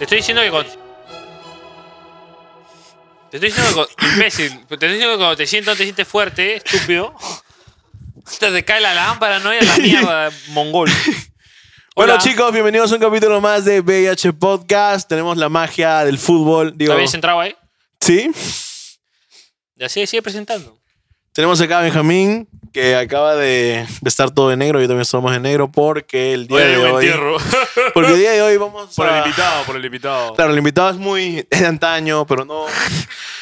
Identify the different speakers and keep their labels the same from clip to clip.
Speaker 1: estoy diciendo que con... Te estoy diciendo que con... Imbécil. Te estoy diciendo que cuando te sientas, te sientes fuerte, estúpido. Te, te cae la lámpara, ¿no? Y a la mierda, mongol.
Speaker 2: Bueno,
Speaker 1: Hola.
Speaker 2: chicos, bienvenidos a un capítulo más de VIH Podcast. Tenemos la magia del fútbol. Digo,
Speaker 1: ¿Está bien centrado ahí?
Speaker 2: ¿Sí?
Speaker 1: Y así sigue presentando.
Speaker 2: Tenemos acá a Benjamín, que acaba de estar todo de negro. Yo también somos de negro porque el día
Speaker 3: Oye,
Speaker 2: de
Speaker 3: buen
Speaker 2: hoy.
Speaker 3: entierro.
Speaker 2: Porque el día de hoy vamos
Speaker 3: por el
Speaker 2: a.
Speaker 3: invitado, por el invitado.
Speaker 2: Claro, el invitado es muy es de antaño, pero no.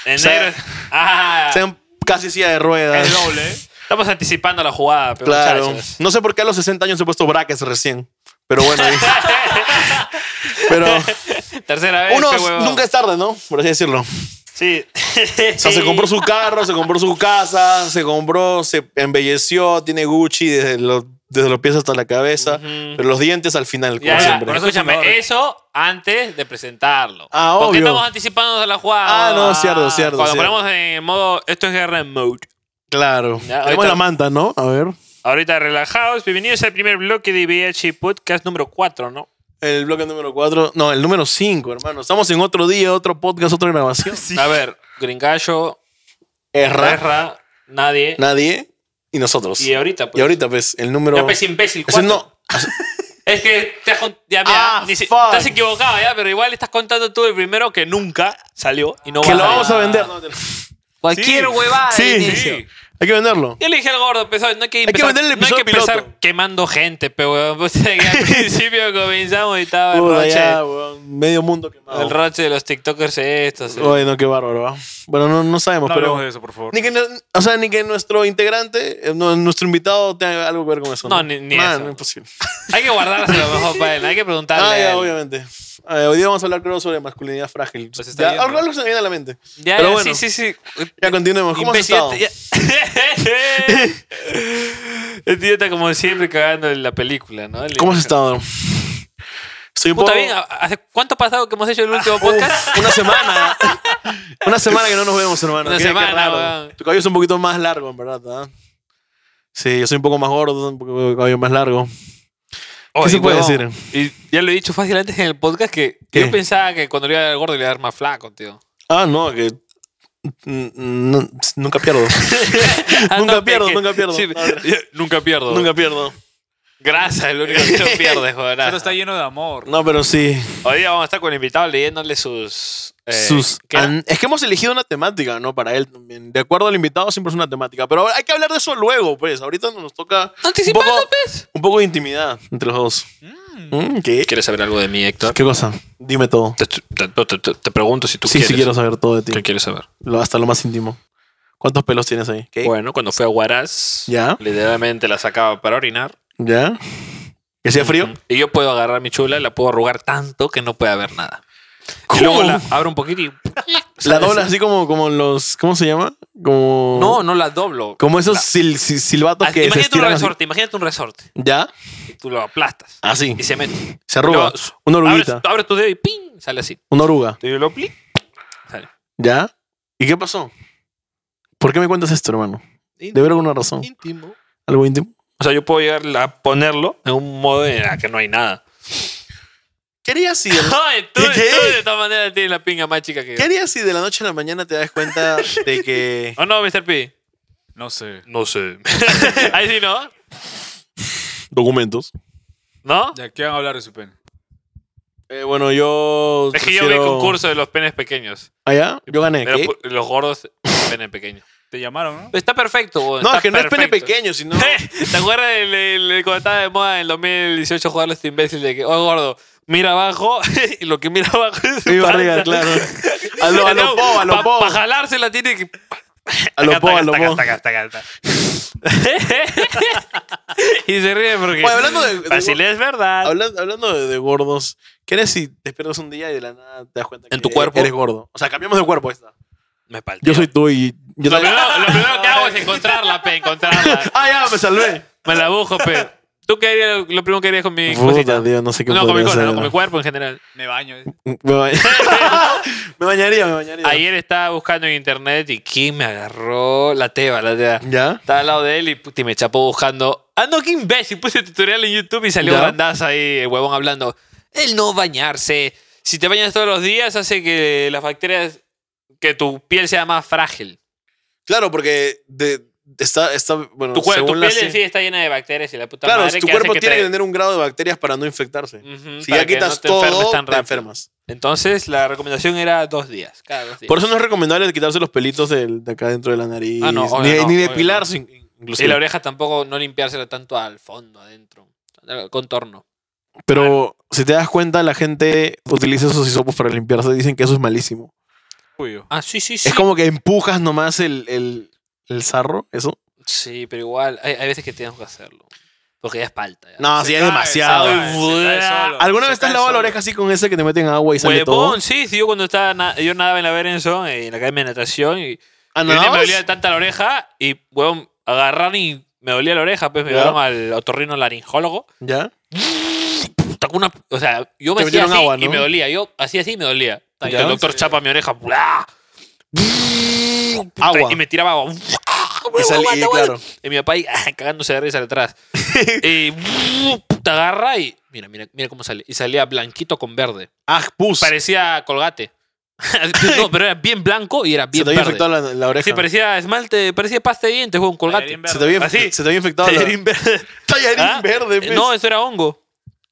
Speaker 1: En
Speaker 2: O sea,
Speaker 1: negro. Ah,
Speaker 2: Sean casi silla de ruedas.
Speaker 3: Es doble, ¿eh?
Speaker 1: estamos anticipando la jugada, pero
Speaker 2: Claro.
Speaker 1: muchachos.
Speaker 2: No sé por qué a los 60 años he puesto brackets recién. Pero bueno. ahí- pero
Speaker 1: Tercera
Speaker 3: Este
Speaker 1: vez.
Speaker 2: uno
Speaker 1: pe huevón.
Speaker 2: nunca es tarde, ¿no? Por así decirlo.
Speaker 1: Sí.
Speaker 2: O sea, se compró su carro, se compró su casa, se compró, se embelleció, tiene Gucci desde los, desde los pies hasta la cabeza, pero los dientes al final, como
Speaker 1: Ya, ya,
Speaker 2: siempre.
Speaker 1: pero escúchame, eso antes de presentarlo.
Speaker 2: Ah,
Speaker 1: Porque
Speaker 2: obvio.
Speaker 1: estamos anticipándonos a la jugada.
Speaker 2: Ah, no, cierto, cierto,
Speaker 1: Cuando
Speaker 2: cierto.
Speaker 1: ponemos en modo, esto es guerra en mode.
Speaker 2: Claro.
Speaker 1: Ya,
Speaker 2: Tenemos
Speaker 1: ahorita-
Speaker 2: la manta, ¿no? A ver.
Speaker 1: Ahorita relajados, bienvenidos al primer bloque de VH Podcast número 4, ¿no?
Speaker 2: El bloque número 4. No, el número 5, hermano. Estamos en otro día, otro podcast, otra grabación.
Speaker 1: A ver, Gringallo,
Speaker 2: Erra.
Speaker 1: Guerra, nadie.
Speaker 2: Nadie y nosotros.
Speaker 1: Y
Speaker 2: Y,
Speaker 1: ahorita, pues.
Speaker 2: ahorita, pues, el número.
Speaker 1: Ya pues imbécil,
Speaker 2: Ese
Speaker 1: cuatro.
Speaker 2: no.
Speaker 1: Es que te has con- ya, mira,
Speaker 2: Ah,
Speaker 1: ni si-
Speaker 2: fuck.
Speaker 1: estás equivocado ya, pero igual estás contando tú el primero que nunca salió y no
Speaker 2: Que
Speaker 1: va
Speaker 2: lo
Speaker 1: a
Speaker 2: vamos a
Speaker 1: salir.
Speaker 2: vender.
Speaker 1: Cualquier
Speaker 3: Sí.
Speaker 1: huevada de
Speaker 2: Sí,
Speaker 1: inicio.
Speaker 2: sí. Hay que venderlo.
Speaker 1: Yo le dije al gordo, pues, no hay que,
Speaker 2: que
Speaker 1: empezar,
Speaker 2: vender el
Speaker 1: no hay que
Speaker 2: episodio
Speaker 1: empezar
Speaker 2: piloto.
Speaker 1: quemando gente, pero weón. Pues, que al principio comenzamos y estaba el
Speaker 2: Puta,
Speaker 1: roche,
Speaker 2: ya, weón, medio mundo quemado.
Speaker 1: el roche de los tiktokers estos. eh.
Speaker 2: Bueno, qué bárbaro, ¿va? Bueno, no, no sabemos,
Speaker 3: No
Speaker 2: pero.
Speaker 3: hablemos de eso, por favor.
Speaker 2: Ni que, no- o sea, ni que nuestro integrante, eh, no, nuestro invitado tenga algo que ver con eso.
Speaker 1: No, ni- ni
Speaker 2: Man,
Speaker 1: eso.
Speaker 2: imposible.
Speaker 1: Hay que guardárselo mejor para él, hay que preguntarle.
Speaker 2: Ah,
Speaker 1: a
Speaker 2: ya,
Speaker 1: él.
Speaker 2: obviamente. Ah, ya, hoy día vamos a hablar, creo, sobre masculinidad frágil.
Speaker 1: Pues está
Speaker 2: Ya,
Speaker 1: bien,
Speaker 2: algo,
Speaker 1: ¿no?
Speaker 2: algo se me viene a la mente.
Speaker 1: Ya,
Speaker 2: Pero
Speaker 1: ya,
Speaker 2: bueno.
Speaker 1: sí, sí, sí.
Speaker 2: Ya continuemos. ¿Cómo has
Speaker 1: Imbécil,
Speaker 2: estado?
Speaker 1: ya te- ya- El tío está Este como siempre cagando en la película, ¿no? El-
Speaker 2: ¿Cómo has estado? Estoy un
Speaker 1: Puta
Speaker 2: poco-
Speaker 1: bien, ¿hace cuánto ha pasado que hemos hecho el último podcast?
Speaker 2: Uf, una semana. una semana que no nos vemos, hermano.
Speaker 1: Una
Speaker 2: Qué- qué
Speaker 1: semana,
Speaker 2: raro.
Speaker 1: weón.
Speaker 2: Tu cabello es un poquito más largo, en verdad. ¿ah? Sí, yo soy un poco más gordo, un poco de cabello más largo.
Speaker 1: Oye,
Speaker 2: se puede
Speaker 1: Oh, huevón, Y ya lo he dicho fácil antes en el podcast que que
Speaker 2: ¿Qué?
Speaker 1: yo pensaba que cuando le iba a dar al gordo le iba a dar más flaco, tío.
Speaker 2: Ah, no, que. mm, mm, no, nunca pierdo.
Speaker 1: Ah,
Speaker 2: Nunca
Speaker 1: no,
Speaker 2: pierdo,
Speaker 1: que-
Speaker 2: nunca pierdo.
Speaker 1: sí, nunca pierdo.
Speaker 2: nunca pierdo.
Speaker 1: Grasa es lo único que no pierdes, joder.
Speaker 3: Pero está lleno de amor.
Speaker 2: No, pero sí.
Speaker 1: Hoy día vamos a estar con el invitado leyéndole sus... eh,
Speaker 2: Sus
Speaker 1: ¿qué era?
Speaker 2: an- es que hemos elegido una temática, ¿no? Para él también. De acuerdo al invitado, siempre es una temática. Pero ahora hay que hablar de eso luego, pues. Ahorita nos toca.
Speaker 1: Anticipando,
Speaker 2: un poco,
Speaker 1: pues.
Speaker 2: un poco de intimidad entre los dos. Mm, ¿Qué?
Speaker 1: ¿Quieres saber algo de mí, Héctor?
Speaker 2: ¿Qué cosa? Dime todo.
Speaker 1: Te, te- te- te- te pregunto si tú
Speaker 2: Sí,
Speaker 1: quieres.
Speaker 2: sí, quiero saber todo de ti.
Speaker 1: ¿Qué quieres saber?
Speaker 2: Lo- hasta lo más íntimo. ¿Cuántos pelos tienes ahí? ¿Qué?
Speaker 1: Bueno, cuando fui a Huaraz,
Speaker 2: Eh. ¿Ya?
Speaker 1: literalmente la sacaba para orinar.
Speaker 2: ¿Ya? ¿Que sea frío?
Speaker 1: Y yo puedo agarrar mi chula, la puedo arrugar tanto que no puede haber nada.
Speaker 2: ¿Cómo?
Speaker 1: Y luego la abro un poquito y...
Speaker 2: La doblas así como, como los. ¿Cómo se llama? Como.
Speaker 1: No, no la doblo.
Speaker 2: Como esos sil- sil- silbatos
Speaker 1: Ah,
Speaker 2: que se
Speaker 1: imagínate un
Speaker 2: estiran así.
Speaker 1: resorte, imagínate un resorte.
Speaker 2: ¿Ya?
Speaker 1: Y tú lo aplastas.
Speaker 2: Así.
Speaker 1: Y se mete.
Speaker 2: Se
Speaker 1: Luego,
Speaker 2: arruga. Una
Speaker 1: Abres,
Speaker 2: oruguita.
Speaker 1: abres tu dedo y ¡ping! Sale así.
Speaker 2: Una oruga.
Speaker 1: Te lo plic. Sale.
Speaker 2: ¿Ya? ¿Y qué pasó? ¿Por qué me cuentas esto, hermano? Debe haber alguna razón.
Speaker 1: Íntimo.
Speaker 2: ¿Algo íntimo?
Speaker 1: O sea, yo puedo llegar a ponerlo en un modo en el que no hay nada.
Speaker 2: Quería si de,
Speaker 1: Ay, tú,
Speaker 2: ¿Qué?
Speaker 1: tú de todas maneras tienes la pinga más chica que yo.
Speaker 2: ¿Qué harías si de la noche a la mañana te das cuenta de que.
Speaker 1: ¿O no, Mr. P?
Speaker 3: No sé.
Speaker 1: No sé. Ahí sí, ¿no?
Speaker 2: Documentos.
Speaker 1: ¿No?
Speaker 3: Ya, ¿qué van a hablar de E su pen?
Speaker 2: Eh, bueno, yo.
Speaker 1: Es que yo vi el
Speaker 2: prefiero- pues,
Speaker 1: concurso de los penes pequeños.
Speaker 2: ¿Allá? Ah, Yo gané.
Speaker 1: Pues De los
Speaker 2: ¿qué?
Speaker 1: pu- los gordos, pene pequeño.
Speaker 3: Te llamaron, ¿no?
Speaker 1: Está perfecto, güey.
Speaker 2: No,
Speaker 1: está
Speaker 2: es que no es pene
Speaker 1: perfecto.
Speaker 2: pequeño, sino.
Speaker 1: ¿Te acuerdas del, del- del- cuando estaba de moda en el 2018 jugarle a este imbécil de que, oh gordo, mira abajo y lo que mira abajo es su
Speaker 2: Mi barriga,
Speaker 1: panza"?
Speaker 2: claro. A lo, a lo
Speaker 1: No,
Speaker 2: po, a lo
Speaker 1: pa-
Speaker 2: po.
Speaker 1: pa' jalársela tiene que.
Speaker 2: A lo po, a lo po.
Speaker 1: Taca, taca, taca, taca. y se ríe porque.
Speaker 2: Oye, hablando de- de-
Speaker 1: Así es verdad.
Speaker 2: Hablan- hablando de, de gordos, ¿qué eres si te despiertas un día y de la nada te das cuenta
Speaker 1: En
Speaker 2: que
Speaker 1: tu cuerpo.
Speaker 2: eres gordo? O sea, cambiamos de cuerpo. ahí está.
Speaker 1: Me palteo.
Speaker 2: Yo soy tú y. Yo
Speaker 1: Lo
Speaker 2: también-
Speaker 1: primero, lo primero que hago es encontrarla, pe, encontrarla.
Speaker 2: Ah, ya, me salvé.
Speaker 1: Me la busco, pe. ¿Tú qué harías, lo primero que harías con mi cosita?
Speaker 2: Puta, tío, no sé qué
Speaker 1: no, con mi
Speaker 2: podría
Speaker 1: cosa,
Speaker 2: hacer,
Speaker 1: no, con mi
Speaker 2: ¿no?
Speaker 1: cuerpo en general.
Speaker 3: Me baño. eh.
Speaker 2: Me, ba- me bañaría, me bañaría.
Speaker 1: Ayer estaba buscando en internet y ¿quién me agarró? La teba, la teba.
Speaker 2: ¿Ya?
Speaker 1: Estaba al lado de él y, puta, y me chapó buscando. Ah, no, qué imbécil. Puse tutorial en YouTube y salió
Speaker 2: ¿Ya?
Speaker 1: grandazo ahí, el huevón, hablando. El no bañarse. Si te bañas todos los días, hace que las bacterias. que tu piel sea más frágil.
Speaker 2: Claro, porque de- está, está, bueno,
Speaker 1: Tu, cuer- tu
Speaker 2: según la
Speaker 1: piel en
Speaker 2: cien-
Speaker 1: sí está llena de bacterias y la puta
Speaker 2: Claro,
Speaker 1: madre.
Speaker 2: tu
Speaker 1: que
Speaker 2: cuerpo
Speaker 1: hace que
Speaker 2: tiene
Speaker 1: te-
Speaker 2: que tener un grado de bacterias para no infectarse.
Speaker 1: Ujú,
Speaker 2: Si
Speaker 1: para
Speaker 2: ya
Speaker 1: que
Speaker 2: quitas
Speaker 1: no te enfermes
Speaker 2: todo,
Speaker 1: tan
Speaker 2: te
Speaker 1: rápido.
Speaker 2: enfermas.
Speaker 1: Entonces, la recomendación era dos días. Cada dos días.
Speaker 2: Por eso no es recomendable quitarse los pelitos del- de acá dentro de la nariz.
Speaker 1: Ah, no, obvio
Speaker 2: ni,
Speaker 1: no,
Speaker 2: ni
Speaker 1: obvio
Speaker 2: depilarse, in-
Speaker 1: y
Speaker 2: inclusive.
Speaker 1: la oreja tampoco no limpiársela tanto al fondo, adentro. al Contorno.
Speaker 2: Pero si te das cuenta, la gente utiliza esos hisopos para limpiarse. Dicen que eso es malísimo.
Speaker 3: Cuyo.
Speaker 1: Ah, sí, sí, sí.
Speaker 2: Es como que empujas nomás el, el, el sarro, eso.
Speaker 1: Sí, pero igual, hay, hay veces que tenemos que hacerlo. Porque ya es palta. ya.
Speaker 2: No,
Speaker 3: Se
Speaker 2: si Ah, es
Speaker 3: cae,
Speaker 2: demasiado.
Speaker 3: se cae, se cae solo,
Speaker 2: ¿Alguna
Speaker 3: se
Speaker 2: vez te has
Speaker 3: cae
Speaker 2: lavado la
Speaker 3: solo.
Speaker 2: oreja así con ese que te meten agua y sale todo?
Speaker 1: Huevón, sí, sí, yo cuando estaba, na- yo nadaba en la Berenson, en la academia de natación, y y
Speaker 2: Ah,
Speaker 1: un día me dolía
Speaker 2: ¿nadabas?
Speaker 1: tanta la oreja, y huevón, agarraron y me dolía la oreja, pues me
Speaker 2: Ya.
Speaker 1: llevaron al otorrino laringólogo.
Speaker 2: ¿Ya?
Speaker 1: Puta, con una- o sea, yo me
Speaker 2: Te
Speaker 1: hacía
Speaker 2: metieron
Speaker 1: así
Speaker 2: agua,
Speaker 1: y
Speaker 2: ¿no?
Speaker 1: me dolía, yo así así y me dolía. Y
Speaker 2: Ya.
Speaker 1: el doctor chapa mi oreja, ¡bla! Puta,
Speaker 2: Agua.
Speaker 1: Y me tiraba agua.
Speaker 2: Y salí,
Speaker 1: Aguanta, aguanta.
Speaker 2: claro.
Speaker 1: Y mi papá ahí ah, cagándose de risa detrás. y puta agarra y mira, mira, mira cómo sale. Y salía blanquito con verde.
Speaker 2: Ah, pus.
Speaker 1: Parecía colgate. no, pero era bien blanco y era
Speaker 2: Se
Speaker 1: bien
Speaker 2: te había
Speaker 1: verde.
Speaker 2: infectado la, la oreja.
Speaker 1: Sí, parecía esmalte, parecía pasta de dientes, fue un colgate.
Speaker 3: Tallerín
Speaker 2: se, te había,
Speaker 1: Así.
Speaker 2: se te había infectado la-
Speaker 1: Tallerín verde.
Speaker 2: Tallarín
Speaker 1: Ah,
Speaker 2: verde,
Speaker 1: Eh,
Speaker 2: pues.
Speaker 1: No, eso era hongo.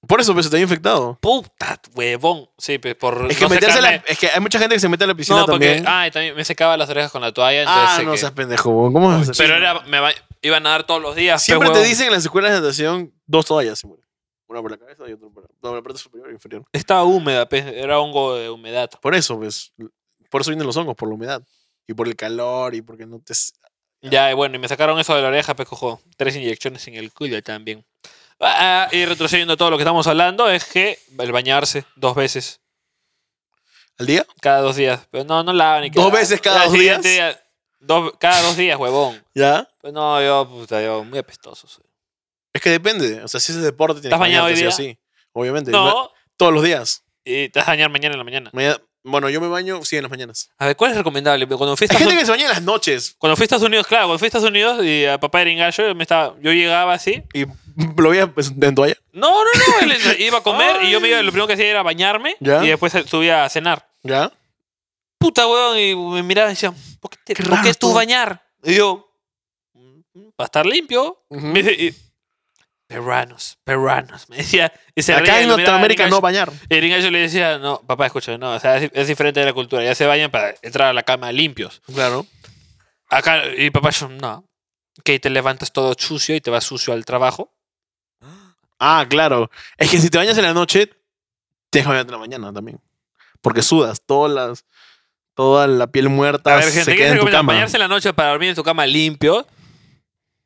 Speaker 2: Por eso, pues, se te había infectado.
Speaker 1: Puta, huevón. Sí, pues por.
Speaker 2: Es que,
Speaker 1: no
Speaker 2: meterse a la-
Speaker 1: secarme-
Speaker 2: es que hay mucha gente que se mete a la piscina
Speaker 1: No, porque.
Speaker 2: también.
Speaker 1: Ah, y también me secaba las orejas con la toalla. entonces
Speaker 2: Ah,
Speaker 1: sé
Speaker 2: no
Speaker 1: que-
Speaker 2: seas pendejo. huevón. ¿Cómo vas a hacer?
Speaker 1: Pero era, me ba- iba a nadar todos los días.
Speaker 2: Siempre
Speaker 1: pues,
Speaker 2: te
Speaker 1: huevón.
Speaker 2: dicen en las escuelas de natación dos toallas, Simón. Una por la cabeza y otra por la, no, por la parte superior e inferior.
Speaker 1: Estaba húmeda, pues, era hongo de humedad.
Speaker 2: Por eso, pues. Por eso vienen los hongos, por la humedad. Y por el calor y porque no te.
Speaker 1: Ya, y bueno, y me sacaron eso de la oreja, pues cojo tres inyecciones en el cuello también. Ah, ah, y retrocediendo todo lo que estamos hablando es que el bañarse dos veces
Speaker 2: ¿Al día?
Speaker 1: cada dos días. Pero no, no lavan ni que
Speaker 2: ¿Dos
Speaker 1: lavan.
Speaker 2: veces cada
Speaker 1: Al
Speaker 2: dos
Speaker 1: siguiente
Speaker 2: días?
Speaker 1: día, dos- cada dos días, huevón.
Speaker 2: ¿Ya?
Speaker 1: Pues no, yo, puta, yo, muy apestoso soy.
Speaker 2: Es que depende. O sea, si es deporte, tienes
Speaker 1: ¿Estás bañado
Speaker 2: bañarte
Speaker 1: hoy
Speaker 2: sí o
Speaker 1: día?
Speaker 2: sí. Obviamente. Ma-
Speaker 1: No,
Speaker 2: Todos los días.
Speaker 1: y te vas a bañar mañana en la mañana.
Speaker 2: Mañana- bueno, yo me baño, sí, en las mañanas.
Speaker 1: A ver, ¿cuál es recomendable? Porque Cuando fui a
Speaker 2: Hay
Speaker 1: Estados,
Speaker 2: gente que se baña en las noches.
Speaker 1: cuando fui a Estados Unidos, claro, cuando fui a Estados Unidos y a papá era engallo, yo me estaba, yo llegaba así,
Speaker 2: Y lo veía pues, en toalla.
Speaker 1: No, no, no. él es- iba a comer y yo me iba, lo primero que hacía era bañarme
Speaker 2: ¿Ya?
Speaker 1: y después subía a cenar.
Speaker 2: ¿Ya?
Speaker 1: Puta, weón, y me miraba y decía, ¿por qué, te-
Speaker 2: Qué
Speaker 1: por
Speaker 2: raro
Speaker 1: qué tú
Speaker 2: tú.
Speaker 1: bañar? Y yo, "Mm, para estar limpio.
Speaker 2: Ujú.
Speaker 1: Me dice, y- perranos, perranos. Me decía, y se reía
Speaker 2: Acá
Speaker 1: y
Speaker 2: en
Speaker 1: lo miraba
Speaker 2: Norteamérica
Speaker 1: y
Speaker 2: no
Speaker 1: yo-
Speaker 2: bañar.
Speaker 1: Y Ringa yo le decía, no, papá, escúchame, no, o sea, es, es diferente de la cultura. Ya se bañan para entrar a la cama limpios.
Speaker 2: Claro.
Speaker 1: Acá, y papá, yo, no. Que te levantas todo sucio y te vas sucio al trabajo.
Speaker 2: Ah, claro. Es que si te bañas en la noche, tienes que bañarte en la mañana también. Porque sudas, todas las, toda la piel muerta
Speaker 1: A ver, gente,
Speaker 2: se
Speaker 1: ¿qué
Speaker 2: queda en tu
Speaker 1: recomienda?
Speaker 2: cama.
Speaker 1: ¿Bañarse en la noche para dormir en tu cama limpio?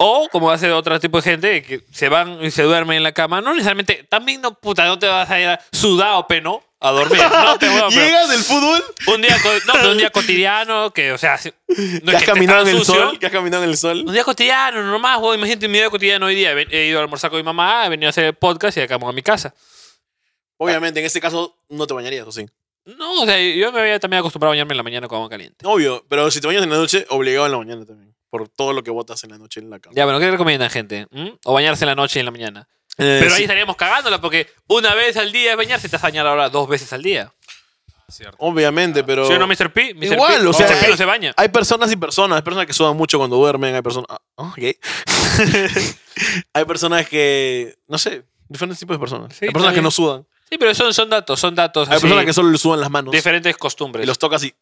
Speaker 1: O, como hace otro tipo de gente, que se van y se duermen en la cama. No necesariamente, también no, puta, no te vas a ir a- sudado, peno, a dormir. No te voy a- pero
Speaker 2: Llegas del fútbol,
Speaker 1: un día, co- no, pero un día cotidiano, que, o sea, si- no es
Speaker 2: que has
Speaker 1: estés
Speaker 2: caminado en
Speaker 1: tan
Speaker 2: el
Speaker 1: sucio.
Speaker 2: sol, que has caminado en el sol.
Speaker 1: Un día cotidiano, nomás, güey. Imagínate mi día cotidiano hoy día. He ven- He ido a almorzar con mi mamá, he venido a hacer el podcast y acabamos a mi casa.
Speaker 2: Obviamente, en este caso no te bañarías, o sí.
Speaker 1: No, o sea, yo me había también acostumbrado a bañarme en la mañana con agua caliente.
Speaker 2: Obvio, pero si te bañas en la noche, obligado en la mañana también. Por todo lo que botas en la noche en la cama.
Speaker 1: Ya, bueno, ¿qué recomiendan, gente? ¿Mm? O bañarse en la noche y en la mañana.
Speaker 2: Eh,
Speaker 1: Pero
Speaker 2: sí.
Speaker 1: ahí estaríamos cagándola porque una vez al día es bañarse, te vas a bañar ahora dos veces al día.
Speaker 3: Cierto.
Speaker 2: Obviamente, pero.
Speaker 1: Yo no, Mr. P. Mr.
Speaker 2: Igual,
Speaker 1: P,
Speaker 2: o sea,
Speaker 1: Mr. P
Speaker 2: hay-
Speaker 1: no se baña.
Speaker 2: Hay personas y personas. Hay personas que sudan mucho cuando duermen. Hay personas. ah, ah, ok. hay personas que. No sé. Diferentes tipos de personas.
Speaker 1: Sí,
Speaker 2: hay personas que
Speaker 1: también.
Speaker 2: no sudan.
Speaker 1: Sí, pero son, son datos, son datos.
Speaker 2: Hay
Speaker 1: así,
Speaker 2: personas que solo le sudan las manos.
Speaker 1: diferentes
Speaker 2: Y
Speaker 1: costumbres.
Speaker 2: los tocas y.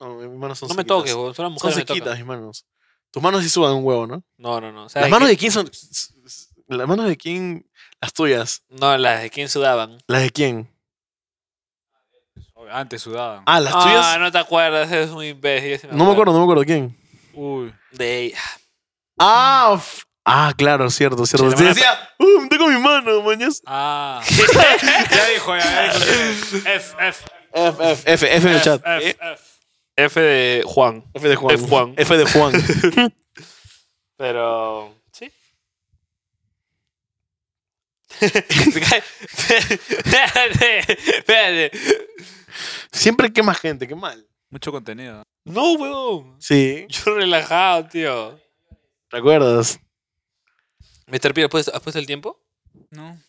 Speaker 2: No, mis manos son
Speaker 1: no me
Speaker 2: sequitas.
Speaker 1: toques, weón. Son las
Speaker 2: Son
Speaker 1: mujeres me
Speaker 2: sequitas
Speaker 1: tocan.
Speaker 2: mis manos. Tus manos sí sudan un huevo, ¿no?
Speaker 1: No, no, no. ¿Sabes
Speaker 2: Las manos
Speaker 1: qué?
Speaker 2: de quién son. Las manos de quién. Las tuyas.
Speaker 1: No, las de quién sudaban.
Speaker 2: ¿Las de quién?
Speaker 3: Antes sudaban.
Speaker 2: Ah, las
Speaker 1: Ah,
Speaker 2: tuyas.
Speaker 1: no te acuerdas, eres un imbécil. yo sí
Speaker 2: No me acuerdo, no me acuerdo quién.
Speaker 3: Uy.
Speaker 1: De ella.
Speaker 2: Ah, f- ah, claro, cierto, cierto.
Speaker 1: Sí, la
Speaker 2: Te
Speaker 1: mano-
Speaker 2: decía, "Uh, tengo mi mano, mañas.
Speaker 3: Ah. ya dijo, ya dijo. F, F,
Speaker 2: F, F, F, F en el chat.
Speaker 3: F, F.
Speaker 1: F de Juan.
Speaker 2: F de Juan.
Speaker 1: F Juan.
Speaker 2: F de Juan.
Speaker 1: Pero. Sí. Espérate.
Speaker 2: Siempre quema gente, qué mal.
Speaker 3: Mucho contenido.
Speaker 1: No, weón.
Speaker 2: Sí.
Speaker 1: Yo relajado, tío.
Speaker 2: ¿Recuerdas? pues, ah,
Speaker 1: Mr. P, ¿has puesto, has puesto el tiempo?
Speaker 3: No.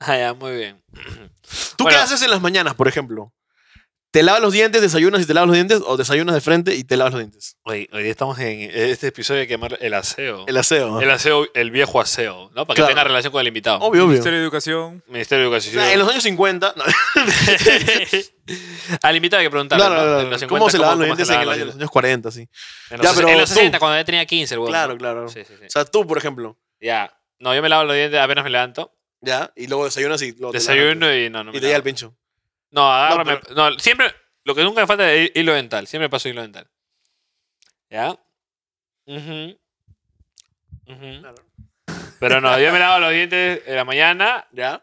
Speaker 1: Ah, ya, muy bien.
Speaker 2: ¿Tú
Speaker 1: Bueno.
Speaker 2: qué haces en las mañanas, por ejemplo? ¿Te lavas los dientes, desayunas y te lavas los dientes? ¿O desayunas de frente y te lavas los dientes?
Speaker 1: Hoy, hoy estamos en este episodio de quemar el aseo.
Speaker 2: El aseo.
Speaker 1: El aseo, el viejo aseo, ¿no? Para que
Speaker 2: Claro.
Speaker 1: tenga relación con el invitado.
Speaker 2: Obvio, obvio.
Speaker 3: Ministerio de Educación.
Speaker 1: Ministerio de
Speaker 2: O
Speaker 1: Educación.
Speaker 2: sea, en los años 50. no,
Speaker 1: Al invitado hay que preguntarle.
Speaker 2: no,
Speaker 1: ¿no?
Speaker 2: no, no,
Speaker 1: En los 50,
Speaker 2: ¿Cómo se lavan los
Speaker 1: cómo
Speaker 2: dientes
Speaker 1: se
Speaker 2: en,
Speaker 1: lavan
Speaker 2: el-
Speaker 1: los
Speaker 2: en los
Speaker 1: dientes?
Speaker 2: años 40, sí?
Speaker 1: En
Speaker 2: Ya,
Speaker 1: los,
Speaker 2: pero
Speaker 1: en los
Speaker 2: tú.
Speaker 1: 60, cuando yo tenía 15, el huevón.
Speaker 2: Claro, claro.
Speaker 1: Sí, sí, sí.
Speaker 2: O sea, tú, por ejemplo,
Speaker 1: Ya. No, yo me lavo los dientes apenas me levanto.
Speaker 2: ¿ya? Y luego desayunas y luego te lavas los dientes.
Speaker 1: Desayuno y no, no me
Speaker 2: Y te llega el
Speaker 1: lavo.
Speaker 2: pincho.
Speaker 1: No, agárrame.
Speaker 2: No,
Speaker 1: no, siempre. Lo que nunca me falta es hilo dental. Siempre paso hilo dental. ¿Ya? Ujú. Ujú.
Speaker 2: Claro.
Speaker 1: Pero no, yo me lavo los dientes en la mañana.
Speaker 2: ¿Ya?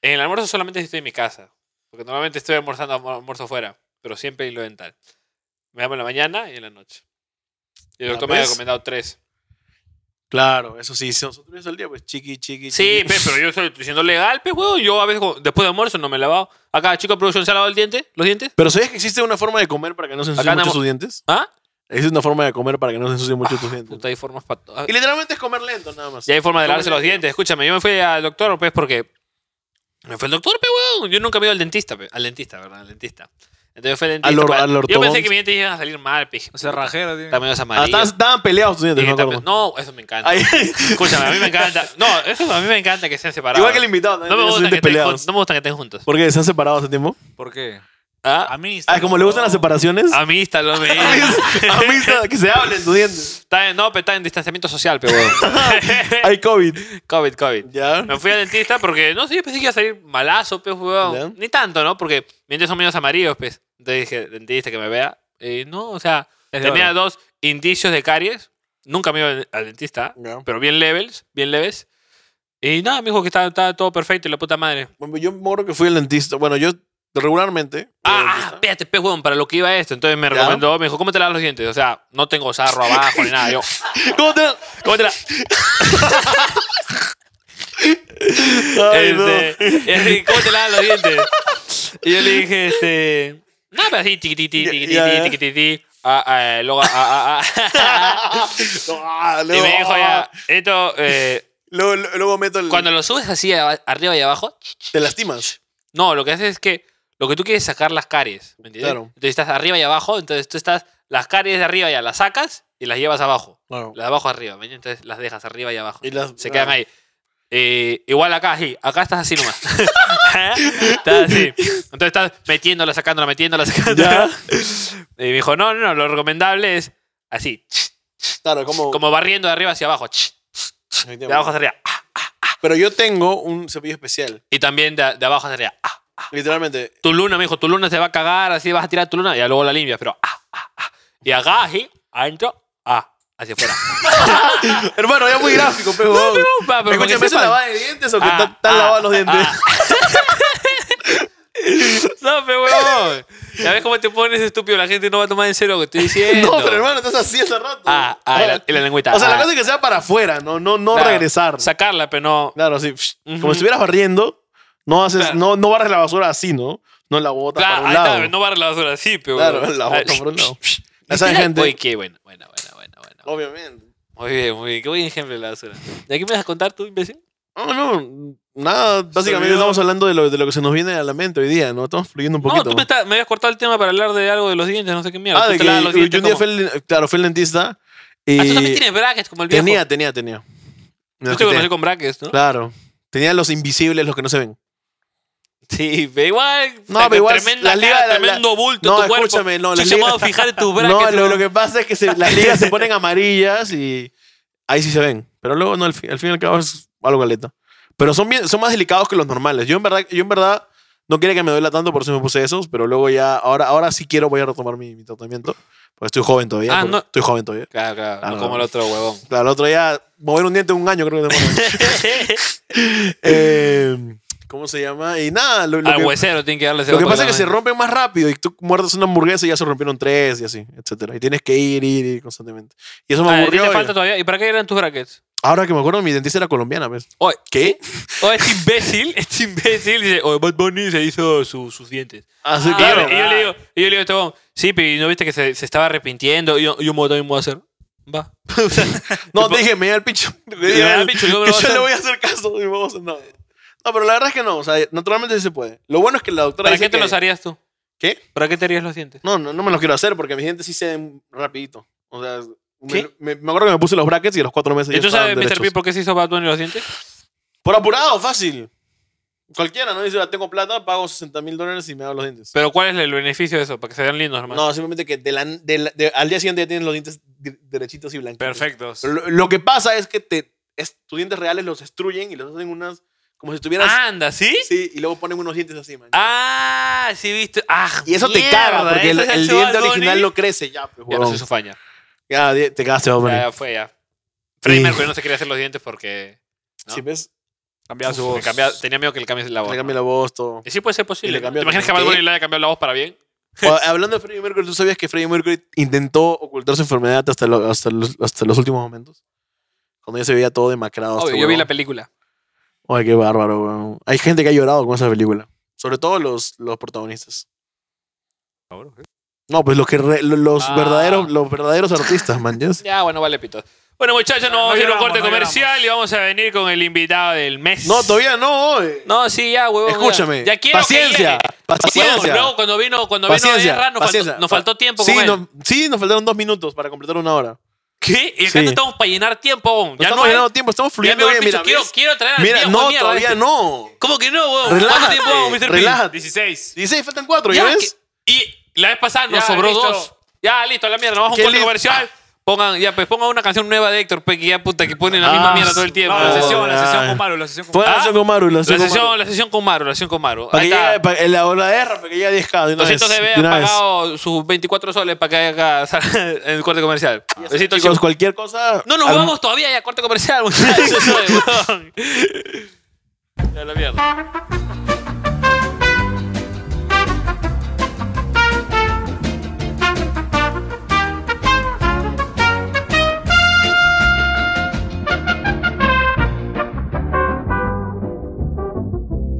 Speaker 1: En el almuerzo solamente si estoy en mi casa. Porque normalmente estoy almorzando almu- almuerzo fuera. Pero siempre hilo dental. Me lavo en la mañana y en la noche. Y el
Speaker 2: Ya,
Speaker 1: doctor me ha
Speaker 2: ¿ves?
Speaker 1: recomendado tres.
Speaker 2: Claro, eso sí. Si nosotros al día, pues chiqui, chiqui,
Speaker 1: Sí,
Speaker 2: chiqui.
Speaker 1: pe, pero yo estoy siendo legal, pe, huevón. Yo a veces como- después de almuerzo no me he lavado. Acá, chico de producción, ¿se ha lavado el diente? ¿Los dientes?
Speaker 2: ¿Pero sabías que existe una forma de comer para que no se
Speaker 1: Acá
Speaker 2: ensucien mucho
Speaker 1: andamos-
Speaker 2: sus dientes?
Speaker 1: ¿Ah?
Speaker 2: Existe una forma de comer para que no se ensucien mucho tus dientes.
Speaker 1: Puta, hay formas para todo.
Speaker 2: Y literalmente es comer lento, nada más.
Speaker 1: Ya hay forma de lavarse
Speaker 2: Comer
Speaker 1: los
Speaker 2: lento.
Speaker 1: dientes. Escúchame, yo me fui al doctor, pues, porque. Me fue al doctor, pe, weón. Yo nunca me he ido al dentista, pe. Al dentista, ¿verdad? Al dentista. Entonces yo fui al dentista.
Speaker 2: Al or-
Speaker 1: pues,
Speaker 2: al
Speaker 1: yo pensé
Speaker 2: ortodontista.
Speaker 1: que mis dientes iban a salir mal, pe.
Speaker 3: O sea, rajera, tiene.
Speaker 1: También los
Speaker 2: Ah, estaban,
Speaker 1: amarillos.
Speaker 2: estaban peleados tus
Speaker 1: Y
Speaker 2: dientes,
Speaker 1: que
Speaker 2: no me
Speaker 1: está-
Speaker 2: acuerdo.
Speaker 1: No, eso me encanta.
Speaker 2: Ay,
Speaker 1: Escúchame, a mí me encanta. No, eso a mí me encanta que sean separados.
Speaker 2: Igual que el invitado,
Speaker 1: no
Speaker 2: también
Speaker 1: me, gusta que
Speaker 2: tiene sus dientes
Speaker 1: estén,
Speaker 2: peleados.
Speaker 1: jun- no me gustan que estén juntos.
Speaker 2: ¿Por qué? ¿Se han separado hace tiempo?
Speaker 3: ¿Por qué?
Speaker 1: ¿Ah?
Speaker 3: A mí.
Speaker 2: Ah, como le gustan las separaciones.
Speaker 1: Amistad, lo mismo.
Speaker 2: Amistad, que se hablen tus dientes.
Speaker 1: Está en- no, pero está en distanciamiento social, pero weón.
Speaker 2: Hay COVID.
Speaker 1: COVID, COVID.
Speaker 2: ¿Ya?
Speaker 1: Me fui al dentista porque, no sé, yo pensé que iba a salir malazo, pues, weón.
Speaker 2: ¿Ya?
Speaker 1: Ni tanto, ¿no? Porque mis dientes son medios amarillos, pues. Entonces dije, dentista que me vea. Y no, o sea,
Speaker 3: Es de
Speaker 1: tenía dos indicios de caries. Nunca me iba al- al dentista,
Speaker 2: Ya.
Speaker 1: pero bien levels, bien leves. Y nada, me dijo que estaba, estaba todo perfecto y la puta madre.
Speaker 2: Bueno, yo me acuerdo que fui al dentista. Bueno, yo regularmente. voy
Speaker 1: Ah,
Speaker 2: al
Speaker 1: ah,
Speaker 2: dentista.
Speaker 1: espérate, pues, weón, para lo que iba esto. Entonces me
Speaker 2: ¿Ya?
Speaker 1: recomendó, me dijo, ¿cómo te lavas los dientes? O sea, no tengo sarro abajo ni nada. Yo,
Speaker 2: ¿Cómo te.?
Speaker 1: ¿cómo te la-
Speaker 2: Ay, no.
Speaker 1: Este, y así, ¿cómo te lavas los dientes? Y yo le dije, este. Nada, pero así, tiqui, tiqui,
Speaker 2: Ya,
Speaker 1: tiqui,
Speaker 2: ya,
Speaker 1: tiqui,
Speaker 2: ya.
Speaker 1: tiqui, tiqui. Ah, ah, luego, ah, ah, ah.
Speaker 2: Ah,
Speaker 1: Y
Speaker 2: luego-
Speaker 1: me dijo ya, esto, eh,
Speaker 2: Luego, luego- luego meto el.
Speaker 1: cuando lo subes así a- arriba y abajo,
Speaker 2: Te lastimas.
Speaker 1: no, lo que haces es que lo que tú quieres es sacar las caries, ¿me entiendes?
Speaker 2: Claro.
Speaker 1: Entonces estás arriba y abajo, entonces tú estás, las caries de arriba ya las sacas y las llevas abajo,
Speaker 2: Claro.
Speaker 1: las de abajo arriba, ¿me entiendes? Entonces las dejas arriba y abajo.
Speaker 2: Y las-
Speaker 1: Se
Speaker 2: claro.
Speaker 1: quedan ahí. Eh, igual acá, así. Acá estás así nomás. estás así. Entonces estás metiéndola, sacándola, metiéndola, sacándola. Y me dijo, no, no, no, lo recomendable es así.
Speaker 2: Claro, como.
Speaker 1: Como barriendo de arriba hacia abajo. De abajo hacia arriba. ah.
Speaker 2: Pero yo tengo un cepillo especial.
Speaker 1: Y también de, de abajo hacia arriba. ah.
Speaker 2: Literalmente.
Speaker 1: Tu luna, me dijo, tu luna se va a cagar, así vas a tirar tu luna. Y ya luego la limpias, pero... ah, ah, ah. Y acá, así, adentro, ah, hacia afuera.
Speaker 2: Hermano, ya muy gráfico, pero.
Speaker 1: Va, pero para que
Speaker 2: Escúchame, ¿se
Speaker 1: sepan.
Speaker 2: lavada de dientes o que
Speaker 1: Ah,
Speaker 2: están está
Speaker 1: ah,
Speaker 2: lavados los dientes?
Speaker 1: ah. No, pero huevón. Ya ves cómo te pones estúpido, la gente no va a tomar en serio lo que estoy diciendo.
Speaker 2: No, pero hermano, estás así hace rato.
Speaker 1: Ah, ah, y la, y la lengüita.
Speaker 2: O sea, la
Speaker 1: ah.
Speaker 2: cosa es que sea para afuera, no, no, no
Speaker 1: Claro,
Speaker 2: regresar.
Speaker 1: Sacarla, pero no.
Speaker 2: Claro, sí. psh,
Speaker 1: Ujú.
Speaker 2: Como si estuvieras barriendo, no haces,
Speaker 1: Claro.
Speaker 2: no, no barres la basura así, ¿no? No la botas
Speaker 1: Claro,
Speaker 2: para un
Speaker 1: ahí
Speaker 2: lado.
Speaker 1: está, no barra la basura así, pero.
Speaker 2: Claro, la botas por un lado. Esa gente-
Speaker 1: Oye, qué bueno, bueno, bueno, bueno, bueno.
Speaker 2: Obviamente.
Speaker 1: Muy bien, muy bien. Qué buen ejemplo de la basura. ¿Y aquí me vas a contar tú, imbécil?
Speaker 2: No, no, nada. Básicamente
Speaker 3: olvidó.
Speaker 2: estamos hablando de lo, de lo que se nos viene a la mente hoy día, ¿no? Estamos fluyendo un poquito.
Speaker 1: No, tú me, estás- me habías cortado el tema para hablar de algo de los dientes, no sé qué mierda.
Speaker 2: ah,
Speaker 1: Tú
Speaker 2: de
Speaker 1: te
Speaker 2: que
Speaker 1: lavas los
Speaker 2: yo
Speaker 1: dientes,
Speaker 2: un día
Speaker 1: ¿cómo?
Speaker 2: fui al, claro, fui al dentista y...
Speaker 1: Ah, tú también tienes brackets como el viejo.
Speaker 2: tenía, tenía, tenía. Me
Speaker 1: Yo
Speaker 2: los
Speaker 1: te
Speaker 2: quité.
Speaker 1: conocí con brackets, ¿no?
Speaker 2: Claro. Tenía los invisibles, los que no se ven.
Speaker 1: Sí, pero igual.
Speaker 2: No, pero igual
Speaker 1: Tremenda cara,
Speaker 2: la liga- la- la-
Speaker 1: tremendo bulto
Speaker 2: No,
Speaker 1: tu cuerpo.
Speaker 2: escúchame, no, la
Speaker 1: Chucha, me
Speaker 2: liga-
Speaker 1: voy a fijar en tus brackets.
Speaker 2: No, lo,
Speaker 1: weón.
Speaker 2: lo que pasa es que se- las ligas se ponen amarillas y ahí sí se ven. Pero luego, no, al fin, al fin y al cabo es algo galeta. Pero son, bien, son más delicados que los normales. Yo en verdad, yo en verdad no quería que me duela tanto, por eso me puse esos. Pero luego ya, ahora, ahora sí quiero, voy a retomar mi, mi tratamiento. Porque estoy joven todavía.
Speaker 1: Ah,
Speaker 2: porque
Speaker 1: no.
Speaker 2: Estoy joven todavía.
Speaker 1: Claro, claro,
Speaker 2: Ah,
Speaker 1: no
Speaker 2: no.
Speaker 1: como el otro huevón.
Speaker 2: Claro, el otro día, mover un diente un año creo que demora. Eh, ¿Cómo se llama? Y nada, lo, lo
Speaker 1: Al
Speaker 2: que,
Speaker 1: Ah, huesero tiene que darle ese
Speaker 2: lo que
Speaker 1: golpe
Speaker 2: pasa es que se
Speaker 1: también.
Speaker 2: rompen más rápido y tú muerdes una hamburguesa y ya se rompieron tres y así, etcétera. Y tienes que ir, ir, ir constantemente. Y eso me
Speaker 1: Ah,
Speaker 2: aburrió.
Speaker 1: ¿Tiene
Speaker 2: y-
Speaker 1: falta todavía? ¿Y para qué eran tus brackets?
Speaker 2: Ahora que me acuerdo, mi dentista era colombiana, pues. ¿ves?
Speaker 1: Oye,
Speaker 2: ¿Qué?
Speaker 1: o este imbécil, este imbécil dice, oye, Bad Bunny se hizo su- sus dientes.
Speaker 2: Así
Speaker 1: Y yo
Speaker 2: claro.
Speaker 1: le- Ah, Y yo, le digo, y yo le digo, a este huevón, sí, pero ¿y ¿no viste que se, se estaba arrepintiendo? Y yo, yo me voy- también me voy a hacer. Va. O sea,
Speaker 2: no,
Speaker 1: tipo,
Speaker 2: te dije, me da el pincho.
Speaker 1: me da el pincho, yo me lo voy a
Speaker 2: que yo
Speaker 1: hacer.
Speaker 2: le voy a hacer caso. Y vamos, no. No, pero la verdad es que no. O sea, naturalmente sí se puede. Lo bueno es que la doctora
Speaker 1: ¿Para
Speaker 2: dice
Speaker 1: qué te
Speaker 2: que-
Speaker 1: los harías tú?
Speaker 2: ¿Qué?
Speaker 1: ¿Para qué te harías los dientes?
Speaker 2: No, no, no me los quiero hacer porque mis dientes sí ceden rapidito. O sea, me-
Speaker 1: ¿Qué?
Speaker 2: Me, me acuerdo que me puse los brackets y a los cuatro meses ya
Speaker 1: ¿Y tú
Speaker 2: estaban
Speaker 1: sabes, Mr. P,
Speaker 2: derechos.
Speaker 1: por qué se hizo Bad Bunny los dientes?
Speaker 2: Por apurado, fácil. Cualquiera, ¿no? Dice, "Ah, tengo plata, pago 60 mil dólares y me hago los dientes.
Speaker 1: Pero ¿cuál es el beneficio de eso? Para que se vean lindos, hermano.
Speaker 2: No, simplemente que de la- de la- de- al día siguiente ya tienes los dientes di- derechitos y blancos.
Speaker 3: Perfectos.
Speaker 2: Lo, lo que pasa es que te, es- tus dientes reales los destruyen y los hacen unas... Como si estuvieras...
Speaker 1: Anda, ¿sí?
Speaker 2: Sí, y luego ponen unos dientes así, man.
Speaker 1: Ah, sí, viste. Ah,
Speaker 2: y eso te
Speaker 1: mierda,
Speaker 2: caga porque el,
Speaker 1: eso se
Speaker 2: el
Speaker 1: hace
Speaker 2: diente
Speaker 1: Bad Bunny.
Speaker 2: original no crece ya. pues,
Speaker 1: Ya no
Speaker 2: huevón.
Speaker 1: se hizo faña.
Speaker 2: Ya, di- te cagaste, hombre.
Speaker 1: Ya, ya fue, ya. Freddie
Speaker 2: Sí.
Speaker 1: Mercury no se quería hacer los dientes porque ¿no?
Speaker 2: Si ves,
Speaker 3: Cambiaba su
Speaker 1: Uf,
Speaker 3: voz.
Speaker 1: le cambia- tenía miedo que le cambie la voz.
Speaker 2: le
Speaker 1: ¿no?
Speaker 2: cambié la voz, todo.
Speaker 1: Y sí puede ser
Speaker 2: Y
Speaker 1: posible.
Speaker 2: le
Speaker 1: ¿no?
Speaker 2: cambió
Speaker 1: ¿Te imaginas que a
Speaker 2: también.
Speaker 1: Bad Bunny le haya cambiado la voz para bien?
Speaker 2: O- hablando de Freddie Mercury, ¿tú sabías que Freddie Mercury intentó ocultar su enfermedad hasta, lo- hasta, los, hasta los últimos momentos? Cuando ya se veía todo demacrado.
Speaker 1: Obvio,
Speaker 2: este
Speaker 1: yo vi
Speaker 2: huevón.
Speaker 1: la película.
Speaker 2: Ay, qué bárbaro, weón. Hay gente que ha llorado con esa película. Sobre todo los, los protagonistas. No, pues los que re- lo- los
Speaker 1: Ah.
Speaker 2: verdaderos, los verdaderos artistas, man. ¿yes?
Speaker 1: Ya, bueno, vale, pito. Bueno, muchachos, nos
Speaker 3: No
Speaker 1: vamos a ir a un
Speaker 3: lloramos,
Speaker 1: corte
Speaker 3: no
Speaker 1: comercial
Speaker 3: lloramos.
Speaker 1: y vamos a venir con el invitado del mes.
Speaker 2: No, todavía no. oye.
Speaker 1: No, sí, ya, huevón. ya.
Speaker 2: Escúchame.
Speaker 1: Ya, quiero
Speaker 2: paciencia.
Speaker 1: que llegue.
Speaker 2: Paciencia.
Speaker 1: Huevón, luego cuando vino, cuando
Speaker 2: Paciencia,
Speaker 1: vino Erra, nos,
Speaker 2: paciencia.
Speaker 1: faltó, nos faltó tiempo
Speaker 2: sí,
Speaker 1: con él.
Speaker 2: no- sí, nos faltaron dos minutos para completar una hora.
Speaker 1: ¿Qué? Y acá
Speaker 2: Sí.
Speaker 1: no estamos para llenar tiempo, huevón.
Speaker 2: No
Speaker 1: Ya
Speaker 2: estamos
Speaker 1: no hay-
Speaker 2: llenando tiempo,
Speaker 1: Ya
Speaker 2: estamos
Speaker 1: me
Speaker 2: fluyendo
Speaker 1: voy
Speaker 2: bien.
Speaker 1: al piso.
Speaker 2: Mira,
Speaker 1: quiero,
Speaker 2: ¿ves?
Speaker 1: quiero traer al
Speaker 2: Mira,
Speaker 1: viejo,
Speaker 2: no,
Speaker 1: mierda,
Speaker 2: todavía
Speaker 1: este.
Speaker 2: no.
Speaker 1: ¿Cómo que no, huevón? ¿Cuánto
Speaker 2: Relájate,
Speaker 1: tiempo vamos, Mr. P?
Speaker 2: relájate.
Speaker 3: 16.
Speaker 2: 16, faltan cuatro, ¿ya
Speaker 1: Ya,
Speaker 2: ves?
Speaker 1: que- y la vez pasada nos
Speaker 3: Ya,
Speaker 1: sobró
Speaker 3: listo.
Speaker 1: dos. Ya, listo, la mierda. Nos vamos a
Speaker 2: Qué
Speaker 1: un corte
Speaker 2: lindo.
Speaker 1: comercial. Pongan, ya, pues pongan una canción nueva de Héctor, pues, que ya puta, que ponen la
Speaker 2: Ah,
Speaker 1: misma mierda todo el
Speaker 3: No,
Speaker 1: tiempo.
Speaker 3: la
Speaker 2: Oh,
Speaker 3: sesión, la sesión
Speaker 2: ay.
Speaker 3: con Maru, la sesión con
Speaker 2: Fue
Speaker 3: Maru.
Speaker 2: la
Speaker 1: Ah,
Speaker 2: sesión con Maru, la
Speaker 1: La
Speaker 2: sesión con Maru.
Speaker 1: sesión, la sesión con Maru, la sesión con Maru.
Speaker 2: Para
Speaker 1: Ahí
Speaker 2: que
Speaker 1: está.
Speaker 2: llegue, para- en la hora de para que llegue a 10K de una
Speaker 1: 200
Speaker 2: vez.
Speaker 1: DB
Speaker 2: de
Speaker 1: ha
Speaker 2: una vez.
Speaker 1: pagado sus 24 soles para que haga sal- en el corte comercial. Besitos,
Speaker 2: Chicos,
Speaker 1: chicos.
Speaker 2: cualquier cosa.
Speaker 1: No nos
Speaker 2: al-
Speaker 1: vamos todavía ya, corte comercial, muchachos. huevón. Ya la mierda.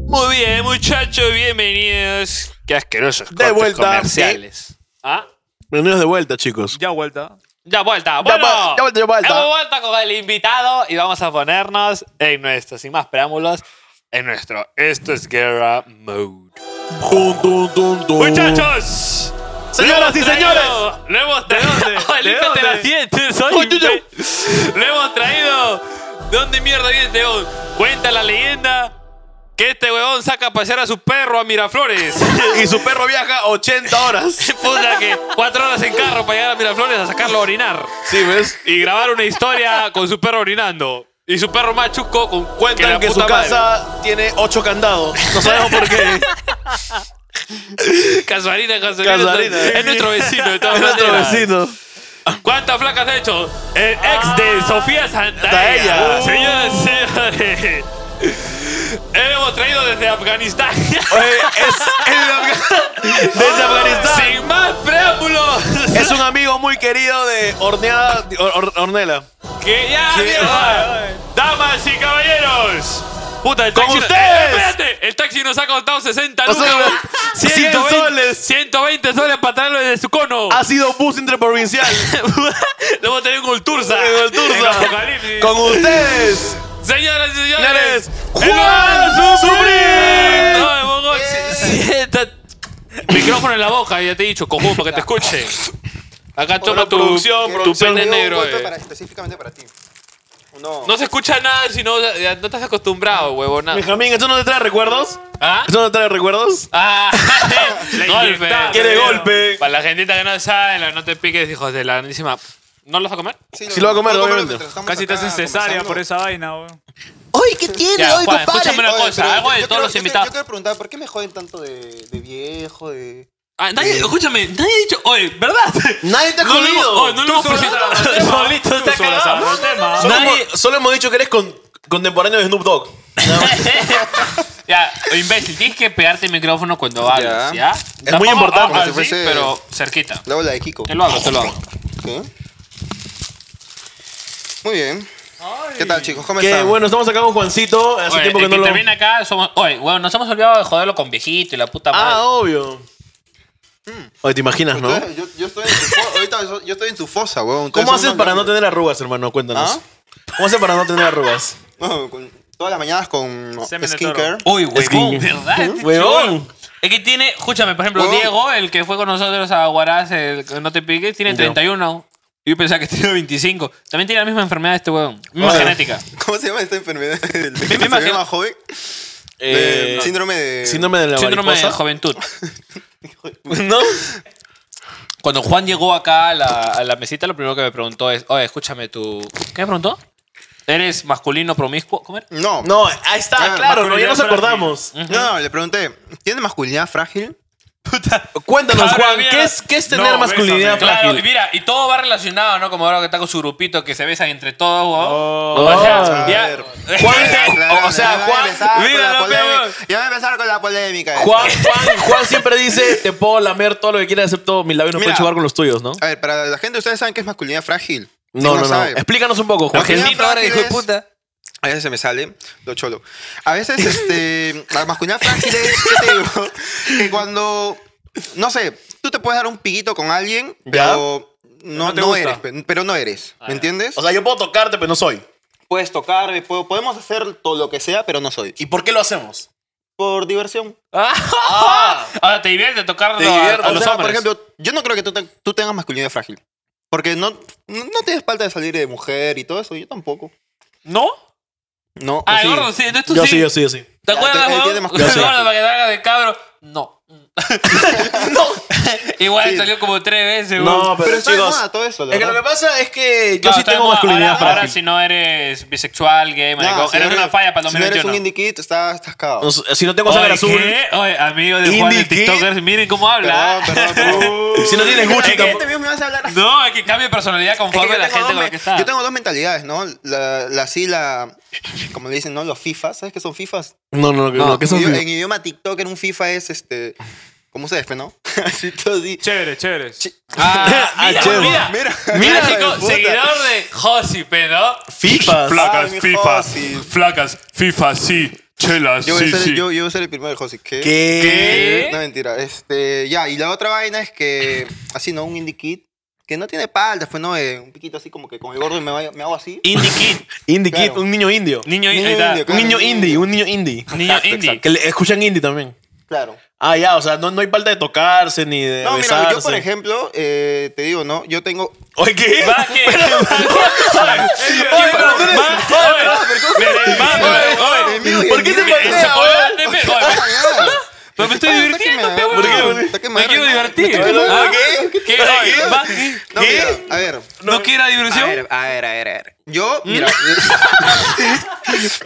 Speaker 1: Muy bien, muchachos, bienvenidos. Qué asquerosos cortes
Speaker 2: vuelta.
Speaker 1: comerciales. ¿Ah?
Speaker 2: Bienvenidos de vuelta, chicos.
Speaker 3: Ya vuelta.
Speaker 1: Ya vuelta,
Speaker 2: Ya
Speaker 1: bueno.
Speaker 2: vuelta, ya vuelta, ya vuelta.
Speaker 1: Hemos vuelto con el invitado y vamos a ponernos en nuestro, sin más preámbulos, en nuestro Esto es Guerra
Speaker 2: Uh.
Speaker 1: Mode.
Speaker 2: Tun, tun, tun, tun.
Speaker 1: ¡Muchachos!
Speaker 2: Señoras y señores.
Speaker 1: Lo hemos traído.
Speaker 3: dónde? ¿De
Speaker 1: Límpiate
Speaker 3: dónde?
Speaker 1: las dientes, soy
Speaker 2: Uy, uy, uy.
Speaker 1: imbécil. Lo hemos traído. ¿Dónde mierda viene este huevón? Cuenta la leyenda que este huevón saca a pasear a su perro a Miraflores.
Speaker 2: Y su perro viaja 80 horas.
Speaker 1: Puta que cuatro horas en carro para llegar a Miraflores a sacarlo a orinar.
Speaker 2: Sí, ¿ves?
Speaker 1: y grabar una historia con su perro orinando. Y su perro machuco con
Speaker 2: Cuentan
Speaker 1: la
Speaker 2: que, su
Speaker 1: puta madre.
Speaker 2: casa tiene 8 candados. No sabemos por qué.
Speaker 1: Casuarina, casuarina.
Speaker 2: Casuarina.
Speaker 1: Es nuestro vecino, de todas
Speaker 2: Es nuestro
Speaker 1: maneras.
Speaker 2: vecino.
Speaker 1: ¿Cuántas flacas ha hecho? El ex
Speaker 2: Ah.
Speaker 1: de Sofía Santaella.
Speaker 2: Santaella.
Speaker 1: Señoras
Speaker 2: Uh.
Speaker 1: y señores. Hemos traído desde Afganistán. Eh,
Speaker 2: Oye, es, es de Afgan- desde Afganistán.
Speaker 1: Sin más preámbulos.
Speaker 2: Es un amigo muy querido de Horneada. Or- Or- Ornella.
Speaker 1: Que ya,
Speaker 2: Sí,
Speaker 1: mierda.
Speaker 3: oye, oye.
Speaker 1: Damas y caballeros. Puta, el
Speaker 2: ¡Con
Speaker 1: taxi. no-
Speaker 2: ustedes!
Speaker 1: Eh, espérate, el taxi nos ha costado 60
Speaker 2: O
Speaker 1: lucas.
Speaker 2: sea,
Speaker 1: weón.
Speaker 2: 100 soles. Ah.
Speaker 1: 120 soles para traerlo desde su cono.
Speaker 2: Ha sido bus interprovincial.
Speaker 1: Luego tener un Ulturza.
Speaker 2: En Ulturza.
Speaker 1: En Apocalipsis.
Speaker 2: Con ustedes.
Speaker 1: Señoras y señores.
Speaker 2: Señores, Juan
Speaker 1: Ay,
Speaker 2: Supri.
Speaker 1: Bogotá, si- siéntate. Micrófono en la boca, ya te he dicho, cojudo, para que te escuche. Acá toma tu,
Speaker 2: producción,
Speaker 1: tu
Speaker 2: producción.
Speaker 1: pene
Speaker 4: Yo
Speaker 1: negro.
Speaker 4: golpe
Speaker 1: eh.
Speaker 4: para- específicamente para ti. Uno.
Speaker 1: No se escucha nada si no, ya no estás acostumbrado, huevona.
Speaker 2: Benjamín, ¿eso no te trae recuerdos?
Speaker 1: ¿Ah?
Speaker 2: ¿Eso no te trae recuerdos?
Speaker 1: Ah, golpe.
Speaker 3: inyectada,
Speaker 2: Quiere
Speaker 3: Pero-
Speaker 2: golpe.
Speaker 1: Para la gentita que no sabe, la- no te piques, hijos de la grandísima. ¿No los vas a comer?
Speaker 2: Sí lo va a comer, obviamente.
Speaker 3: Casi te hacen cesárea por esa vaina, weón.
Speaker 4: Oye, ¿qué tiene?
Speaker 1: Ya, Juan, escúchame una cosa. Hago de todos los invitados.
Speaker 4: Yo quiero preguntar, ¿por qué me joden tanto de, de viejo? De...
Speaker 1: Ah, nadie, escúchame, nadie ha dicho, oye, ¿verdad?
Speaker 2: Nadie te ha
Speaker 1: No lo hemos-
Speaker 2: jodido.
Speaker 1: oye, no lo hemos presentado. Solito
Speaker 3: Tú
Speaker 1: está
Speaker 3: solo
Speaker 1: cagado.
Speaker 3: sabes el tema.
Speaker 2: Solo,
Speaker 1: Nadie-
Speaker 2: hemos, solo hemos dicho que eres con- contemporáneo de Snoop Dogg.
Speaker 1: ya, imbécil, tienes que pegarte el micrófono cuando hablas, ¿ya?
Speaker 4: Ya.
Speaker 2: Es muy importante.
Speaker 1: hablas,
Speaker 4: Como si fuese-
Speaker 1: sí, pero cerquita.
Speaker 4: La ola de Kiko.
Speaker 1: Te lo hago, te lo hago.
Speaker 4: ¿Qué? Muy bien. ¿Qué tal, chicos? ¿Cómo
Speaker 2: Que
Speaker 4: están?
Speaker 2: bueno, estamos acá con Juancito. Hace
Speaker 1: Oye,
Speaker 2: tiempo
Speaker 1: el
Speaker 2: que no
Speaker 1: que
Speaker 2: lo.
Speaker 1: termina acá somos... Oye, bueno, nos hemos olvidado de joderlo con viejito y la puta madre.
Speaker 2: Ah, obvio. Oye, te imaginas, ¿no?
Speaker 4: Ustedes- yo, yo estoy en su fo- ahorita so- yo estoy en su fosa, weón.
Speaker 2: ¿Cómo haces para no tener arrugas, hermano? Cuéntanos.
Speaker 4: ¿Ah?
Speaker 2: ¿Cómo haces para no tener arrugas?
Speaker 4: No, con- Todas las mañanas con
Speaker 3: Semen de
Speaker 4: skincare.
Speaker 1: Uy, huevón,
Speaker 2: Skin.
Speaker 1: ¿verdad? Este
Speaker 2: Huevón.
Speaker 1: huevón. Es que tiene, escúchame, por ejemplo,
Speaker 4: Huevón.
Speaker 1: Diego, el que fue con nosotros a Guaraz, el que no te piques, tiene 31. Yo pensaba que tenía 25. También tiene la misma enfermedad este huevón. Misma
Speaker 4: Oye.
Speaker 1: genética.
Speaker 4: ¿Cómo se llama esta enfermedad? El que se
Speaker 1: imagino-
Speaker 4: ve más joven.
Speaker 2: Eh,
Speaker 4: Eh, síndrome de.
Speaker 2: Síndrome de la
Speaker 1: Síndrome de
Speaker 2: mariposa.
Speaker 1: juventud.
Speaker 2: ¿No?
Speaker 1: Cuando Juan llegó acá a la, a la mesita, lo primero que me preguntó es, oye, escúchame, tú... ¿Qué me preguntó? ¿Eres masculino promiscuo? ¿Cómo era?
Speaker 4: No. No,
Speaker 2: No, ahí está,
Speaker 4: Ah,
Speaker 2: claro, no, ya nos
Speaker 3: masculinidad
Speaker 2: acordamos.
Speaker 4: no, le pregunté, ¿tiene masculinidad frágil?
Speaker 2: Cuéntanos,
Speaker 1: Cabrón,
Speaker 2: Juan,
Speaker 1: mira.
Speaker 2: ¿qué es, qué es tener
Speaker 3: No,
Speaker 2: masculinidad
Speaker 3: bésame.
Speaker 1: Claro, y
Speaker 2: frágil?
Speaker 1: mira, y todo va relacionado, ¿no? Como ahora que está con su grupito que se besan entre todos, huevón.
Speaker 2: Oh,
Speaker 1: o sea,
Speaker 2: a
Speaker 1: ya...
Speaker 4: ver.
Speaker 1: Juan, o sea,
Speaker 4: ya me voy a
Speaker 1: Juan...
Speaker 4: empezar con
Speaker 1: Mira,
Speaker 4: la
Speaker 1: no,
Speaker 4: polémica.
Speaker 1: pero-
Speaker 4: Ya voy a empezar con la polémica.
Speaker 2: Juan, Juan, Juan siempre dice, te puedo lamer todo lo que quieras, excepto mis labios no
Speaker 4: Mira.
Speaker 2: pueden jugar con los tuyos, ¿no?
Speaker 4: A ver, para la gente, ustedes saben qué es masculinidad frágil. Si
Speaker 2: Ah, No, no, no.
Speaker 4: sabe.
Speaker 2: Explícanos un poco, Juan.
Speaker 4: Masculinidad
Speaker 1: Argentino ahora,
Speaker 4: frágil
Speaker 1: hijo de
Speaker 4: es-
Speaker 1: puta.
Speaker 4: A veces se me sale lo cholo. A veces, este, la masculinidad frágil es, ¿qué te digo? Que cuando, no sé, tú te puedes dar un piquito con alguien, pero no,
Speaker 3: No te
Speaker 4: no Ah,
Speaker 3: gusta.
Speaker 4: eres, pe- pero no eres, ¿me entiendes?
Speaker 2: sea, yo puedo tocarte, pero no soy.
Speaker 4: puedes tocar, puedo- podemos hacer todo lo que sea, pero no soy.
Speaker 2: ¿Y por qué lo hacemos?
Speaker 4: Por diversión. Ah.
Speaker 1: Ahora Ah, te divierte tocarlo
Speaker 2: Te
Speaker 1: a- a,
Speaker 2: divierte,
Speaker 1: los
Speaker 4: o sea,
Speaker 1: hombres.
Speaker 4: por ejemplo, yo no creo que tú, te- tú tengas masculinidad frágil. Porque no, no no tienes falta de salir de mujer y todo eso, yo tampoco.
Speaker 1: ¿No?
Speaker 4: No,
Speaker 1: Ah,
Speaker 4: sí.
Speaker 1: gordo, sí, entonces tú
Speaker 2: Yo
Speaker 1: sí.
Speaker 2: sí, yo sí, yo sí.
Speaker 1: ¿Te
Speaker 4: Ya,
Speaker 1: acuerdas,
Speaker 4: te- te- tiene
Speaker 1: huevón?
Speaker 4: más-
Speaker 1: Gordo,
Speaker 2: Yo sí.
Speaker 1: para que te haga de cabro. No.
Speaker 2: No,
Speaker 1: Igual
Speaker 4: Sí.
Speaker 1: salió como tres veces, huevón.
Speaker 2: no,
Speaker 4: pero
Speaker 2: pero,
Speaker 4: está de
Speaker 2: chicos.
Speaker 4: moda todo eso, la
Speaker 2: Es que lo
Speaker 4: verdad.
Speaker 2: que pasa es que yo
Speaker 1: Claro,
Speaker 2: sí
Speaker 1: está
Speaker 2: tengo
Speaker 1: de moda.
Speaker 2: masculinidad
Speaker 1: ahora, ahora
Speaker 2: frágil.
Speaker 1: si no eres bisexual, gay, maricón,
Speaker 4: Nah, si
Speaker 1: eres
Speaker 4: no
Speaker 1: una falla para el
Speaker 4: Si no eres un
Speaker 1: 2021.
Speaker 4: indie kid, estás atascado.
Speaker 2: No sé, eh, Si no tengo sangre
Speaker 1: Oye,
Speaker 2: azul.
Speaker 1: ¿qué? Oye, amigo de Juan,
Speaker 2: Indie
Speaker 1: el TikToker, miren cómo habla.
Speaker 4: Perdón, perdón, perdón.
Speaker 2: Si no tienes Gucci,
Speaker 4: Es que-
Speaker 2: tampoco.
Speaker 4: también me vas a hablar así.
Speaker 1: No, es que cambia de personalidad
Speaker 4: Es que
Speaker 1: conforme
Speaker 4: yo
Speaker 1: a la
Speaker 4: tengo
Speaker 1: gente con
Speaker 4: dos
Speaker 1: la
Speaker 4: me-
Speaker 1: que está.
Speaker 4: Yo tengo dos mentalidades, ¿no? La, la sí, la. Como le dicen, ¿no? Los FIFAs. ¿Sabes qué son FIFAs?
Speaker 2: No, no, no, no, que son.
Speaker 4: En, en idioma TikTok, en un FIFA es este. ¿Cómo se despe, no? Así todo así.
Speaker 3: Chévere, chévere.
Speaker 1: Ah,
Speaker 2: Ah,
Speaker 1: mira,
Speaker 2: chévere.
Speaker 1: mira, mira,
Speaker 4: Mira, hijo de
Speaker 1: chicos,
Speaker 4: puta.
Speaker 1: seguidor de Josipe, ¿no?
Speaker 2: Fifas.
Speaker 4: Flacas, mi FIFA, Josi.
Speaker 3: Flacas, FIFA, sí. Chelas,
Speaker 4: Yo voy, a ser, yo, yo voy a ser el primero de José. ¿Qué?
Speaker 2: ¿Qué?
Speaker 1: ¿Qué?
Speaker 4: No, mentira. Este, ya, y la otra vaina es que. Así, ¿no? Un indie kid. Que no tiene paldas, pues, ¿no? Eh, un piquito así como que con el gordo y me, vaya- me hago así.
Speaker 1: Indie Kid.
Speaker 2: Indie
Speaker 4: Claro.
Speaker 2: kid, un niño indio.
Speaker 1: Niño,
Speaker 4: Niño
Speaker 1: ahí está.
Speaker 4: indio,
Speaker 2: Un
Speaker 4: claro,
Speaker 2: niño
Speaker 4: niño
Speaker 2: indie, un niño indie.
Speaker 1: Niño
Speaker 2: Exacto,
Speaker 1: indie.
Speaker 2: exacto. Que le- escuchan indie también.
Speaker 4: Claro.
Speaker 2: Ah, ya, o sea, no, no hay falta de tocarse ni de
Speaker 4: No, mira,
Speaker 2: besarse.
Speaker 4: yo por ejemplo, eh, te digo, ¿no? Yo tengo.
Speaker 2: Oye, ¿qué?
Speaker 1: Va que-
Speaker 2: Oye, pero tú eres-
Speaker 1: Va, oye, mire, va, oye, oye.
Speaker 2: ¿Por qué te
Speaker 1: Mire,
Speaker 2: patea?
Speaker 1: se puede dar de pe- oye, Pero me estoy divirtiendo, pe,
Speaker 4: ¿Por qué?
Speaker 1: huevón.
Speaker 4: Está que me
Speaker 1: Me
Speaker 4: agarra,
Speaker 1: quiero
Speaker 4: ¿no?
Speaker 1: divertir.
Speaker 4: Me está que me
Speaker 1: Ah,
Speaker 4: agarra.
Speaker 1: ¿Qué? ¿Qué? Oye, va, ¿qué?
Speaker 4: No, mira, a ver.
Speaker 1: ¿No quiera
Speaker 4: A
Speaker 1: diversión?
Speaker 4: ver, a ver, a ver, a ver. Yo, mira.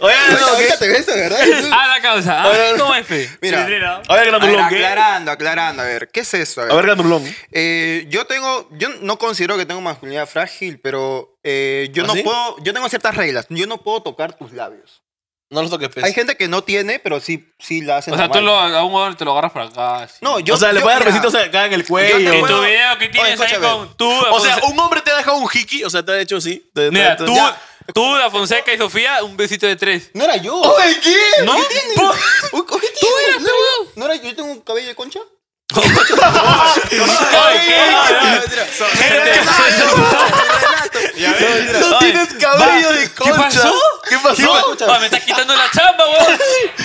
Speaker 2: Oye, no, ¿qué?
Speaker 4: Ahorita te ves, ¿verdad?
Speaker 1: Ah, la causa. Ah, ¿Cómo es, pe?
Speaker 4: Mira.
Speaker 2: Oye,
Speaker 4: A ver,
Speaker 2: grandulón, ¿qué?
Speaker 4: aclarando, aclarando, a ver, ¿qué es eso? A ver,
Speaker 2: A ver, grandulón.
Speaker 4: Eh, yo tengo, yo no considero que tengo masculinidad frágil, pero eh, yo
Speaker 2: ¿Ah,
Speaker 4: no
Speaker 2: sí?
Speaker 4: puedo, yo tengo ciertas reglas, yo no puedo tocar tus labios.
Speaker 2: No los toques, pues. pez.
Speaker 4: Hay gente que no tiene, pero sí, sí la hacen.
Speaker 1: O sea, tú
Speaker 4: normal.
Speaker 1: lo, a un huevón te lo agarras por acá. así.
Speaker 4: No, yo.
Speaker 2: o sea, le
Speaker 4: yo-
Speaker 2: puedes dar
Speaker 4: mira,
Speaker 2: besitos acá en el
Speaker 4: Yo
Speaker 1: Y
Speaker 4: te
Speaker 2: cuello.
Speaker 1: tu
Speaker 4: puedo-
Speaker 1: video que tienes
Speaker 4: Oye,
Speaker 1: ahí
Speaker 4: escúchame.
Speaker 1: con tú.
Speaker 2: O sea,
Speaker 1: Afonso-
Speaker 2: un hombre te ha dejado un hiki, o sea, te ha hecho así. Te- te-
Speaker 1: Mira,
Speaker 2: te-
Speaker 1: tú,
Speaker 2: Ya.
Speaker 1: tú, la Fonseca y Sofía, un besito de tres.
Speaker 4: No era yo.
Speaker 2: Oye, ¿qué?
Speaker 1: ¿No? Po-
Speaker 4: Uy, ¿Qué tienes? ¿No, era yo? ¿No era yo? ¿Yo tengo un cabello de concha?
Speaker 1: Oye, ¿qué?
Speaker 2: No tienes cabello de
Speaker 1: ¿Qué
Speaker 2: concha.
Speaker 1: pasó?
Speaker 2: ¿Qué pasó?
Speaker 1: Ah, me estás quitando la chamba, weón.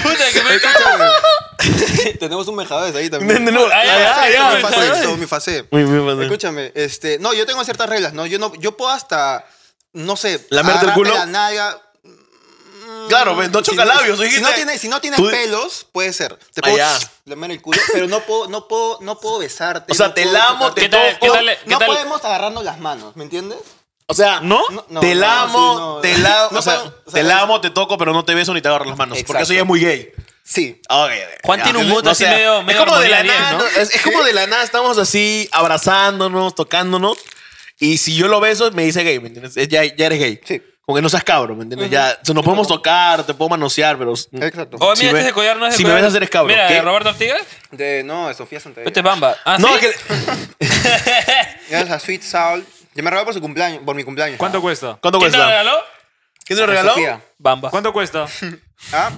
Speaker 1: Puta, que me
Speaker 4: Tenemos un mejadez ahí
Speaker 2: No,
Speaker 4: también.
Speaker 2: no, no.
Speaker 1: Ah, ya,
Speaker 2: Ah,
Speaker 1: ya,
Speaker 2: ya,
Speaker 1: ya,
Speaker 4: mi
Speaker 2: ya.
Speaker 1: ya.
Speaker 4: fase, mi fase.
Speaker 2: Muy, muy bien.
Speaker 4: Escúchame, este, no, yo tengo ciertas reglas, ¿no? Yo no, yo puedo hasta, no sé,
Speaker 2: ¿Lamerte el
Speaker 4: agarrarme
Speaker 2: culo?
Speaker 4: la nalga. mm,
Speaker 2: Claro, pues, no choca labios,
Speaker 4: Si no
Speaker 2: dijiste.
Speaker 4: tienes, si no tienes
Speaker 2: Tú-
Speaker 4: pelos, puede ser. Te puedo
Speaker 2: Ah, ya.
Speaker 4: lamer el culo, pero no puedo, no puedo, no puedo besarte.
Speaker 2: O sea,
Speaker 4: no
Speaker 2: te
Speaker 4: puedo
Speaker 2: lamo,
Speaker 4: tocarte.
Speaker 2: te
Speaker 1: ¿Qué tal- qué
Speaker 2: toco.
Speaker 1: tal-
Speaker 4: No
Speaker 1: qué tal-
Speaker 4: podemos agarrarnos las manos, ¿me entiendes?
Speaker 2: O sea, ¿no?
Speaker 4: No,
Speaker 2: te
Speaker 4: no,
Speaker 2: la amo,
Speaker 4: sí, no.
Speaker 2: te la
Speaker 4: No
Speaker 2: o sea,
Speaker 4: puedo- o sea,
Speaker 2: te la amo, te toco, pero no te beso ni te agarro las manos. Porque eso ya es muy gay.
Speaker 4: Sí.
Speaker 2: Ok,
Speaker 1: Juan
Speaker 2: ya.
Speaker 1: tiene un mood
Speaker 2: No,
Speaker 1: así medio- medio
Speaker 2: es como de la
Speaker 1: armonía
Speaker 2: nada,
Speaker 1: 10, ¿no?
Speaker 2: ¿no? es, es como de la nada, estamos así abrazándonos, tocándonos. Y si yo lo beso, me dice gay, ¿me entiendes? Es- Ya, ya eres gay.
Speaker 4: Sí.
Speaker 2: Como que no seas cabro, ¿me entiendes? Ya, nos podemos tocar, te puedo manosear, pero.
Speaker 4: Exacto.
Speaker 1: Oh, mira,
Speaker 2: Si
Speaker 1: este
Speaker 2: me-
Speaker 1: es de collar, no es de
Speaker 2: si me
Speaker 1: collar.
Speaker 2: ves hacer escabro,
Speaker 1: Mira,
Speaker 2: ¿qué?
Speaker 1: Roberto Ortigas,
Speaker 4: De, no, de Sofía Santaella.
Speaker 1: este es Bamba. Ah,
Speaker 2: No,
Speaker 1: ¿sí?
Speaker 2: es que.
Speaker 4: Gracias a Sweet Soul. Yo me regaló por su cumpleaños, por mi cumpleaños. Ah,
Speaker 3: ¿Cuánto cuesta?
Speaker 2: ¿Cuánto
Speaker 1: ¿Quién te lo
Speaker 2: cuesta?
Speaker 1: regaló?
Speaker 2: ¿Quién te lo regaló?
Speaker 4: Sofía.
Speaker 1: Bamba.
Speaker 3: ¿Cuánto cuesta?
Speaker 4: ¿Ah?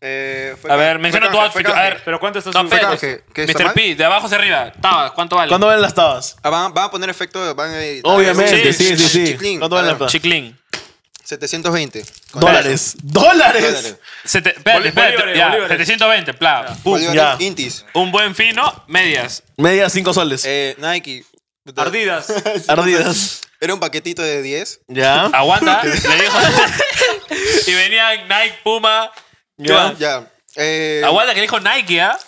Speaker 4: Eh, fue
Speaker 1: A
Speaker 4: canje,
Speaker 1: ver,
Speaker 4: fue
Speaker 1: menciona tu
Speaker 4: canje, fue
Speaker 1: outfit. A
Speaker 4: canje.
Speaker 1: ver.
Speaker 3: ¿Pero cuánto está
Speaker 1: No,
Speaker 3: su-
Speaker 1: espérate.
Speaker 4: canje, ¿qué está
Speaker 1: Mr.
Speaker 4: mal?
Speaker 1: P, de abajo hacia arriba. Tabas, ¿cuánto vale?
Speaker 2: ¿Cuándo ven las tabas?
Speaker 4: Ah, van, van a poner efecto. Van a editar.
Speaker 2: Obviamente,
Speaker 1: sí,
Speaker 2: sí, sí, sí.
Speaker 4: Chiclín.
Speaker 2: ¿Cuánto vale la
Speaker 4: A ver,
Speaker 2: tabla?
Speaker 1: Chiclín.
Speaker 4: 720. Con
Speaker 2: Dólares. Dólares.
Speaker 4: dólares.
Speaker 1: Sete- espérate,
Speaker 3: Boli-
Speaker 1: espérate,
Speaker 3: bolívares,
Speaker 1: ya,
Speaker 3: bolívares.
Speaker 1: 720, pla. Pum.
Speaker 4: Bolívares,
Speaker 2: ya.
Speaker 4: Intis.
Speaker 1: Un buen fino, medias.
Speaker 2: Media cinco soles.
Speaker 4: Eh, Nike. puta,
Speaker 3: Ardidas.
Speaker 2: Ardidas.
Speaker 4: Era un paquetito de 10.
Speaker 2: Ya.
Speaker 4: Ah,
Speaker 1: Aguanta, le dijo. y venía Nike, Puma.
Speaker 2: Ya.
Speaker 4: Ya. Eh,
Speaker 1: Aguanta que dijo Nike, ¿ah?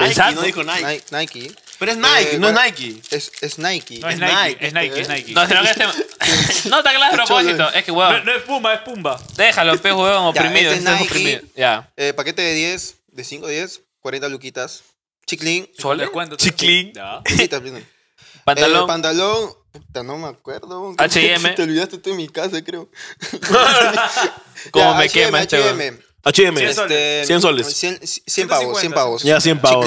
Speaker 1: Exacto.
Speaker 4: Ni- Nike.
Speaker 2: Pero es Nike,
Speaker 4: Eh,
Speaker 2: no es
Speaker 4: bueno.
Speaker 2: Nike.
Speaker 4: Es, es Nike.
Speaker 1: No es,
Speaker 2: Es
Speaker 1: Nike,
Speaker 2: Nike,
Speaker 1: es Nike,
Speaker 4: ¿eh?
Speaker 1: es Nike. No, sino que este. no está claro el propósito. Es que,
Speaker 3: No,
Speaker 1: weón.
Speaker 3: no es Puma, es Pumba.
Speaker 1: Déjalo, pe, weón,
Speaker 4: Ya,
Speaker 1: oprimido.
Speaker 4: este
Speaker 1: este es
Speaker 4: Nike.
Speaker 1: oprimido. Ya.
Speaker 4: Eh, paquete de 10, de 5 10, 40 luquitas. Chiclin.
Speaker 1: ¿Soles?
Speaker 3: ¿Cuánto?
Speaker 2: Chiclín.
Speaker 3: Ya.
Speaker 4: luquitas, perdón. Eh,
Speaker 1: Pantalón.
Speaker 4: pantalón. Puta, no me acuerdo.
Speaker 1: H&M.
Speaker 4: Te olvidaste tú en mi casa, creo.
Speaker 1: Como
Speaker 4: Ya,
Speaker 1: me
Speaker 4: H&M,
Speaker 1: quema este weón.
Speaker 4: H&M.
Speaker 2: HM.
Speaker 3: Cien soles.
Speaker 4: Este,
Speaker 2: 100 soles.
Speaker 4: 100, 100 pavos, 100 pavos.
Speaker 2: Ya, 100 pavos.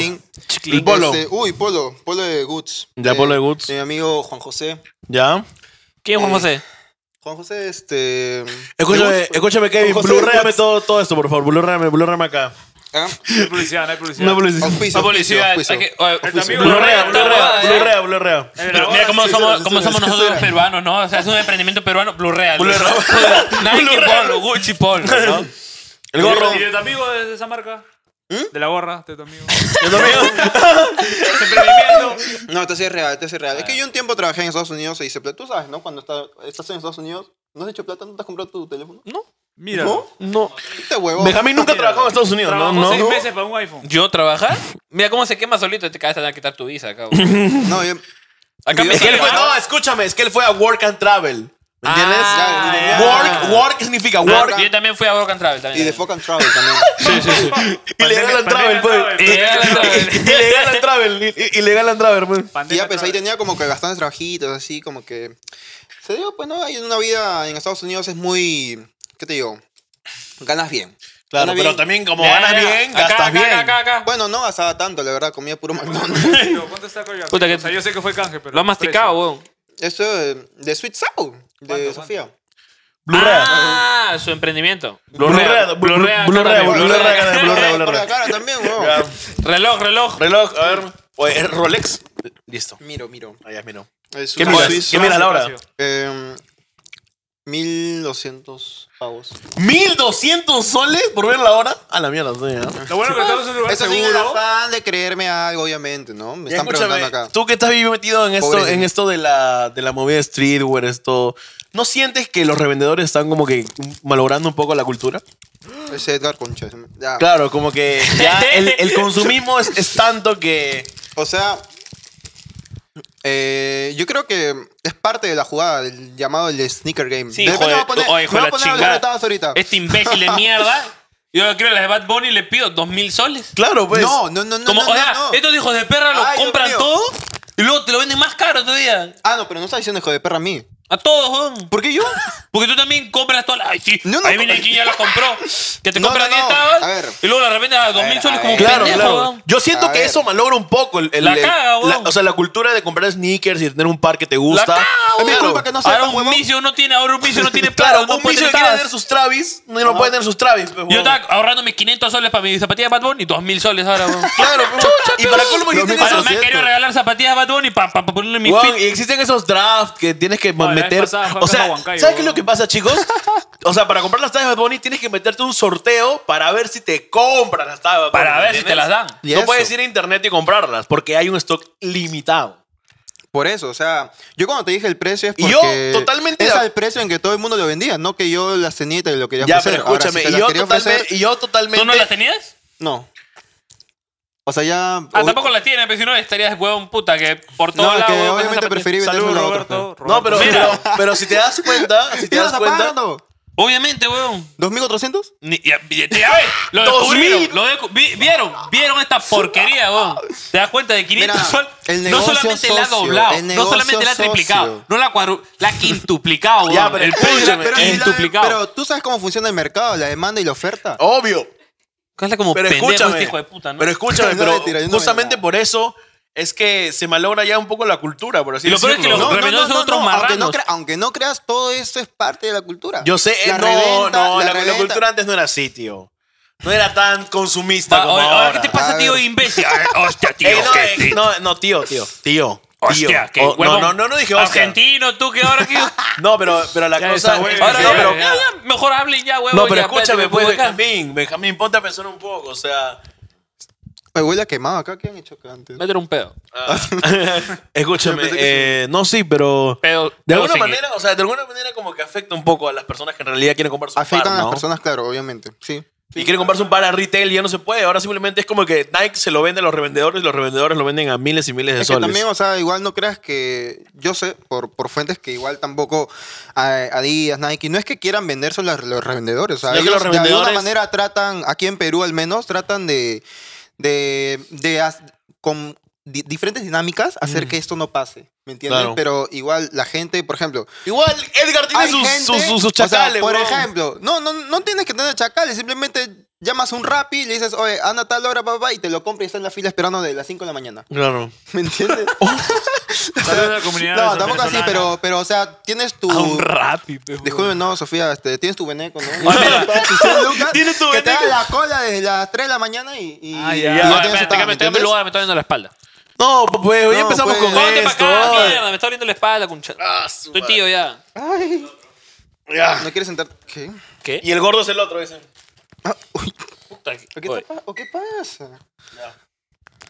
Speaker 4: Chiclin.
Speaker 2: El polo.
Speaker 4: Este, uy, polo. Polo de Goods.
Speaker 2: Ya, polo de Goods.
Speaker 4: Mi amigo Juan José.
Speaker 2: Ya.
Speaker 1: ¿Quién es Juan
Speaker 4: Eh,
Speaker 1: José?
Speaker 4: Juan José, este... pues.
Speaker 2: Escúchame, escúchame Kevin,
Speaker 4: José
Speaker 2: blurréame todo, todo esto, por favor. Blurréame, blurréame acá.
Speaker 3: No
Speaker 4: Ah,
Speaker 3: hay publicidad, no hay publicidad.
Speaker 2: No publicidad.
Speaker 4: auspicio,
Speaker 1: No, policía.
Speaker 4: auspicio,
Speaker 1: hay que- oye,
Speaker 3: Este amigo-
Speaker 2: Blurrea,
Speaker 3: Blurrea,
Speaker 2: blurrea,
Speaker 3: blurrea,
Speaker 2: blurrea, blurrea.
Speaker 3: Eh,
Speaker 1: Pero
Speaker 3: la
Speaker 1: mira
Speaker 3: hora-
Speaker 1: cómo
Speaker 4: sí,
Speaker 1: somos,
Speaker 4: sí,
Speaker 1: cómo
Speaker 4: sí,
Speaker 1: somos
Speaker 4: sí,
Speaker 1: nosotros
Speaker 4: sí,
Speaker 1: los
Speaker 4: sí.
Speaker 1: peruanos, ¿no? O sea, es un emprendimiento peruano, Blu-ray. Nike Polo, Gucci Polo, ¿no?
Speaker 2: El gorro.
Speaker 3: ¿Y de tu amigo de esa marca? De la gorra, de tu amigo.
Speaker 2: Yo también.
Speaker 4: auspicio. No, esto sí es real, esto sí es real. Es que yo un tiempo trabajé en Estados Unidos y hice plata. Tú sabes, ¿no? Cuando está- estás en Estados Unidos, ¿no has hecho plata? ¿No te has comprado tu teléfono?
Speaker 3: Mira.
Speaker 4: ¿No?
Speaker 2: No.
Speaker 4: Este huevo.
Speaker 2: Benjamín nunca trabajó en Estados Unidos, ¿no?
Speaker 3: Trabajó
Speaker 2: No.
Speaker 3: seis
Speaker 2: No.
Speaker 3: meses para un iPhone.
Speaker 1: ¿Yo trabajar? Mira cómo se quema solito, te acabas de quitar tu visa acá. güey.
Speaker 4: No, yo...
Speaker 1: Acá me
Speaker 2: Es que él
Speaker 1: sale,
Speaker 2: fue,
Speaker 1: ¿no?
Speaker 2: no, escúchame, es que él fue a Work and Travel. ¿Me entiendes?
Speaker 1: Ah,
Speaker 4: Ya,
Speaker 1: ya.
Speaker 2: Work, work significa
Speaker 1: Ah,
Speaker 2: work.
Speaker 1: Yo también fui a Work and Travel
Speaker 4: Y
Speaker 1: también.
Speaker 4: de Fuck and Travel también.
Speaker 2: Y Ilegal and Travel, pues.
Speaker 1: Y de Fuck and Travel.
Speaker 2: Ilegal and Travel. i- i- Ilegal and Travel, pues.
Speaker 4: Y ya, pues ahí tenía como que bastantes trabajitos, así como que... Se dio, pues no, hay una vida en Estados Unidos es muy... ¿Qué te digo? Ganas bien.
Speaker 2: Claro,
Speaker 4: Ganas
Speaker 2: pero
Speaker 4: bien.
Speaker 2: también como
Speaker 1: Ya,
Speaker 2: ganas
Speaker 1: ya, ya.
Speaker 2: bien,
Speaker 1: Acá,
Speaker 2: gastas
Speaker 1: acá,
Speaker 2: bien.
Speaker 1: Acá, acá, acá.
Speaker 4: Bueno, no gastaba tanto, la verdad, comía puro McDonald's.
Speaker 3: ¿Cuánto está colgado?
Speaker 1: Puta que-
Speaker 3: O sea, yo sé que fue canje, pero.
Speaker 1: Lo has masticado, weón.
Speaker 4: Esto eh, de Sweet Soul, de
Speaker 3: ¿Cuánto,
Speaker 4: Sofía.
Speaker 2: Blurrea.
Speaker 1: Ah, su emprendimiento.
Speaker 2: Blurrea,
Speaker 1: Blurrea, blurrea,
Speaker 2: blurrea,
Speaker 1: blurrea, blurrea.
Speaker 2: blurrea, blurrea,
Speaker 4: Por
Speaker 2: blurrea.
Speaker 4: la cara también, weón.
Speaker 2: Ya.
Speaker 1: Reloj, reloj.
Speaker 2: Reloj, a ver. Oye, ¿es Rolex. Listo.
Speaker 4: Miro, miro. Eh,
Speaker 2: Ahí es mi no.
Speaker 4: Es
Speaker 2: ¿Qué
Speaker 4: una
Speaker 2: miras?
Speaker 4: Swiss,
Speaker 2: ¿Qué miras, Laura?
Speaker 4: eh, 1200 pavos.
Speaker 2: 1200 soles por ver la hora. A la mierda, estoy ya.
Speaker 3: Lo bueno que estamos en un lugar
Speaker 4: Eso sin el
Speaker 3: seguro.
Speaker 4: afán de creerme algo, obviamente, ¿no? Me
Speaker 2: Ya,
Speaker 4: están
Speaker 2: escúchame,
Speaker 4: preguntando acá.
Speaker 2: Tú que estás bien metido en esto,
Speaker 4: Pobre
Speaker 2: en
Speaker 4: gente.
Speaker 2: esto de la, de la movida streetwear, esto. ¿No sientes que los revendedores están como que malogrando un poco la cultura?
Speaker 4: Es Edgar Concha. Ya.
Speaker 2: Claro, como que ya el, el consumismo es, es tanto que.
Speaker 4: O sea, eh, yo creo que es parte de la jugada del llamado el sneaker game.
Speaker 1: Sí,
Speaker 4: De
Speaker 1: hijo
Speaker 4: repente
Speaker 1: de,
Speaker 4: me voy a poner-
Speaker 1: oh, hijo
Speaker 4: me
Speaker 1: de
Speaker 4: voy a
Speaker 1: la
Speaker 4: poner a hablar de
Speaker 1: chingada.
Speaker 4: todas ahorita.
Speaker 1: Este imbécil de mierda. Yo quiero las de Bad Bunny y le pido dos mil soles.
Speaker 2: Claro, pues.
Speaker 4: no, no, no, no,
Speaker 1: Como,
Speaker 4: no,
Speaker 1: o sea,
Speaker 4: no, no.
Speaker 1: estos hijos de perra lo
Speaker 4: Ay, Dios
Speaker 1: compran
Speaker 4: mío.
Speaker 1: todo y luego te lo venden más caro todavía.
Speaker 4: Ah, no, pero no está diciendo hijo de perra a mí.
Speaker 1: A todos, weón.
Speaker 4: ¿Por qué yo?
Speaker 1: Porque tú también compras todas las. Ay, sí.
Speaker 4: No, no,
Speaker 1: Ahí
Speaker 4: no.
Speaker 1: viene quien ya las compró. Que te
Speaker 4: No,
Speaker 1: compra
Speaker 4: no, no.
Speaker 1: 10
Speaker 4: A ver.
Speaker 1: tabas y luego las revendes a dos
Speaker 4: ver,
Speaker 1: mil soles
Speaker 4: a
Speaker 1: como
Speaker 4: ver.
Speaker 2: Claro,
Speaker 1: pendejo,
Speaker 2: claro.
Speaker 1: weón.
Speaker 2: Yo siento
Speaker 4: A
Speaker 2: que
Speaker 4: ver.
Speaker 2: eso malogra un poco el, el-
Speaker 1: La
Speaker 2: el-
Speaker 1: caga,
Speaker 2: la-
Speaker 1: weón.
Speaker 2: o sea, la cultura de comprar sneakers y de tener un par que te
Speaker 1: La
Speaker 2: gusta.
Speaker 1: caga,
Speaker 4: Es mi
Speaker 1: weón.
Speaker 4: culpa que no
Speaker 1: Ahora
Speaker 4: sepa,
Speaker 1: un
Speaker 4: huevón.
Speaker 1: misio no tiene, ahora un misio no tiene plata.
Speaker 2: Claro,
Speaker 1: no
Speaker 2: un
Speaker 1: puede
Speaker 2: bicho
Speaker 1: tener
Speaker 2: que quiere
Speaker 1: tabas.
Speaker 2: tener sus Travis, no, no puede tener sus Travis. pues,
Speaker 1: Yo
Speaker 2: weón.
Speaker 1: estaba ahorrando mis 500 soles para mis zapatillas Bad Bunny, 2000 soles ahora, weón.
Speaker 2: Claro, pues, y para colmo
Speaker 4: Los
Speaker 2: existen
Speaker 4: mismos
Speaker 1: Ahora
Speaker 2: esos,
Speaker 1: me han querido regalar zapatillas a Bad Bunny para ponerle en mi
Speaker 2: Weón,
Speaker 1: feed.
Speaker 2: y existen esos drafts que tienes que
Speaker 3: la vez
Speaker 2: meter.
Speaker 3: pasada fue
Speaker 2: o
Speaker 3: acá
Speaker 2: sea,
Speaker 3: en Huancayo,
Speaker 2: ¿sabes qué es
Speaker 3: weón.
Speaker 2: lo que pasa, chicos? o sea, para comprar las tablas de Bad Bunny tienes que meterte un sorteo para ver si te compran las tablas. de Bad
Speaker 1: Para
Speaker 2: Bunny,
Speaker 1: ver si te las dan.
Speaker 4: Y
Speaker 2: No
Speaker 4: eso.
Speaker 2: puedes ir a internet y comprarlas porque hay un stock limitado.
Speaker 4: Por eso, o sea, yo cuando te dije el precio es
Speaker 2: Y yo
Speaker 4: porque
Speaker 2: totalmente
Speaker 4: es
Speaker 2: de-
Speaker 4: al precio en que todo el mundo lo vendía, no que yo las tenía y te lo quería
Speaker 2: Ya,
Speaker 4: ofrecer.
Speaker 2: pero
Speaker 4: Ahora,
Speaker 2: escúchame,
Speaker 4: si te
Speaker 2: y,
Speaker 4: las
Speaker 2: yo
Speaker 4: quería
Speaker 2: totalmente,
Speaker 4: ofrecer,
Speaker 2: y yo totalmente.
Speaker 1: ¿Tú no las tenías?
Speaker 4: no. O sea, ya
Speaker 1: Ah,
Speaker 4: o-
Speaker 1: tampoco las tienes, pero si no estarías huevón puta que por
Speaker 4: No,
Speaker 1: todo
Speaker 4: es
Speaker 1: lado.
Speaker 4: que
Speaker 1: huevón,
Speaker 4: obviamente
Speaker 1: esa zapatilla.
Speaker 4: preferí venderme
Speaker 3: Saludos,
Speaker 4: la otra.
Speaker 3: Roberto. Roberto.
Speaker 2: No, pero,
Speaker 1: Mira.
Speaker 2: pero, pero si te das cuenta, si te das cuenta.
Speaker 1: Obviamente, huevón.
Speaker 4: ¿2400?
Speaker 1: Ni- ya, ya- ya ves, lo
Speaker 2: Dos
Speaker 1: descubrieron.
Speaker 2: mil.
Speaker 1: Lo descu- vi- vieron, vieron esta porquería, huevón. ¿Te das cuenta de 500
Speaker 4: Mira,
Speaker 1: sol?
Speaker 4: el
Speaker 1: No
Speaker 4: negocio
Speaker 1: solamente la ha
Speaker 4: socio,
Speaker 1: doblado,
Speaker 4: el
Speaker 1: no solamente la ha
Speaker 4: negocio
Speaker 1: triplicado,
Speaker 4: socio.
Speaker 1: no la cuadru, la ha quintuplicado,
Speaker 2: Ya,
Speaker 1: huevón.
Speaker 2: pero
Speaker 1: el
Speaker 2: escúchame,
Speaker 1: precio
Speaker 4: Pero, si
Speaker 1: es
Speaker 4: la-
Speaker 1: quintuplicado.
Speaker 4: pero tú sabes cómo funciona el mercado, la demanda y la oferta.
Speaker 2: Obvio.
Speaker 1: Hazla como
Speaker 2: Pero
Speaker 1: pendejo
Speaker 2: escúchame.
Speaker 1: este hijo de puta, ¿no?
Speaker 2: Pero escúchame,
Speaker 4: No,
Speaker 2: pero
Speaker 4: mentira, yo no
Speaker 2: justamente
Speaker 4: me-
Speaker 2: por eso es que se malogra ya un poco la cultura, por así
Speaker 1: Y lo peor es que
Speaker 2: decirlo,
Speaker 1: los
Speaker 2: ¿no?
Speaker 1: revendedores son otros
Speaker 4: aunque, no
Speaker 1: marranos.
Speaker 4: crea- aunque no creas, todo esto es parte de la cultura.
Speaker 2: Yo sé, eh,
Speaker 4: La
Speaker 2: no,
Speaker 4: reventa,
Speaker 2: no, la, la
Speaker 4: reventa.
Speaker 2: cultura antes no era así, tío. No era tan consumista
Speaker 1: Va,
Speaker 2: como
Speaker 1: ahora,
Speaker 2: ahora.
Speaker 1: ¿Qué te pasa,
Speaker 4: A
Speaker 1: tío
Speaker 4: ver.
Speaker 1: imbécil? A ver, Hostia, tío.
Speaker 2: Eh, no,
Speaker 1: qué
Speaker 2: eh,
Speaker 1: tío.
Speaker 2: no, no, tío, tío, tío.
Speaker 1: Hostia, qué
Speaker 2: O- no,
Speaker 1: huevón.
Speaker 2: no, no, no dije hostia.
Speaker 1: Argentino, tú que ahora que.
Speaker 2: No, pero, pero la
Speaker 1: Ya
Speaker 2: cosa.
Speaker 1: está, güey.
Speaker 2: no,
Speaker 1: Ahora ya,
Speaker 2: pero,
Speaker 1: ya, ya, mejor hablen ya, huevón.
Speaker 2: no, pero
Speaker 1: ya, espérate,
Speaker 2: escúchame,
Speaker 1: me
Speaker 2: pues,
Speaker 1: pongo acá.
Speaker 2: Benjamín. Benjamín, ponte a pensar un poco. O sea,
Speaker 4: Me huele a quemado acá. ¿Qué han hecho acá antes?
Speaker 1: Métele un pedo.
Speaker 2: escúchame.
Speaker 4: Yo pensé
Speaker 2: eh, no, sí, pero.
Speaker 1: Pedo.
Speaker 2: De
Speaker 1: pedo
Speaker 2: alguna
Speaker 1: sin-
Speaker 2: manera, o sea, de alguna manera como que afecta un poco a las personas que en realidad quieren comprarse un
Speaker 4: Afectan
Speaker 2: par,
Speaker 4: a las
Speaker 2: ¿no?
Speaker 4: personas, claro, obviamente. Sí.
Speaker 2: Y quieren comprarse un par a retail y ya no se puede. Ahora simplemente es como que Nike se lo vende a los revendedores y los revendedores lo venden a miles y miles de
Speaker 4: Es que
Speaker 2: soles.
Speaker 4: también, o sea, igual no creas que. Yo sé, por, por fuentes que igual tampoco eh, Adidas, Nike, no es que quieran venderse los, los revendedores. O sea,
Speaker 2: Sino que los
Speaker 4: ellos de
Speaker 2: revendedores-
Speaker 4: alguna manera tratan, aquí en Perú al menos, tratan de. de, de as- con di- diferentes dinámicas hacer que esto no pase. ¿Me entiendes?
Speaker 2: Mm. Claro.
Speaker 4: Pero igual la gente, por ejemplo,
Speaker 2: Igual Edgar tiene
Speaker 4: hay
Speaker 2: sus,
Speaker 4: gente-
Speaker 2: sus, sus- sus
Speaker 4: o sea,
Speaker 2: chacales,
Speaker 4: por
Speaker 2: weón.
Speaker 4: ejemplo, no, no, no tienes que tener chacales, simplemente llamas a un Rappi y le dices, oye, anda a tal hora, papá, y te lo compra y está en la fila esperando de las 5 de la mañana.
Speaker 2: Claro.
Speaker 4: ¿Me entiendes?
Speaker 3: Saludos a la comunidad
Speaker 4: no, tampoco así,
Speaker 3: venezolana.
Speaker 4: pero, pero, o sea, tienes tu...
Speaker 1: rápido.
Speaker 4: Disculpe, no, Sofía, este, tienes tu veneco, ¿no?
Speaker 1: mira.
Speaker 4: Si son Lucas,
Speaker 2: Tienes tu
Speaker 4: que te
Speaker 2: veneco.
Speaker 4: haga la cola desde las 3 de la mañana y... y
Speaker 1: Ah, ya.
Speaker 4: y
Speaker 1: No,
Speaker 4: no
Speaker 1: espérate, déjame,
Speaker 4: tienes su tabla, ¿me
Speaker 1: déjame
Speaker 4: entiendes?
Speaker 1: lugar, me está viendo la espalda.
Speaker 2: No, pues hoy
Speaker 4: No,
Speaker 2: empezamos
Speaker 4: pues.
Speaker 2: con
Speaker 1: Ponte para
Speaker 2: esto. Ah,
Speaker 1: acá, mierda, me está abriendo la espalda, concha. Estoy Ah, tío ya.
Speaker 4: Ay,
Speaker 2: Ya.
Speaker 4: ¿No quieres sentar? ¿Qué?
Speaker 1: ¿Qué?
Speaker 2: Y el gordo es el otro, ese.
Speaker 4: Ah, uy,
Speaker 1: Puta,
Speaker 4: ¿o qué,
Speaker 1: oye.
Speaker 4: te pa- o qué pasa?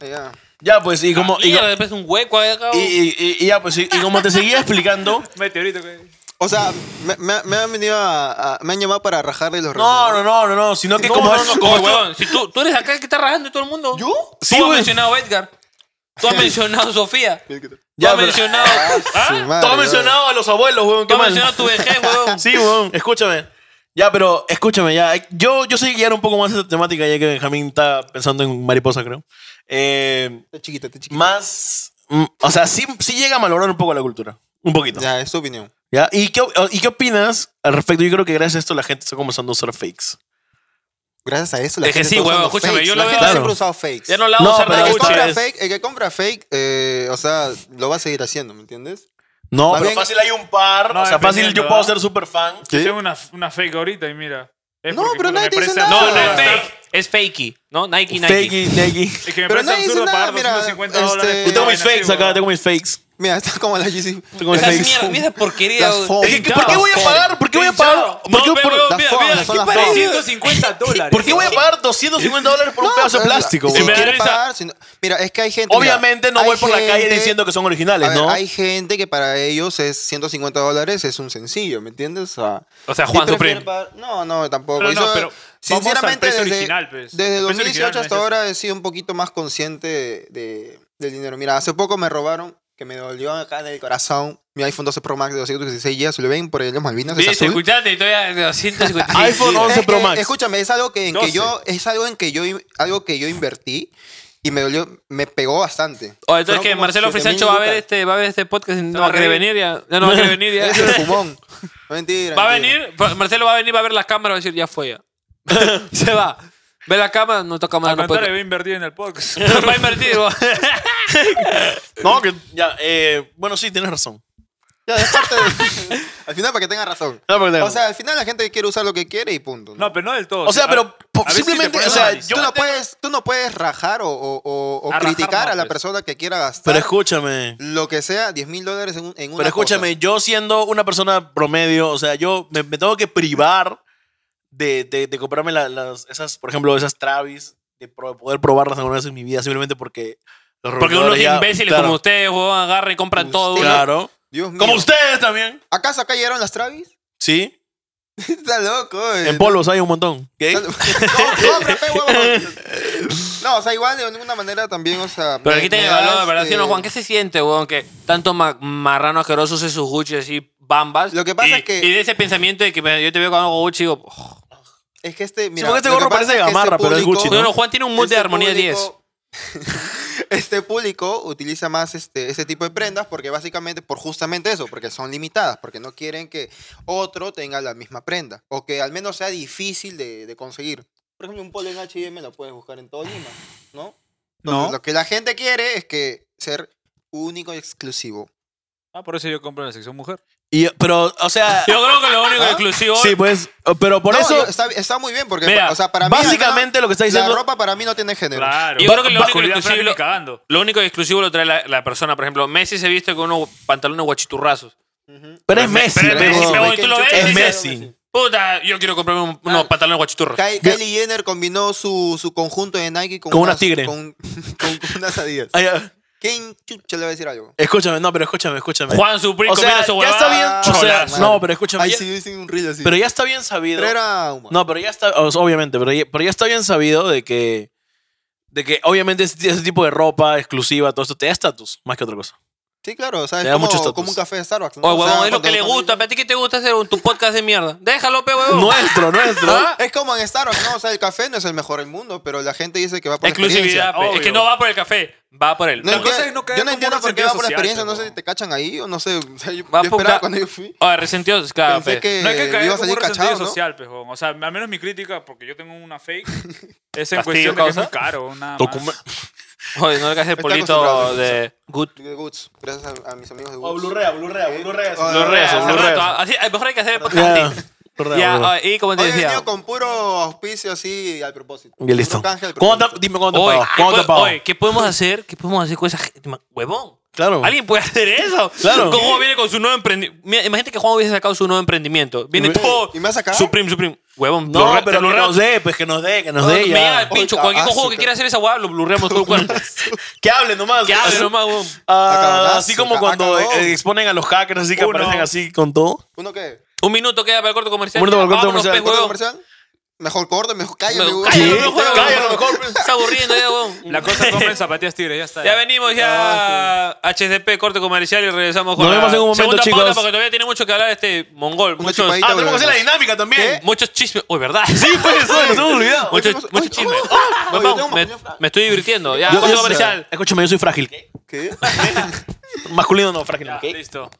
Speaker 4: Ya. Ya.
Speaker 2: Ya, pues, y como. Y,
Speaker 1: Mierda, después un hueco ahí acá. oh.
Speaker 2: y- y- y ya, pues, y, y como te seguía explicando.
Speaker 3: Meteorito, güey.
Speaker 4: O sea, me, me- me han venido a, a- Me han llamado para rajar de los
Speaker 2: No, no, no, no, no. Sino que
Speaker 1: No,
Speaker 2: como.
Speaker 1: no, no, como huevón. Si tú, tú eres acá el que está rajando de todo el mundo. ¿Yo?
Speaker 2: Sí,
Speaker 1: tú has
Speaker 2: güey.
Speaker 1: mencionado a Edgar. Tú has mencionado a Sofía. Tú
Speaker 2: Ya,
Speaker 1: has
Speaker 2: pero-
Speaker 1: mencionado. ¿Ah?
Speaker 4: Su madre,
Speaker 2: Todo
Speaker 4: ya.
Speaker 2: mencionado a los abuelos, weón.
Speaker 1: Tú
Speaker 2: Qué
Speaker 1: has
Speaker 2: mal.
Speaker 1: mencionado a tu vejez, huevón.
Speaker 2: Sí, weón. Escúchame. Ya, pero escúchame, ya. Yo, yo sé guiar un poco más esta temática, ya que Benjamín está pensando en mariposa, creo. Eh,
Speaker 4: Está chiquita, está chiquita.
Speaker 2: más. mm, O sea, sí, sí llega a malograr un poco la cultura. Un poquito.
Speaker 4: Ya, es tu opinión.
Speaker 2: ¿Ya? ¿Y, qué, ¿Y qué opinas al respecto? Yo creo que gracias a esto la gente está comenzando a usar fakes.
Speaker 4: Gracias a eso la
Speaker 1: Es que
Speaker 4: gente
Speaker 1: sí,
Speaker 4: está
Speaker 1: huevón,
Speaker 4: usando
Speaker 1: escúchame,
Speaker 4: fakes.
Speaker 1: yo lo
Speaker 4: la
Speaker 1: veo-
Speaker 4: gente siempre
Speaker 2: Claro.
Speaker 4: ha usado fakes.
Speaker 1: Ya no la vamos
Speaker 2: No,
Speaker 1: a usar
Speaker 2: pero
Speaker 1: de
Speaker 4: el que
Speaker 2: escucha,
Speaker 1: Gucci.
Speaker 4: compra
Speaker 2: es-
Speaker 4: fake, el que compra fake, eh, o sea, lo va a seguir haciendo, ¿me entiendes?
Speaker 2: No,
Speaker 4: Más
Speaker 2: pero
Speaker 4: bien-
Speaker 2: fácil hay un par.
Speaker 3: No,
Speaker 2: o sea, fácil
Speaker 3: dependiendo,
Speaker 2: yo puedo
Speaker 3: ¿ah?
Speaker 2: ser súper fan.
Speaker 4: ¿Qué?
Speaker 3: Tengo una, una fake ahorita y mira. Es
Speaker 4: No,
Speaker 3: porque,
Speaker 4: pero
Speaker 3: puta,
Speaker 4: nadie
Speaker 3: me
Speaker 4: te dice
Speaker 3: parece
Speaker 4: nada.
Speaker 1: No, no es
Speaker 3: absurdo
Speaker 4: Ah.
Speaker 3: gastar-
Speaker 1: fake. Es fakey. ¿No? Nike, Nike.
Speaker 2: Fakey, Nike.
Speaker 3: Es que me
Speaker 4: Pero
Speaker 3: parece
Speaker 4: nadie dice
Speaker 3: absurdo
Speaker 4: nada,
Speaker 3: pagar
Speaker 4: mira,
Speaker 3: 250
Speaker 4: este-
Speaker 3: dólares.
Speaker 4: Yo
Speaker 2: Yo tengo
Speaker 4: Ah,
Speaker 2: mis fakes acá, tengo mis fakes.
Speaker 4: Mira, está como la GC.
Speaker 2: Tengo el
Speaker 1: Esa
Speaker 2: fakes.
Speaker 1: mierda, mira esa porquería.
Speaker 4: Las
Speaker 1: huevón.
Speaker 4: fotos.
Speaker 2: Es que, ¿por qué voy a pagar? ¿Por qué voy a pagar? ¿Por qué,
Speaker 1: No, pero,
Speaker 2: por-
Speaker 1: huevón,
Speaker 4: las
Speaker 1: mira,
Speaker 4: formas,
Speaker 1: mira,
Speaker 4: son
Speaker 1: ¿qué
Speaker 4: las
Speaker 1: parece?
Speaker 4: formas.
Speaker 1: 150 dólares.
Speaker 2: por qué voy a pagar 250 dólares por un
Speaker 4: No,
Speaker 2: pedazo de
Speaker 4: pero la-
Speaker 2: plástico?
Speaker 4: Si
Speaker 1: me da
Speaker 2: weón?
Speaker 4: quiere
Speaker 1: risa.
Speaker 4: pagar, si no- mira, es que hay gente. mira,
Speaker 2: Obviamente no
Speaker 4: hay
Speaker 2: voy por la calle
Speaker 4: gente-
Speaker 2: diciendo que son
Speaker 4: a
Speaker 2: originales,
Speaker 4: ver,
Speaker 2: ¿no?
Speaker 4: Hay gente que para ellos es 150 dólares es un sencillo, ¿me entiendes? O sea,
Speaker 1: O sea,
Speaker 4: sí
Speaker 1: Juan
Speaker 4: prefiero
Speaker 1: Supreme.
Speaker 4: pagar- No, no, tampoco.
Speaker 3: No, no,
Speaker 4: Eso,
Speaker 3: pero vamos al
Speaker 4: sinceramente,
Speaker 3: precio
Speaker 4: desde,
Speaker 3: original, pues.
Speaker 4: desde
Speaker 3: El precio original
Speaker 4: 2018
Speaker 3: no es
Speaker 4: hasta
Speaker 3: ese.
Speaker 4: ahora he sido un poquito más consciente de, de- del dinero. Mira, hace poco me robaron, que me dolió acá en el corazón, mi iPhone 12 Pro Max de 216 GB, se lo ven por ahí en las Malvinas, es
Speaker 1: Mira,
Speaker 4: azul.
Speaker 1: escuchaste y todavía de 250.
Speaker 2: iPhone
Speaker 4: Es
Speaker 2: 11 Pro
Speaker 4: que,
Speaker 2: Max.
Speaker 4: Escúchame, es algo que, en que
Speaker 3: 12.
Speaker 4: yo es algo en que yo algo que yo invertí y me dolió, me pegó bastante.
Speaker 1: O Oh, entonces
Speaker 4: Fueron
Speaker 1: que
Speaker 4: como
Speaker 1: Marcelo
Speaker 4: 7.000
Speaker 1: Frisancho va a ver
Speaker 4: lucas.
Speaker 1: este, va a ver este podcast y no,
Speaker 3: No
Speaker 1: va a
Speaker 3: va a
Speaker 1: querer
Speaker 3: reír.
Speaker 1: venir ya. Ya no va a querer venir ya.
Speaker 4: Eres el fumón. Mentira.
Speaker 1: Va a
Speaker 4: mentira.
Speaker 1: venir, Fa- Marcelo va a venir, va a ver las cámaras, va a decir, ya fue ya. Se va. Ve la cámara, no toca más.
Speaker 3: A
Speaker 1: No
Speaker 3: cantar le
Speaker 1: puede.
Speaker 3: voy a invertir en el podcast.
Speaker 1: va a invertir. va.
Speaker 2: No, que ya, eh, bueno, sí, tienes razón.
Speaker 4: Ya, es parte de- al final para que tenga razón.
Speaker 2: No, porque-
Speaker 4: O sea, al final la gente quiere usar lo que quiere y punto.
Speaker 3: No, pero no del todo.
Speaker 2: O sea, pero po-
Speaker 3: a veces
Speaker 2: simplemente,
Speaker 3: te pones
Speaker 2: o sea,
Speaker 3: a analizar.
Speaker 2: yo
Speaker 4: tú, no
Speaker 2: no tengo-
Speaker 4: puedes, tú no puedes rajar o, o- o- o
Speaker 1: A rajar
Speaker 4: criticar
Speaker 1: no,
Speaker 4: a la
Speaker 1: pues.
Speaker 4: persona que quiera gastar
Speaker 2: pero escúchame.
Speaker 4: lo que sea, 10 mil dólares en, un- en una
Speaker 2: Pero escúchame, yo siendo una persona promedio, o sea, yo me, me tengo que privar de, de- de comprarme la- las, esas, por ejemplo, esas Travis, de pro- poder probarlas alguna vez en mi vida, simplemente porque los
Speaker 1: Porque unos
Speaker 2: revendedores ya-
Speaker 1: imbéciles
Speaker 2: claro,
Speaker 1: como ustedes, huevón, agarran y compran todo.
Speaker 4: Ustedes.
Speaker 1: huevón.
Speaker 2: Claro.
Speaker 4: cosa. Dios mío.
Speaker 2: Como ustedes también.
Speaker 4: ¿Acaso acá llegaron las Travis?
Speaker 2: Sí.
Speaker 4: Está loco. eh.
Speaker 2: En polvos hay un montón. ¿ok?
Speaker 4: Compra, pe, huevón. No, o sea, igual de alguna manera también, o sea.
Speaker 1: Pero
Speaker 4: me-
Speaker 1: aquí tiene
Speaker 4: me
Speaker 1: valor,
Speaker 4: das,
Speaker 1: ¿verdad?
Speaker 4: eh,
Speaker 1: Sí, no, Juan, ¿qué se siente, huevón? Que tanto ma- marrano asqueroso use sus Gucci así, bambas.
Speaker 4: Lo que pasa
Speaker 1: y-
Speaker 4: es que-
Speaker 1: Y de ese pensamiento de que me- yo te veo con algo Gucci y digo, "Oh".
Speaker 4: Es que este. Mira,
Speaker 2: porque este
Speaker 4: lo que
Speaker 2: gorro
Speaker 4: pasa
Speaker 2: parece
Speaker 4: es que
Speaker 2: gamarra, pero es Gucci,
Speaker 1: No, no, Juan tiene un mood de
Speaker 4: este
Speaker 1: armonía 10.
Speaker 4: público- este público utiliza más este, este tipo de prendas porque básicamente, por justamente eso, porque son limitadas, porque no quieren que otro tenga la misma prenda o que al menos sea difícil de, de conseguir. Por ejemplo, un polo en H&M lo puedes buscar en todo Lima, ¿no? Entonces, Lo que la gente quiere es que ser único y exclusivo.
Speaker 3: Ah, por eso yo compro en la sección mujer.
Speaker 2: Y, pero, o sea.
Speaker 1: Yo creo que lo único
Speaker 4: ¿Ah?
Speaker 1: exclusivo.
Speaker 2: sí, pues. Pero por
Speaker 4: No,
Speaker 2: eso.
Speaker 4: yo- está, está muy bien porque
Speaker 1: Mira,
Speaker 4: o sea, para mí,
Speaker 2: básicamente
Speaker 4: al menos,
Speaker 2: lo que está diciendo-
Speaker 4: La ropa para mí no tiene género.
Speaker 3: Claro.
Speaker 1: Yo creo que lo único
Speaker 3: Julián
Speaker 1: exclusivo-
Speaker 3: Fran ni cagando.
Speaker 1: Lo único exclusivo lo trae la, la persona. Por ejemplo, Messi se viste con unos pantalones guachiturrazos.
Speaker 2: pero es
Speaker 1: pero-
Speaker 2: Messi.
Speaker 1: pero es
Speaker 2: pues.
Speaker 1: Messi, pero-
Speaker 4: Hay que
Speaker 1: tú lo
Speaker 4: enchuchar-
Speaker 1: ves y
Speaker 2: es
Speaker 1: dices-
Speaker 2: Messi.
Speaker 1: Puta, yo quiero comprarme un- unos
Speaker 4: Claro.
Speaker 1: pantalones guachiturros.
Speaker 4: Ky- Kylie Jenner combinó su, su conjunto de Nike con,
Speaker 2: Con unas tigre.
Speaker 4: Con, con unas adidas.
Speaker 2: Ay, ah,
Speaker 4: ¿Quién chucha le va a decir algo?
Speaker 2: Escúchame, no, pero escúchame, escúchame.
Speaker 1: Juan Supri
Speaker 2: o sea,
Speaker 1: comiendo su
Speaker 2: ya está bien.
Speaker 1: huevada.
Speaker 2: o sea,
Speaker 1: Cholas.
Speaker 4: Ah, Cholazo.
Speaker 2: no, pero escúchame.
Speaker 4: Ay,
Speaker 2: ya-
Speaker 4: sí, hice un reel así.
Speaker 2: Pero ya está bien sabido.
Speaker 4: Pero era humo.
Speaker 2: No, pero ya está, o sea, obviamente, pero ya, pero ya está bien sabido de que, de que obviamente ese, ese tipo de ropa exclusiva, todo esto, te da estatus, más que otra cosa.
Speaker 4: Sí, claro, o sea,
Speaker 2: Te
Speaker 4: es
Speaker 2: da mucho
Speaker 4: como,
Speaker 2: estatus. Oh,
Speaker 4: como un café de Starbucks. ¿no?
Speaker 1: Oye,
Speaker 4: O sea,
Speaker 1: huevón, es lo
Speaker 4: cuando-
Speaker 1: que le
Speaker 4: cuando-
Speaker 1: gusta. pero ¿A ti qué te gusta hacer un- tu podcast de mierda? Déjalo, pe, huevón.
Speaker 2: nuestro, nuestro.
Speaker 1: ¿Ah?
Speaker 4: Es como en Starbucks, ¿no? O sea, el café no es el mejor del mundo, pero la gente dice que va por la
Speaker 1: Exclusividad.
Speaker 4: experiencia.
Speaker 1: pe. Es
Speaker 3: obvio.
Speaker 1: que no va por el café, va por el.
Speaker 4: No
Speaker 3: La
Speaker 4: entiendo-
Speaker 3: cosa es no caer
Speaker 4: yo no
Speaker 3: como
Speaker 4: entiendo
Speaker 3: un
Speaker 4: por qué va por la
Speaker 3: resentido
Speaker 4: experiencia,
Speaker 3: social,
Speaker 4: no sé si
Speaker 3: pero-
Speaker 4: te cachan ahí o no sé. O sea, yo,
Speaker 1: Va
Speaker 4: yo
Speaker 1: por
Speaker 4: esperaba
Speaker 1: ca-
Speaker 4: cuando yo fui.
Speaker 1: Oye, resentidos, claro,
Speaker 4: Pensé
Speaker 1: pe.
Speaker 4: que,
Speaker 3: No hay que caer
Speaker 4: iba Eh, a
Speaker 3: como un
Speaker 4: salir
Speaker 3: resentido
Speaker 4: cachado, ¿no?
Speaker 3: social, pues, huevón. O sea, al menos mi crítica, porque yo tengo una fake, es en
Speaker 1: ¿Castillo,
Speaker 3: cuestión de que es
Speaker 1: causa?
Speaker 3: muy caro, nada
Speaker 2: Documa-
Speaker 3: más.
Speaker 1: Oye, no le hagas el
Speaker 4: Está
Speaker 1: polito
Speaker 4: acostumbrado.
Speaker 1: de Good.
Speaker 4: De Goods. Gracias a, a mis amigos de
Speaker 2: O
Speaker 4: Goods.
Speaker 2: Blu-ray, Blu-ray, Blu-ray.
Speaker 4: Ah,
Speaker 2: Blu-ray,
Speaker 1: Hace
Speaker 2: Blu-ray.
Speaker 1: rato, ah, así, a lo mejor hay que hacer
Speaker 2: Ya,
Speaker 1: podcasting.
Speaker 2: Blu-ray,
Speaker 1: Ya,
Speaker 2: Blu-ray.
Speaker 1: oye, y como te
Speaker 4: Hoy he
Speaker 1: decía.
Speaker 4: venido con puro auspicio así al propósito.
Speaker 2: Y listo.
Speaker 4: Puro canje al
Speaker 2: ¿Cuánto te-
Speaker 4: propósito.
Speaker 2: dime cuánto
Speaker 1: Oye,
Speaker 2: pago.
Speaker 1: ¿qué,
Speaker 2: ¿Cuánto
Speaker 1: po-
Speaker 2: pago?
Speaker 1: oye, ¿qué podemos hacer? ¿Qué podemos hacer con esa gente? Ma- Huevón.
Speaker 2: Claro.
Speaker 1: ¿Alguien puede hacer eso?
Speaker 2: Claro.
Speaker 1: ¿Cómo viene con su nuevo emprendimiento? Imagínate que Juan hubiese sacado su nuevo emprendimiento. Viene
Speaker 2: Y-
Speaker 1: todo.
Speaker 4: ¿Y me vas a sacar?
Speaker 1: Supreme, Supreme. Huevón,
Speaker 2: No,
Speaker 1: Blu-ray,
Speaker 2: pero que
Speaker 1: Blu-ray.
Speaker 2: nos dé, pues que nos dé, que nos
Speaker 1: Me
Speaker 2: dé
Speaker 1: llega el
Speaker 2: ya.
Speaker 1: pincho.
Speaker 4: Oye,
Speaker 1: Cualquier
Speaker 4: ah,
Speaker 1: juego que
Speaker 4: azúcar.
Speaker 1: quiera hacer esa hueá, lo blurreamos todo el cuerpo.
Speaker 2: Que hable nomás.
Speaker 1: que hable nomás, huevón.
Speaker 2: Ah,
Speaker 4: Acabó,
Speaker 2: así como
Speaker 4: acabó.
Speaker 2: cuando eh, exponen a los hackers, así que
Speaker 3: Uno.
Speaker 2: aparecen así con todo.
Speaker 4: ¿Uno qué?
Speaker 1: Un minuto queda para el corto comercial.
Speaker 2: Un minuto para el corte
Speaker 1: Vámonos,
Speaker 2: comercial.
Speaker 1: pe,
Speaker 4: ¿Corte
Speaker 1: huevón.
Speaker 4: comercial? Mejor corte, mejor cállate.
Speaker 1: Luego,
Speaker 4: güey.
Speaker 1: Cállalo,
Speaker 2: Sí,
Speaker 1: mejor, huevón.
Speaker 2: cállalo mejor.
Speaker 1: Está aburriendo ya, huevón.
Speaker 3: La cosa compren zapatillas tigres, ya está.
Speaker 1: Ya venimos ya a HDP, corte comercial y regresamos con
Speaker 2: Nos
Speaker 1: la
Speaker 2: vemos en un momento,
Speaker 1: segunda
Speaker 2: chicos.
Speaker 1: pauta porque todavía tiene mucho que hablar este mongol.
Speaker 4: Una
Speaker 1: Muchos,
Speaker 4: chupadita.
Speaker 2: Ah, tenemos que
Speaker 4: Ahorita
Speaker 2: hacer la
Speaker 4: volvemos.
Speaker 2: dinámos también.
Speaker 1: muchos chismes. Uy, ¿verdad? Sí,
Speaker 2: Pues eso, nos hemos olvidado.
Speaker 1: Muchos
Speaker 4: tenemos-
Speaker 1: muchos
Speaker 4: ay,
Speaker 1: chismes.
Speaker 4: ay, ay,
Speaker 1: Nos
Speaker 4: yo
Speaker 1: vamos,
Speaker 4: tengo
Speaker 1: me,
Speaker 4: mañana.
Speaker 1: me estoy divirtiendo. Ya,
Speaker 2: Yo-
Speaker 1: corte
Speaker 2: yo-
Speaker 1: comercial.
Speaker 2: Escúchame, yo soy frágil.
Speaker 4: ¿Qué?
Speaker 2: Masculino no, frágil.
Speaker 3: Ya,
Speaker 2: ¿ok?
Speaker 3: listo.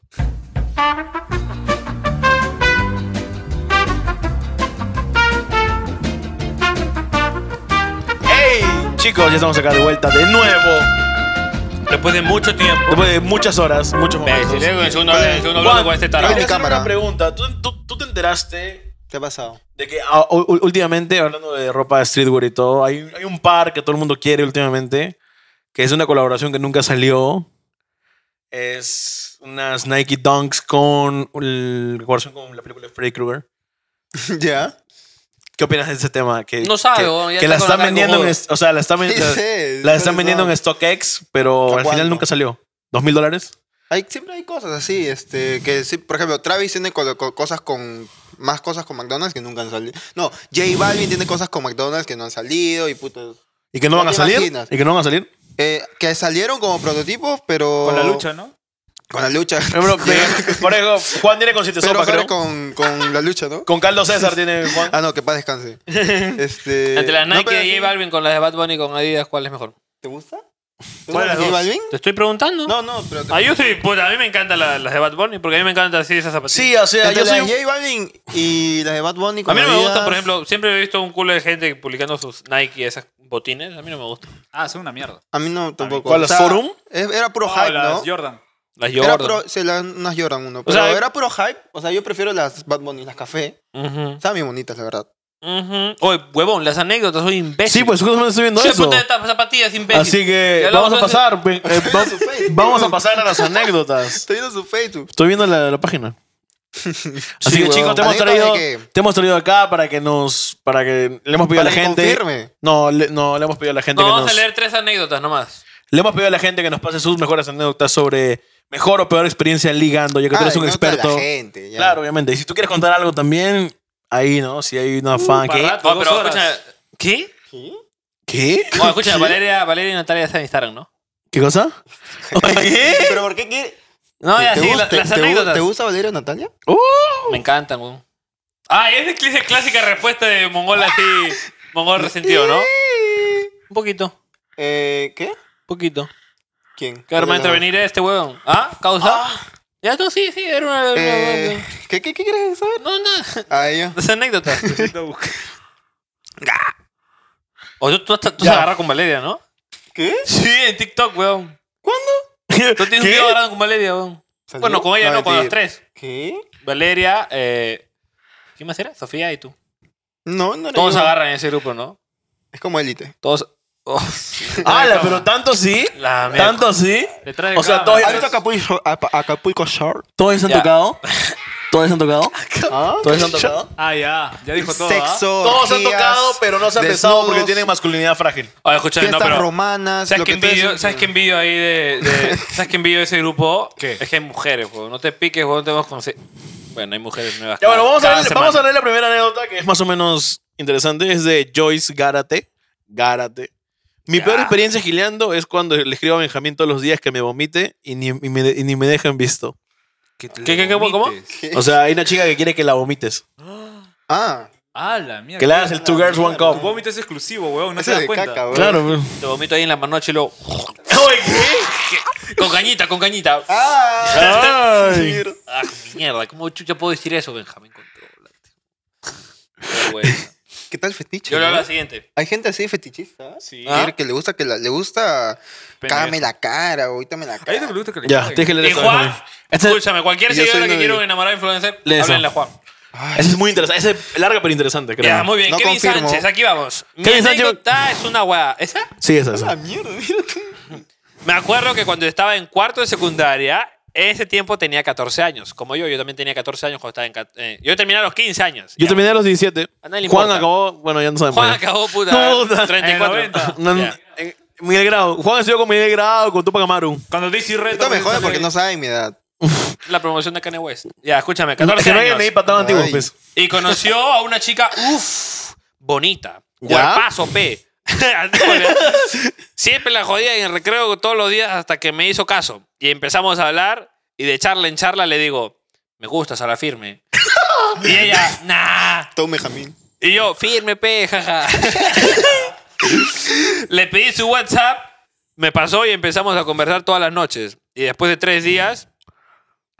Speaker 2: ¡Ey! Chicos, ya estamos acá de vuelta de nuevo.
Speaker 1: Después de mucho tiempo.
Speaker 2: Después de muchas horas, muchos momentos.
Speaker 1: Si en el segundo en el segundo bloque
Speaker 2: Juan,
Speaker 1: con este
Speaker 2: te
Speaker 1: tarado.
Speaker 4: Mi
Speaker 2: quería hacer
Speaker 4: cámara.
Speaker 2: una pregunta. ¿Tú, tú, tú te enteraste
Speaker 4: ¿Qué ha pasado?
Speaker 2: de que ah, u- u- últimamente, hablando de ropa streetwear y todo, hay, hay un par que todo el mundo quiere últimamente, que es una colaboración que nunca salió. Es unas Nike Dunks con el- colaboración con la película Freddy Krueger.
Speaker 4: ¿Ya?
Speaker 2: ¿Qué opinas de ese tema? Que,
Speaker 1: No sabe,
Speaker 2: que-
Speaker 1: huevón, ya
Speaker 2: que
Speaker 1: está
Speaker 2: la
Speaker 1: con
Speaker 2: están
Speaker 1: algo,
Speaker 2: vendiendo, en,
Speaker 1: joder.
Speaker 2: est- o sea, la están,
Speaker 4: Sí,
Speaker 2: vendiendo
Speaker 4: sí,
Speaker 2: la están
Speaker 4: sí,
Speaker 2: vendiendo
Speaker 4: no.
Speaker 2: en StockX, pero
Speaker 4: ¿A
Speaker 2: al final
Speaker 4: cuánto?
Speaker 2: nunca salió. ¿Dos mil dólares?
Speaker 4: Hay, siempre hay cosas así, este, que sí, por ejemplo, Travis tiene co- co- cosas con más cosas con McDonald's que nunca han salido. No, J Balvin tiene cosas con McDonald's que no han salido y putas.
Speaker 2: ¿Y que no
Speaker 4: ¿No
Speaker 2: van a
Speaker 4: te
Speaker 2: salir?
Speaker 4: imaginas?
Speaker 2: ¿Y que no van a salir?
Speaker 4: Eh, que salieron como prototipos, pero
Speaker 3: Con la lucha, ¿no?
Speaker 4: con la lucha.
Speaker 2: Por ejemplo, Eh, de- por ejemplo, Juan tiene con siete
Speaker 4: pero
Speaker 2: sopas,
Speaker 4: sale
Speaker 2: creo. Con...
Speaker 4: con, con la lucha, ¿no?
Speaker 2: Caldo César tiene Juan.
Speaker 4: Ah, no, que paz descanse. Este,
Speaker 1: Entre las
Speaker 4: no,
Speaker 1: Nike
Speaker 4: pero
Speaker 1: de
Speaker 4: sí.
Speaker 1: J Balvin con las de Bad Bunny con Adidas, ¿cuál es mejor?
Speaker 4: ¿Te gusta? ¿Te
Speaker 3: ¿Cuál de las
Speaker 4: gusta J
Speaker 3: dos?
Speaker 4: Balvin?
Speaker 1: Te estoy preguntando.
Speaker 4: No, no, pero te-
Speaker 1: Ah, yo estoy, pues, a mí me encantan la- las de Bad Bunny porque a mí me encantan así esas zapatillas.
Speaker 2: Sí, o sea,
Speaker 4: entre
Speaker 2: yo
Speaker 4: las
Speaker 2: soy...
Speaker 4: de J Balvin y las de Bad Bunny con
Speaker 1: A mí no me
Speaker 4: Adidas-
Speaker 1: gusta, por ejemplo, siempre he visto un culo de gente publicando sus Nike, esas botines. A mí no me gusta.
Speaker 3: Ah, son una mierda.
Speaker 4: A mí no tampoco.
Speaker 2: ¿Cuál, las Forum?
Speaker 4: es- Era puro
Speaker 3: Ah,
Speaker 4: hype, ¿no?
Speaker 3: las Jordan.
Speaker 1: Las
Speaker 4: Era
Speaker 1: Jordan.
Speaker 4: pro, se las, unas lloran uno. Pero
Speaker 1: sea,
Speaker 4: era puro hype. O sea, yo prefiero las Bad Bunny, las café.
Speaker 1: Ujú,
Speaker 4: Están bien bonitas, la verdad.
Speaker 1: ujú. Oye, huevón, las anécdotas, soy imbécil.
Speaker 2: Sí, pues justamente estoy viendo
Speaker 1: Se
Speaker 2: eso.
Speaker 1: ponte estas zapatillas, imbécil.
Speaker 2: Así
Speaker 1: Ya
Speaker 2: que
Speaker 1: luego
Speaker 2: vamos a
Speaker 1: entonces-
Speaker 2: pasar. pe- eh, va-
Speaker 4: su Facebook.
Speaker 2: vamos a pasar a las anécdotas.
Speaker 4: Estoy viendo su Facebook.
Speaker 2: Estoy viendo la, la página. Así
Speaker 4: Sí,
Speaker 2: que chicos,
Speaker 4: huevón.
Speaker 2: te hemos,
Speaker 4: Anécdotas
Speaker 2: traído,
Speaker 4: de que-
Speaker 2: te hemos traído acá para que nos... Para que le hemos pedido
Speaker 4: Para
Speaker 2: a la
Speaker 4: que
Speaker 2: gente...
Speaker 4: confirme.
Speaker 2: No, le, no, le hemos pedido a la gente
Speaker 1: no,
Speaker 2: que
Speaker 1: vamos
Speaker 2: nos...
Speaker 1: a leer tres anécdotas nomás.
Speaker 2: Le hemos pedido a la gente que nos pase sus mejores anécdotas sobre mejor o peor experiencia ligando, ya que tú
Speaker 4: Ah,
Speaker 2: eres un
Speaker 4: no, toda la
Speaker 2: experto.
Speaker 4: gente, ya.
Speaker 2: Claro, obviamente. Y si tú quieres contar algo también, ahí, ¿no? Si hay una fan
Speaker 3: para
Speaker 2: que...
Speaker 3: rato. Dos horas.
Speaker 1: ¿Qué?
Speaker 2: ¿Qué?
Speaker 1: Oye, escucha, Valeria, Valeria y Natalia están en Instagram, ¿no?
Speaker 2: ¿Qué cosa? ¿Qué?
Speaker 4: ¿Pero por qué quiere?
Speaker 1: No, ya
Speaker 4: ¿Te,
Speaker 1: sí, la-
Speaker 4: gusta,
Speaker 1: las
Speaker 4: te- te,
Speaker 1: anécdotas.
Speaker 4: te gusta Valeria Natalia?
Speaker 1: Me encantan, weón. Ah, y es la clásica respuesta de mongol así, mongol resentido, ¿no? Un poquito, un
Speaker 4: Eh, ¿Qué?
Speaker 1: poquito.
Speaker 4: ¿Quién?
Speaker 1: ¿Qué arma intervenir este huevón? ¿Ah? ¿Causa? Ya tú sí, sí, era una...
Speaker 4: Eh, ¿qué, qué, ¿Qué quieres saber?
Speaker 1: No, no.
Speaker 4: A ella.
Speaker 1: Las anécdotas.
Speaker 3: Necesito buscar.
Speaker 1: O tú, tú, has- tú
Speaker 2: Ya.
Speaker 1: has agarrado con Valeria, ¿no?
Speaker 4: ¿Qué?
Speaker 1: Sí, en TikTok, weón.
Speaker 4: ¿Cuándo?
Speaker 1: Tú tienes un video agarrado con Valeria, weón.
Speaker 4: ¿Salió?
Speaker 1: Bueno, con ella no, con los
Speaker 4: mentira.
Speaker 1: tres.
Speaker 4: ¿Qué?
Speaker 1: Valeria, eh, ¿quién más era? Sofía y tú.
Speaker 4: No, no era
Speaker 1: Todos
Speaker 4: yo.
Speaker 1: agarran ese grupo, ¿no?
Speaker 4: Es como élite.
Speaker 1: Todos. Oh,
Speaker 2: ¡Hala! Ah, Pero tanto sí.
Speaker 1: La mierda.
Speaker 2: Tanto sí.
Speaker 1: Detrás de
Speaker 2: O
Speaker 1: cámara.
Speaker 2: sea, todos-
Speaker 4: ¿Has visto Acapulco, Apa- Acapulco Shore?
Speaker 2: Todos han
Speaker 1: Ya.
Speaker 2: tocado. Todos han tocado.
Speaker 4: ¿Ah?
Speaker 2: Todos han tocado.
Speaker 3: Ah, ya. Ya
Speaker 1: Pues
Speaker 3: dijo todo. ¿ah?
Speaker 4: Sexo.
Speaker 2: Todos han
Speaker 4: orgías,
Speaker 2: tocado, pero no se han besado porque
Speaker 4: desnudos,
Speaker 2: tienen masculinidad frágil.
Speaker 1: Oye, escúchame, no,
Speaker 4: Fiestas
Speaker 1: pero.
Speaker 4: romanas.
Speaker 1: ¿Sabes
Speaker 4: lo
Speaker 1: qué
Speaker 4: que tú
Speaker 1: envidio?
Speaker 4: dices-
Speaker 1: ¿Sabes qué envidio ahí de, de- ¿Sabes qué envidio de ese grupo?
Speaker 3: ¿Qué?
Speaker 1: Es que hay mujeres, weón. No te piques, weón. Te vamos a conocer. Bueno, hay mujeres nuevas.
Speaker 2: Ya, bueno,
Speaker 1: cada-
Speaker 2: vamos a,
Speaker 1: cada
Speaker 2: ver, vamos a
Speaker 1: semana.
Speaker 2: leer la primera anécdota que es más o menos interesante. Es de Joyce Gárate. Gárate. Mi
Speaker 1: Ya.
Speaker 2: peor experiencia gileando es cuando le escribo a Benjamín todos los días que me vomite y ni, y me, de- y ni me dejan visto.
Speaker 3: Que te
Speaker 1: ¿Qué, qué, qué, cómo, cómo?
Speaker 3: vomites.
Speaker 2: O sea, hay una chica que quiere que la vomites.
Speaker 4: Ah,
Speaker 3: Ah, la mierda.
Speaker 2: Que le hagas el Two Girls One
Speaker 3: Tu
Speaker 2: Cup.
Speaker 3: vómito es exclusivo, weón. No te
Speaker 4: ese es
Speaker 3: das
Speaker 4: de
Speaker 3: cuenta.
Speaker 4: caca, bro.
Speaker 2: Claro, bro.
Speaker 1: Te vomito ahí en la manoche y luego. Con cañita, con cañita.
Speaker 4: Ah,
Speaker 2: Ay.
Speaker 1: Ah, mierda, ¿cómo chucha puedo decir eso, Benjamín? Controlate. Qué vergüenza.
Speaker 4: ¿Qué tal fetiche?
Speaker 1: Yo le hago
Speaker 4: no?
Speaker 1: la siguiente.
Speaker 4: Hay gente así fetichista.
Speaker 3: Sí.
Speaker 1: Ah.
Speaker 4: Que le gusta que la, le gusta
Speaker 3: Pendejo.
Speaker 4: cágame la cara, ahorita me la
Speaker 3: Ahí te
Speaker 4: cara.
Speaker 3: gusta que le
Speaker 2: Ya,
Speaker 3: caguen.
Speaker 2: tienes que leer
Speaker 1: Y
Speaker 2: esto,
Speaker 1: Juan,
Speaker 2: Benjamín. Esta-
Speaker 1: escúchame, cualquier
Speaker 4: Este- Yo soy
Speaker 1: señora que
Speaker 4: una
Speaker 1: quiera
Speaker 4: de-
Speaker 1: enamorar a influencer,
Speaker 2: Lee eso.
Speaker 1: háblenle a Juan.
Speaker 2: Esa es muy interesante. Esa es larga pero interesante, creo.
Speaker 1: Ya, muy bien.
Speaker 4: No
Speaker 1: Kevin
Speaker 4: confirmo.
Speaker 1: Sánchez, aquí vamos. Mi
Speaker 2: Kevin Sánchez-
Speaker 1: anécdota es una guada. ¿Esa?
Speaker 2: Sí, esa, esa.
Speaker 4: Ah, mierda, mira tú.
Speaker 1: Me acuerdo que cuando estaba en cuarto de secundaria, ese tiempo tenía 14 años. Como yo, yo también tenía 14 años cuando estaba en... cat- eh, yo terminé a los 15 años.
Speaker 2: Yo
Speaker 1: Ya.
Speaker 2: terminé a los 17.
Speaker 1: A nadie le
Speaker 2: Juan
Speaker 1: importa.
Speaker 2: acabó, bueno, ya no sabemos.
Speaker 1: Juan
Speaker 2: ya.
Speaker 1: acabó, puta.
Speaker 2: Puta.
Speaker 1: 34.
Speaker 3: En el 90.
Speaker 2: No, no,
Speaker 1: Ya.
Speaker 2: en- Miguel Grau. Juan estudió con Miguel Grau, con Tupac Amaru.
Speaker 3: Cuando Daisy Red.
Speaker 4: Esto me jode porque no saben mi edad.
Speaker 1: La promoción de Kanye West. Ya, escúchame,
Speaker 2: Es
Speaker 1: 14
Speaker 2: que no hay ni
Speaker 1: años.
Speaker 2: patado antiguo,
Speaker 4: Ay.
Speaker 2: pues.
Speaker 1: Y conoció a una chica, uff, bonita.
Speaker 2: ¿Ya?
Speaker 1: Cuerpazo, P. Siempre la jodía en el recreo todos los días hasta que me hizo caso. Y empezamos a hablar y de charla en charla le digo, me gustas a la firme. Y ella, nah.
Speaker 4: Tome, Jamín.
Speaker 1: Y yo, firme, P, jaja. Le pedí su WhatsApp, me pasó y empezamos a conversar todas las noches. Y después de tres días,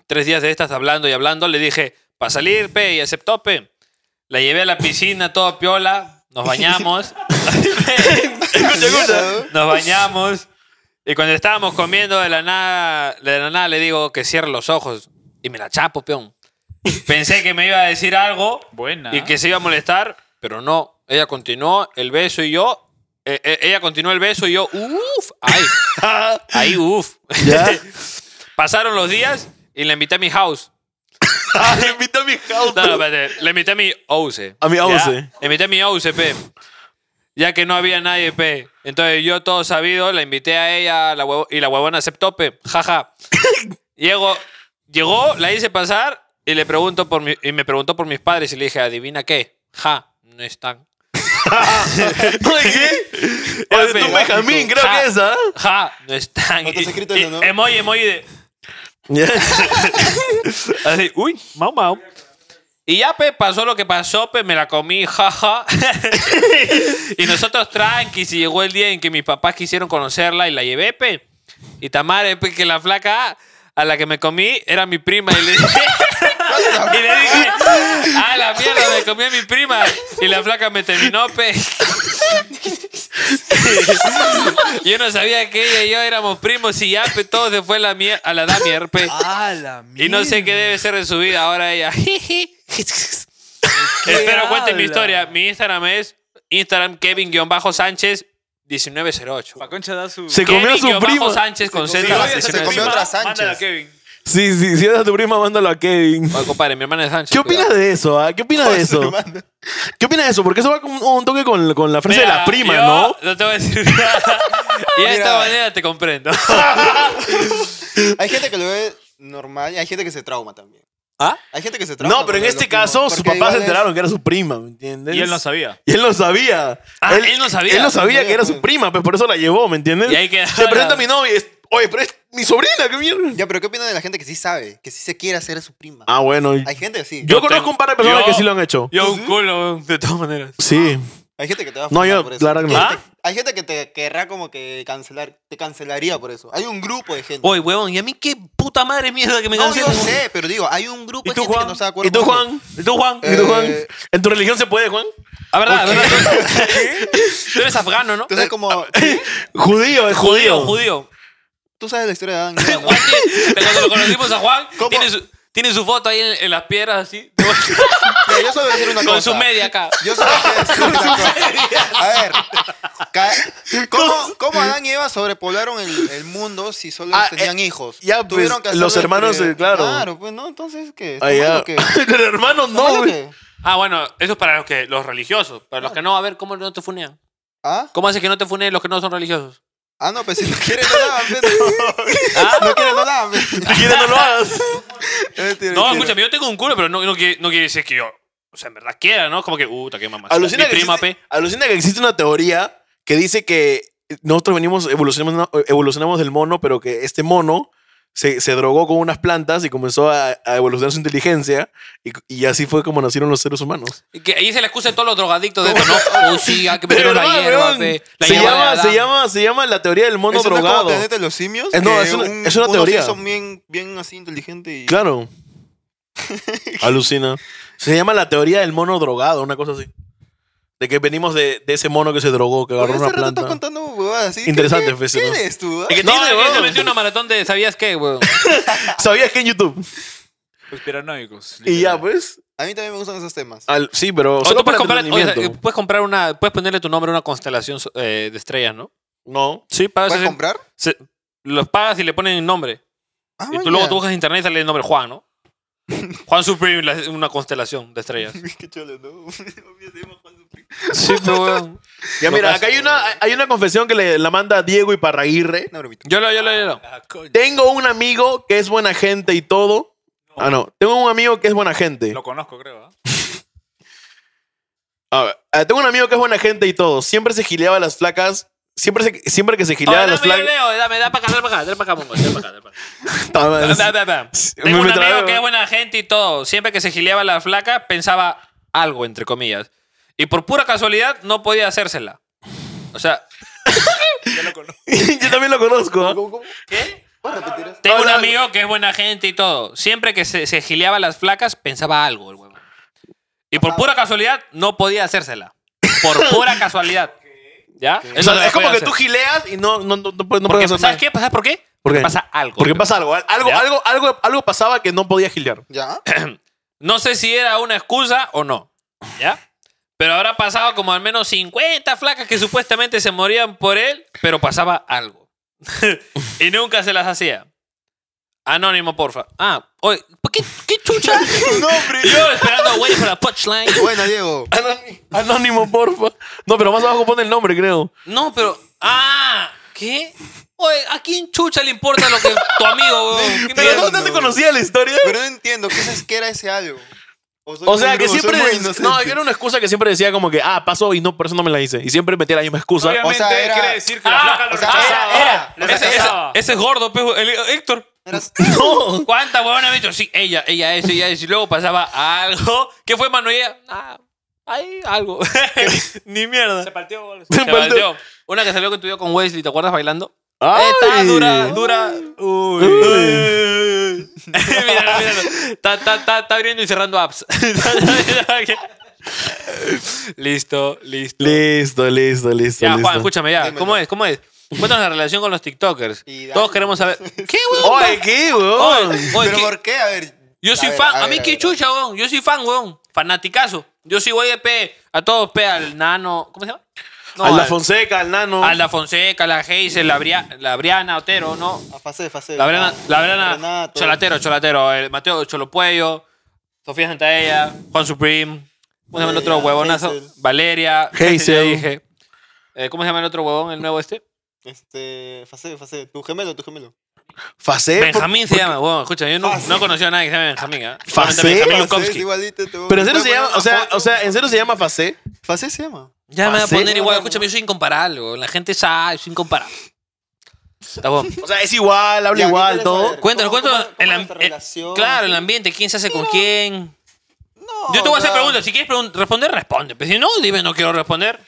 Speaker 1: tres días de estas hablando y hablando, le dije, para salir, P, y aceptó, P. La llevé a la piscina, todo piola, nos bañamos. Nos bañamos. Y cuando estábamos comiendo de la nada, de la nada le digo que cierre los ojos. Y me la chapo, peón. Pensé que me iba a decir algo
Speaker 3: Buena.
Speaker 1: y que se iba a molestar, pero no. Ella continuó el beso y yo. eh, eh, ella continuó el beso y yo. ¡Uf! ¡Ay! ¡Ay, uf!
Speaker 2: ¿Ya?
Speaker 1: Pasaron los días y la invité a mi house.
Speaker 2: ah, le invito a mi house.
Speaker 1: No, no, espérate. Le invité a mi OUSE.
Speaker 2: A mi
Speaker 1: ¿Ya?
Speaker 2: OUSE.
Speaker 1: Le invité a mi OUSE, P. Ya que no había nadie, P. Entonces yo, todo sabido, la invité a ella la huevo- y la huevona aceptó, P. Jaja. Llego, llegó, la hice pasar y, le pregunto por mi- y me preguntó por mis padres y le dije, ¿adivina qué? Ja, no están.
Speaker 2: ¿Qué?
Speaker 1: Ya,
Speaker 2: Oye,
Speaker 1: pe.
Speaker 2: tú, Benjamín, creo
Speaker 1: Ja.
Speaker 2: que ¿ah? esa.
Speaker 1: Ja, no están.
Speaker 4: No estás escrito
Speaker 1: Y-
Speaker 4: eso, ¿no?
Speaker 1: y- Emoji, emoji de.
Speaker 2: Ya.
Speaker 1: Así, uy, mau, mau. Y ya, pe, pasó lo que pasó, pe, me la comí, jaja. y nosotros tranquis, y llegó el día en que mis papás quisieron conocerla y la llevé, pe. Y Tamara, pe, que la flaca a la que me comí era mi prima. Y le dije, y le dije ah, la mierda, me comí a mi prima. Y la flaca me terminó, pe. yo no sabía que ella y yo éramos primos y ya, pe, todo se fue a la, mier a la damier, pe.
Speaker 3: Ah, la mierda.
Speaker 1: Y no sé qué debe ser de su vida ahora ella. Espero cuenten mi
Speaker 3: habla?
Speaker 1: historia. Mi Instagram es Instagram Kevin-Sánchez 1908.
Speaker 3: Paconcha da su.
Speaker 2: Se comió a su
Speaker 1: Kevin-Sánchez
Speaker 2: prima.
Speaker 1: con
Speaker 3: Si
Speaker 1: Z.
Speaker 4: comió a
Speaker 3: odias a
Speaker 4: se
Speaker 3: tu
Speaker 4: comió
Speaker 1: 1908.
Speaker 3: prima,
Speaker 4: otra Sánchez.
Speaker 3: Mándala a Kevin.
Speaker 2: Sí, sí, si eres a tu prima, mándalo a Kevin.
Speaker 1: Oye, compadre, mi hermana es Sánchez. pues.
Speaker 2: ¿Qué opinas de eso? ah? ¿Qué opinas de eso? ¿Qué opinas de eso? Porque eso va con un toque con, con la frase de la prima, ¿no?
Speaker 1: No te voy a decir nada. Y de esta
Speaker 4: Mira.
Speaker 1: manera te comprendo.
Speaker 4: Hay gente que lo ve normal y hay gente que se trauma también.
Speaker 1: ¿Ah?
Speaker 4: Hay gente que se trauma.
Speaker 2: No, pero en
Speaker 4: con
Speaker 2: este
Speaker 4: lo mismo,
Speaker 2: caso, sus
Speaker 4: porque
Speaker 2: papás se
Speaker 4: igual es-
Speaker 2: enteraron que era su prima, ¿me entiendes?
Speaker 3: Y él no sabía.
Speaker 2: Y él lo sabía.
Speaker 1: Ah, él no sabía.
Speaker 2: Él no sabía
Speaker 4: Sabía,
Speaker 2: que era
Speaker 4: pues.
Speaker 2: su prima, pues por eso la llevó, ¿me entiendes?
Speaker 1: Y ahí queda-
Speaker 2: Se presenta a mi novia y es, oye, pero es mi sobrina, qué mierda.
Speaker 4: Ya, pero ¿qué opinan de la gente que sí sabe? Que sí se quiere hacer a su prima.
Speaker 2: Ah, bueno.
Speaker 4: Hay gente que sí.
Speaker 1: Yo
Speaker 2: Yo, conozco
Speaker 1: tengo-
Speaker 2: un par de personas
Speaker 1: yo-
Speaker 2: que sí lo han hecho.
Speaker 1: Yo un culo, de todas maneras.
Speaker 2: Sí.
Speaker 4: Hay gente que te va a
Speaker 2: No,
Speaker 4: funar
Speaker 2: yo,
Speaker 4: por eso.
Speaker 2: claro que no. ¿Ah?
Speaker 4: Hay gente- Hay gente que te querrá como que cancelar, te cancelaría por eso. Hay un grupo de gente.
Speaker 1: Oye, huevón, ¿y a mí qué puta madre mierda que me
Speaker 4: no, yo
Speaker 1: cancelan?
Speaker 4: sé, pero digo, hay un grupo
Speaker 1: ¿Y
Speaker 4: de
Speaker 1: tú,
Speaker 4: gente
Speaker 1: Juan?
Speaker 4: que no está de acuerdo.
Speaker 2: ¿Y tú,
Speaker 4: con eso.
Speaker 2: Juan?
Speaker 1: ¿Y tú, Juan?
Speaker 2: ¿Y tú, Juan?
Speaker 4: Eh,
Speaker 2: ¿En tu religión se puede, Juan?
Speaker 1: A Ah, verdad, a verdad. Tú eres afgano, ¿no?
Speaker 4: Entonces, como.
Speaker 2: Judío, es judío.
Speaker 1: judío.
Speaker 4: Tú sabes la historia de Adán y Eva, ¿no?
Speaker 1: Juan tiene- de cuando lo conocimos a Juan,
Speaker 2: ¿Cómo?
Speaker 1: tiene su, tiene su foto ahí en, en las piedras así.
Speaker 4: Mira, yo solo voy a decir una
Speaker 1: con
Speaker 4: cosa.
Speaker 1: su media acá.
Speaker 4: Yo solo voy a decir una cosa. A ver, ca- ¿cómo, cómo Adán y Eva sobrepoblaron el, el mundo si solo
Speaker 2: Ah,
Speaker 4: tenían hijos?
Speaker 2: ya, pues, los
Speaker 4: hacerlo
Speaker 2: hermanos,
Speaker 4: entre-
Speaker 2: eh, claro.
Speaker 4: Claro, pues no, entonces, ¿qué? Está
Speaker 2: Ah,
Speaker 4: mal
Speaker 2: ya.
Speaker 4: o qué?
Speaker 2: Pero hermano,
Speaker 4: ¿Está mal
Speaker 2: no,
Speaker 4: o
Speaker 2: güey.
Speaker 4: qué?
Speaker 1: Ah, bueno, eso es para los que los religiosos. Para los que no, a ver, ¿cómo no te funean?
Speaker 4: ¿Ah?
Speaker 1: ¿Cómo haces que no te funeen los que no son religiosos?
Speaker 4: ah, no, pues si no quieren no lavan, pues.
Speaker 1: ¿Ah?
Speaker 4: No quieren no lavan. pues.
Speaker 2: Si quieres, no lo hagas.
Speaker 4: Mentira,
Speaker 1: No,
Speaker 4: mentira.
Speaker 1: escúchame, yo tengo un culo, pero no, no, quiere, no quiere decir que yo, o sea, en verdad quiera, ¿no? Como que, uh, qué mamá.
Speaker 2: Alucina,
Speaker 1: Mi
Speaker 2: que
Speaker 1: prima,
Speaker 2: existe,
Speaker 1: pe.
Speaker 2: alucina que existe una teoría que dice que nosotros venimos, evolucionamos, evolucionamos del mono, pero que este mono se, se drogó con unas plantas y comenzó a, a evolucionar su inteligencia y, y así fue como nacieron los seres humanos.
Speaker 1: Que ahí se la excusa de todos los drogadictos de esto, ¿no? Uh, sí, ah, que me
Speaker 4: pues,
Speaker 2: De
Speaker 1: dieron la
Speaker 2: verdad,
Speaker 1: hierba,
Speaker 2: weón.
Speaker 1: pe. La
Speaker 2: se,
Speaker 1: hierba de
Speaker 2: llama,
Speaker 1: Adán.
Speaker 2: se, llama, se llama la teoría del mono
Speaker 4: Eso no es como
Speaker 2: drogado.
Speaker 4: Planeta de los simios?
Speaker 2: Eh, no,
Speaker 4: que
Speaker 2: es una-
Speaker 4: un-
Speaker 2: es una
Speaker 4: unos sí
Speaker 2: teoría.
Speaker 4: son bien, bien así inteligentes y...
Speaker 2: Claro. Alucina. Se llama la teoría del mono drogado, una cosa así. De que venimos de, de ese mono que se drogó, que
Speaker 4: Oye,
Speaker 2: agarró
Speaker 4: hace
Speaker 2: una
Speaker 4: rato estás
Speaker 2: planta.
Speaker 4: contando huevadas así. ¿Qué-
Speaker 2: Interesante,
Speaker 4: ¿Qué,
Speaker 2: pues,
Speaker 4: ¿qué
Speaker 2: ¿no?
Speaker 4: eres tú? ah?
Speaker 2: Es que
Speaker 1: No,
Speaker 2: tiene,
Speaker 1: es que se
Speaker 2: weón.
Speaker 1: metió una maratón de ¿sabías qué, weón?
Speaker 2: ¿Sabías que en YouTube?
Speaker 3: Los piranoicos.
Speaker 2: Y ya, pues.
Speaker 4: A mí también me gustan esos temas.
Speaker 1: Ah,
Speaker 2: al- sí, pero.
Speaker 1: O
Speaker 2: solo
Speaker 1: tú puedes
Speaker 2: para
Speaker 1: comprar, o sea, eh,
Speaker 2: entretenimiento.
Speaker 1: puedes comprar una, puedes ponerle tu nombre a una constelación so- eh, de estrellas, ¿no?
Speaker 2: No.
Speaker 1: Sí, pagas.
Speaker 4: ¿Puedes
Speaker 1: ese-
Speaker 4: comprar?
Speaker 1: se- los pagas y le ponen nombre.
Speaker 4: Ah,
Speaker 1: y tú
Speaker 4: vaya.
Speaker 1: luego tú buscas en internet y sale el nombre Juan, ¿no? Juan Supreme, la- una constelación de estrellas.
Speaker 4: Qué chulo, ¿no? Obvio, se llama Juan Supreme.
Speaker 1: Sí, pero weón.
Speaker 2: Ya,
Speaker 1: No
Speaker 2: mira,
Speaker 1: pasa,
Speaker 2: acá hay una, hay una confesión que le, la manda Diego y Parraguirre.
Speaker 4: Una bromita.
Speaker 1: Yo lo, yo lo, yo lo.
Speaker 3: Ah, coño.
Speaker 2: Tengo un amigo que es buena gente y todo. Ah, no. Tengo un amigo que es buena gente.
Speaker 3: Lo conozco, creo. ¿ah?
Speaker 2: A ver, ah, tengo un amigo que es buena gente y todo. Siempre se gileaba a las flacas. Siempre, se- siempre que se gileaba a
Speaker 1: Oye,
Speaker 2: las
Speaker 1: dame, yo
Speaker 2: flacas.
Speaker 1: leo, eh, dame, da para acá, dame para acá, dame para acá, mongo, dame para acá, dame para acá.
Speaker 2: Puta madre.
Speaker 1: Da, da, da.
Speaker 2: Me
Speaker 1: Tengo un
Speaker 2: trabé,
Speaker 1: amigo que
Speaker 2: weón.
Speaker 1: es buena gente y todo. Siempre que se gileaba la flaca, pensaba algo, entre comillas. Y por pura casualidad, no podía hacérsela. O sea,
Speaker 3: Ya lo conozco.
Speaker 2: Yo también lo conozco. ¿ah?
Speaker 4: ¿Cómo, cómo?
Speaker 1: ¿qué?
Speaker 4: ¿Puedes repetir eso?
Speaker 1: Tengo un
Speaker 2: Ahora-
Speaker 1: amigo que es buena gente y todo. Siempre que se, se gileaba las flacas, pensaba algo el huevo. Y por pura casualidad, no podía hacérsela. Por pura casualidad. ¿Ya?
Speaker 2: O sea, es como que tú gileas y no, no, no, no puedes no
Speaker 1: Porque,
Speaker 2: puedes hacer
Speaker 1: ¿Sabes
Speaker 2: nada.
Speaker 1: qué pasa? ¿Por qué?
Speaker 2: ¿Por
Speaker 1: Porque
Speaker 2: qué?
Speaker 1: pasa algo.
Speaker 2: Porque
Speaker 1: weón.
Speaker 2: pasa algo. ¿eh? Algo,
Speaker 1: ¿Ya?
Speaker 2: algo, algo, algo pasaba que no podía gilear.
Speaker 4: ¿Ya?
Speaker 1: No sé si era una excusa o no. ¿Ya? Pero habrá pasado como al menos 50 flacas que supuestamente se morían por él, pero pasaba algo. y nunca se las hacía. Anónimo, porfa. Ah, oye, ¿por ¿qué, qué chucha?
Speaker 4: No, hombre.
Speaker 1: Yo esperando, güey, para la punchline.
Speaker 4: Buena, Diego.
Speaker 2: Anónimo, porfa. No, pero más abajo pone el nombre, creo.
Speaker 1: No, pero. ¡Ah! ¿Qué? Oye, ¿a quién chucha le importa lo que tu amigo, weón? ¿Qué
Speaker 2: Pero
Speaker 1: mierda?
Speaker 2: no, no te conocía la historia.
Speaker 4: Pero no entiendo, ¿qué es que era ese algo? soy
Speaker 2: O sea,
Speaker 4: muy
Speaker 2: que
Speaker 4: rudo, soy
Speaker 2: siempre.
Speaker 4: muy
Speaker 2: No,
Speaker 4: inocente.
Speaker 2: era una excusa que siempre decía como que, ah, pasó y no, por eso no me la hice. Y siempre metía la misma excusa.
Speaker 3: Obviamente
Speaker 4: o sea, era-
Speaker 3: quiere decir que la
Speaker 1: Ah,
Speaker 3: flaca lo
Speaker 1: o sea,
Speaker 3: rechazaba.
Speaker 1: era, era.
Speaker 3: Lo
Speaker 1: Ese, ese-
Speaker 3: rechazaba.
Speaker 1: ese es gordo, pejo. El- Héctor.
Speaker 4: Eras-
Speaker 2: No.
Speaker 1: ¿Cuántas huevonas me han dicho? Sí, ella, ella es, ella es. Y luego pasaba algo. ¿Qué fue, Manuel? Ah, ahí algo. Ni mierda.
Speaker 3: Se partió. algo así.
Speaker 1: Se baldeó. Una que salió que tuvió con Wesley, ¿te acuerdas bailando?
Speaker 2: Ay.
Speaker 1: Está dura, dura. Uy.
Speaker 2: Uy.
Speaker 1: míralo, míralo. Está, está, está, está abriendo y cerrando apps. listo, listo.
Speaker 2: Listo, listo, listo.
Speaker 1: Ya,
Speaker 2: listo.
Speaker 1: Juan, escúchame ya.
Speaker 4: Dímelo.
Speaker 1: ¿Cómo es? ¿Cómo es? Cuéntanos la relación con los TikTokers.
Speaker 4: Y
Speaker 1: Todos
Speaker 4: dale.
Speaker 1: queremos saber. ¿Qué, weón?
Speaker 2: Oye, ¿qué, weón?
Speaker 1: Oye, oye,
Speaker 4: ¿Pero
Speaker 1: ¿qué?
Speaker 4: por qué? A ver.
Speaker 1: Yo soy
Speaker 4: ver,
Speaker 1: fan.
Speaker 4: a
Speaker 1: A,
Speaker 4: ver,
Speaker 1: mí
Speaker 4: a
Speaker 1: qué
Speaker 4: ver.
Speaker 1: chucha, weón. Yo soy fan, weón. Fanaticazo. Yo sí voy de pe a todos pe al nano. ¿Cómo se llama? No,
Speaker 2: a la
Speaker 1: al-
Speaker 2: Fonseca, al nano.
Speaker 1: a la Fonseca, a la Geisel, la, Bria- la Briana Otero, ¿no?
Speaker 4: A fase, fase.
Speaker 1: La Brana, la Brana,
Speaker 4: Renato.
Speaker 1: Cholatero, Cholatero, el Mateo Cholopuello, Sofía Santaella, Juan Supreme, ¿cómo se llama el otro
Speaker 4: Valeria,
Speaker 1: huevonazo?
Speaker 4: Hazel.
Speaker 1: Valeria,
Speaker 2: Hazel.
Speaker 1: Hazel, ya dije. Eh, ¿Cómo se llama el otro huevón, el nuevo este?
Speaker 4: Este, fase, fase. Tu gemelo, tu gemelo.
Speaker 2: Facé.
Speaker 1: Benjamín se llama, huevón, escucha, yo no,
Speaker 4: Fácil.
Speaker 1: no conocía a nadie que se llame Benjamín, ¿ah?
Speaker 2: Fácil.
Speaker 1: Solamente Benjamín
Speaker 4: Fase, es
Speaker 1: Lukowski.
Speaker 4: igualito, te voy-
Speaker 2: Pero en serio se
Speaker 4: voy a
Speaker 2: llama,
Speaker 4: poner
Speaker 2: o sea,
Speaker 4: una foto.
Speaker 2: o sea, en serio se llama Facé.
Speaker 4: Fase se llama.
Speaker 1: Ya me voy a
Speaker 2: Fácil.
Speaker 1: poner igual, escúchame, yo soy incomparable, huevón, la gente sabe, soy incomparable. Está bueno.
Speaker 2: O sea, es igual, habla
Speaker 4: Ya, ¿qué
Speaker 2: igual,
Speaker 4: quieres
Speaker 2: todo.
Speaker 4: saber?
Speaker 1: Cuéntanos,
Speaker 4: ¿Cómo-
Speaker 1: cuéntanos.
Speaker 4: cómo- cómo
Speaker 1: el
Speaker 4: es
Speaker 1: am-
Speaker 4: nuestra
Speaker 1: el-
Speaker 4: relación?
Speaker 1: claro, el ambiente, quién se hace con quién.
Speaker 4: No,
Speaker 1: Yo te voy a hacer
Speaker 4: o sea,
Speaker 1: preguntas. Si quieres pregun- responder, responde. Pero si no, dime, no quiero responder.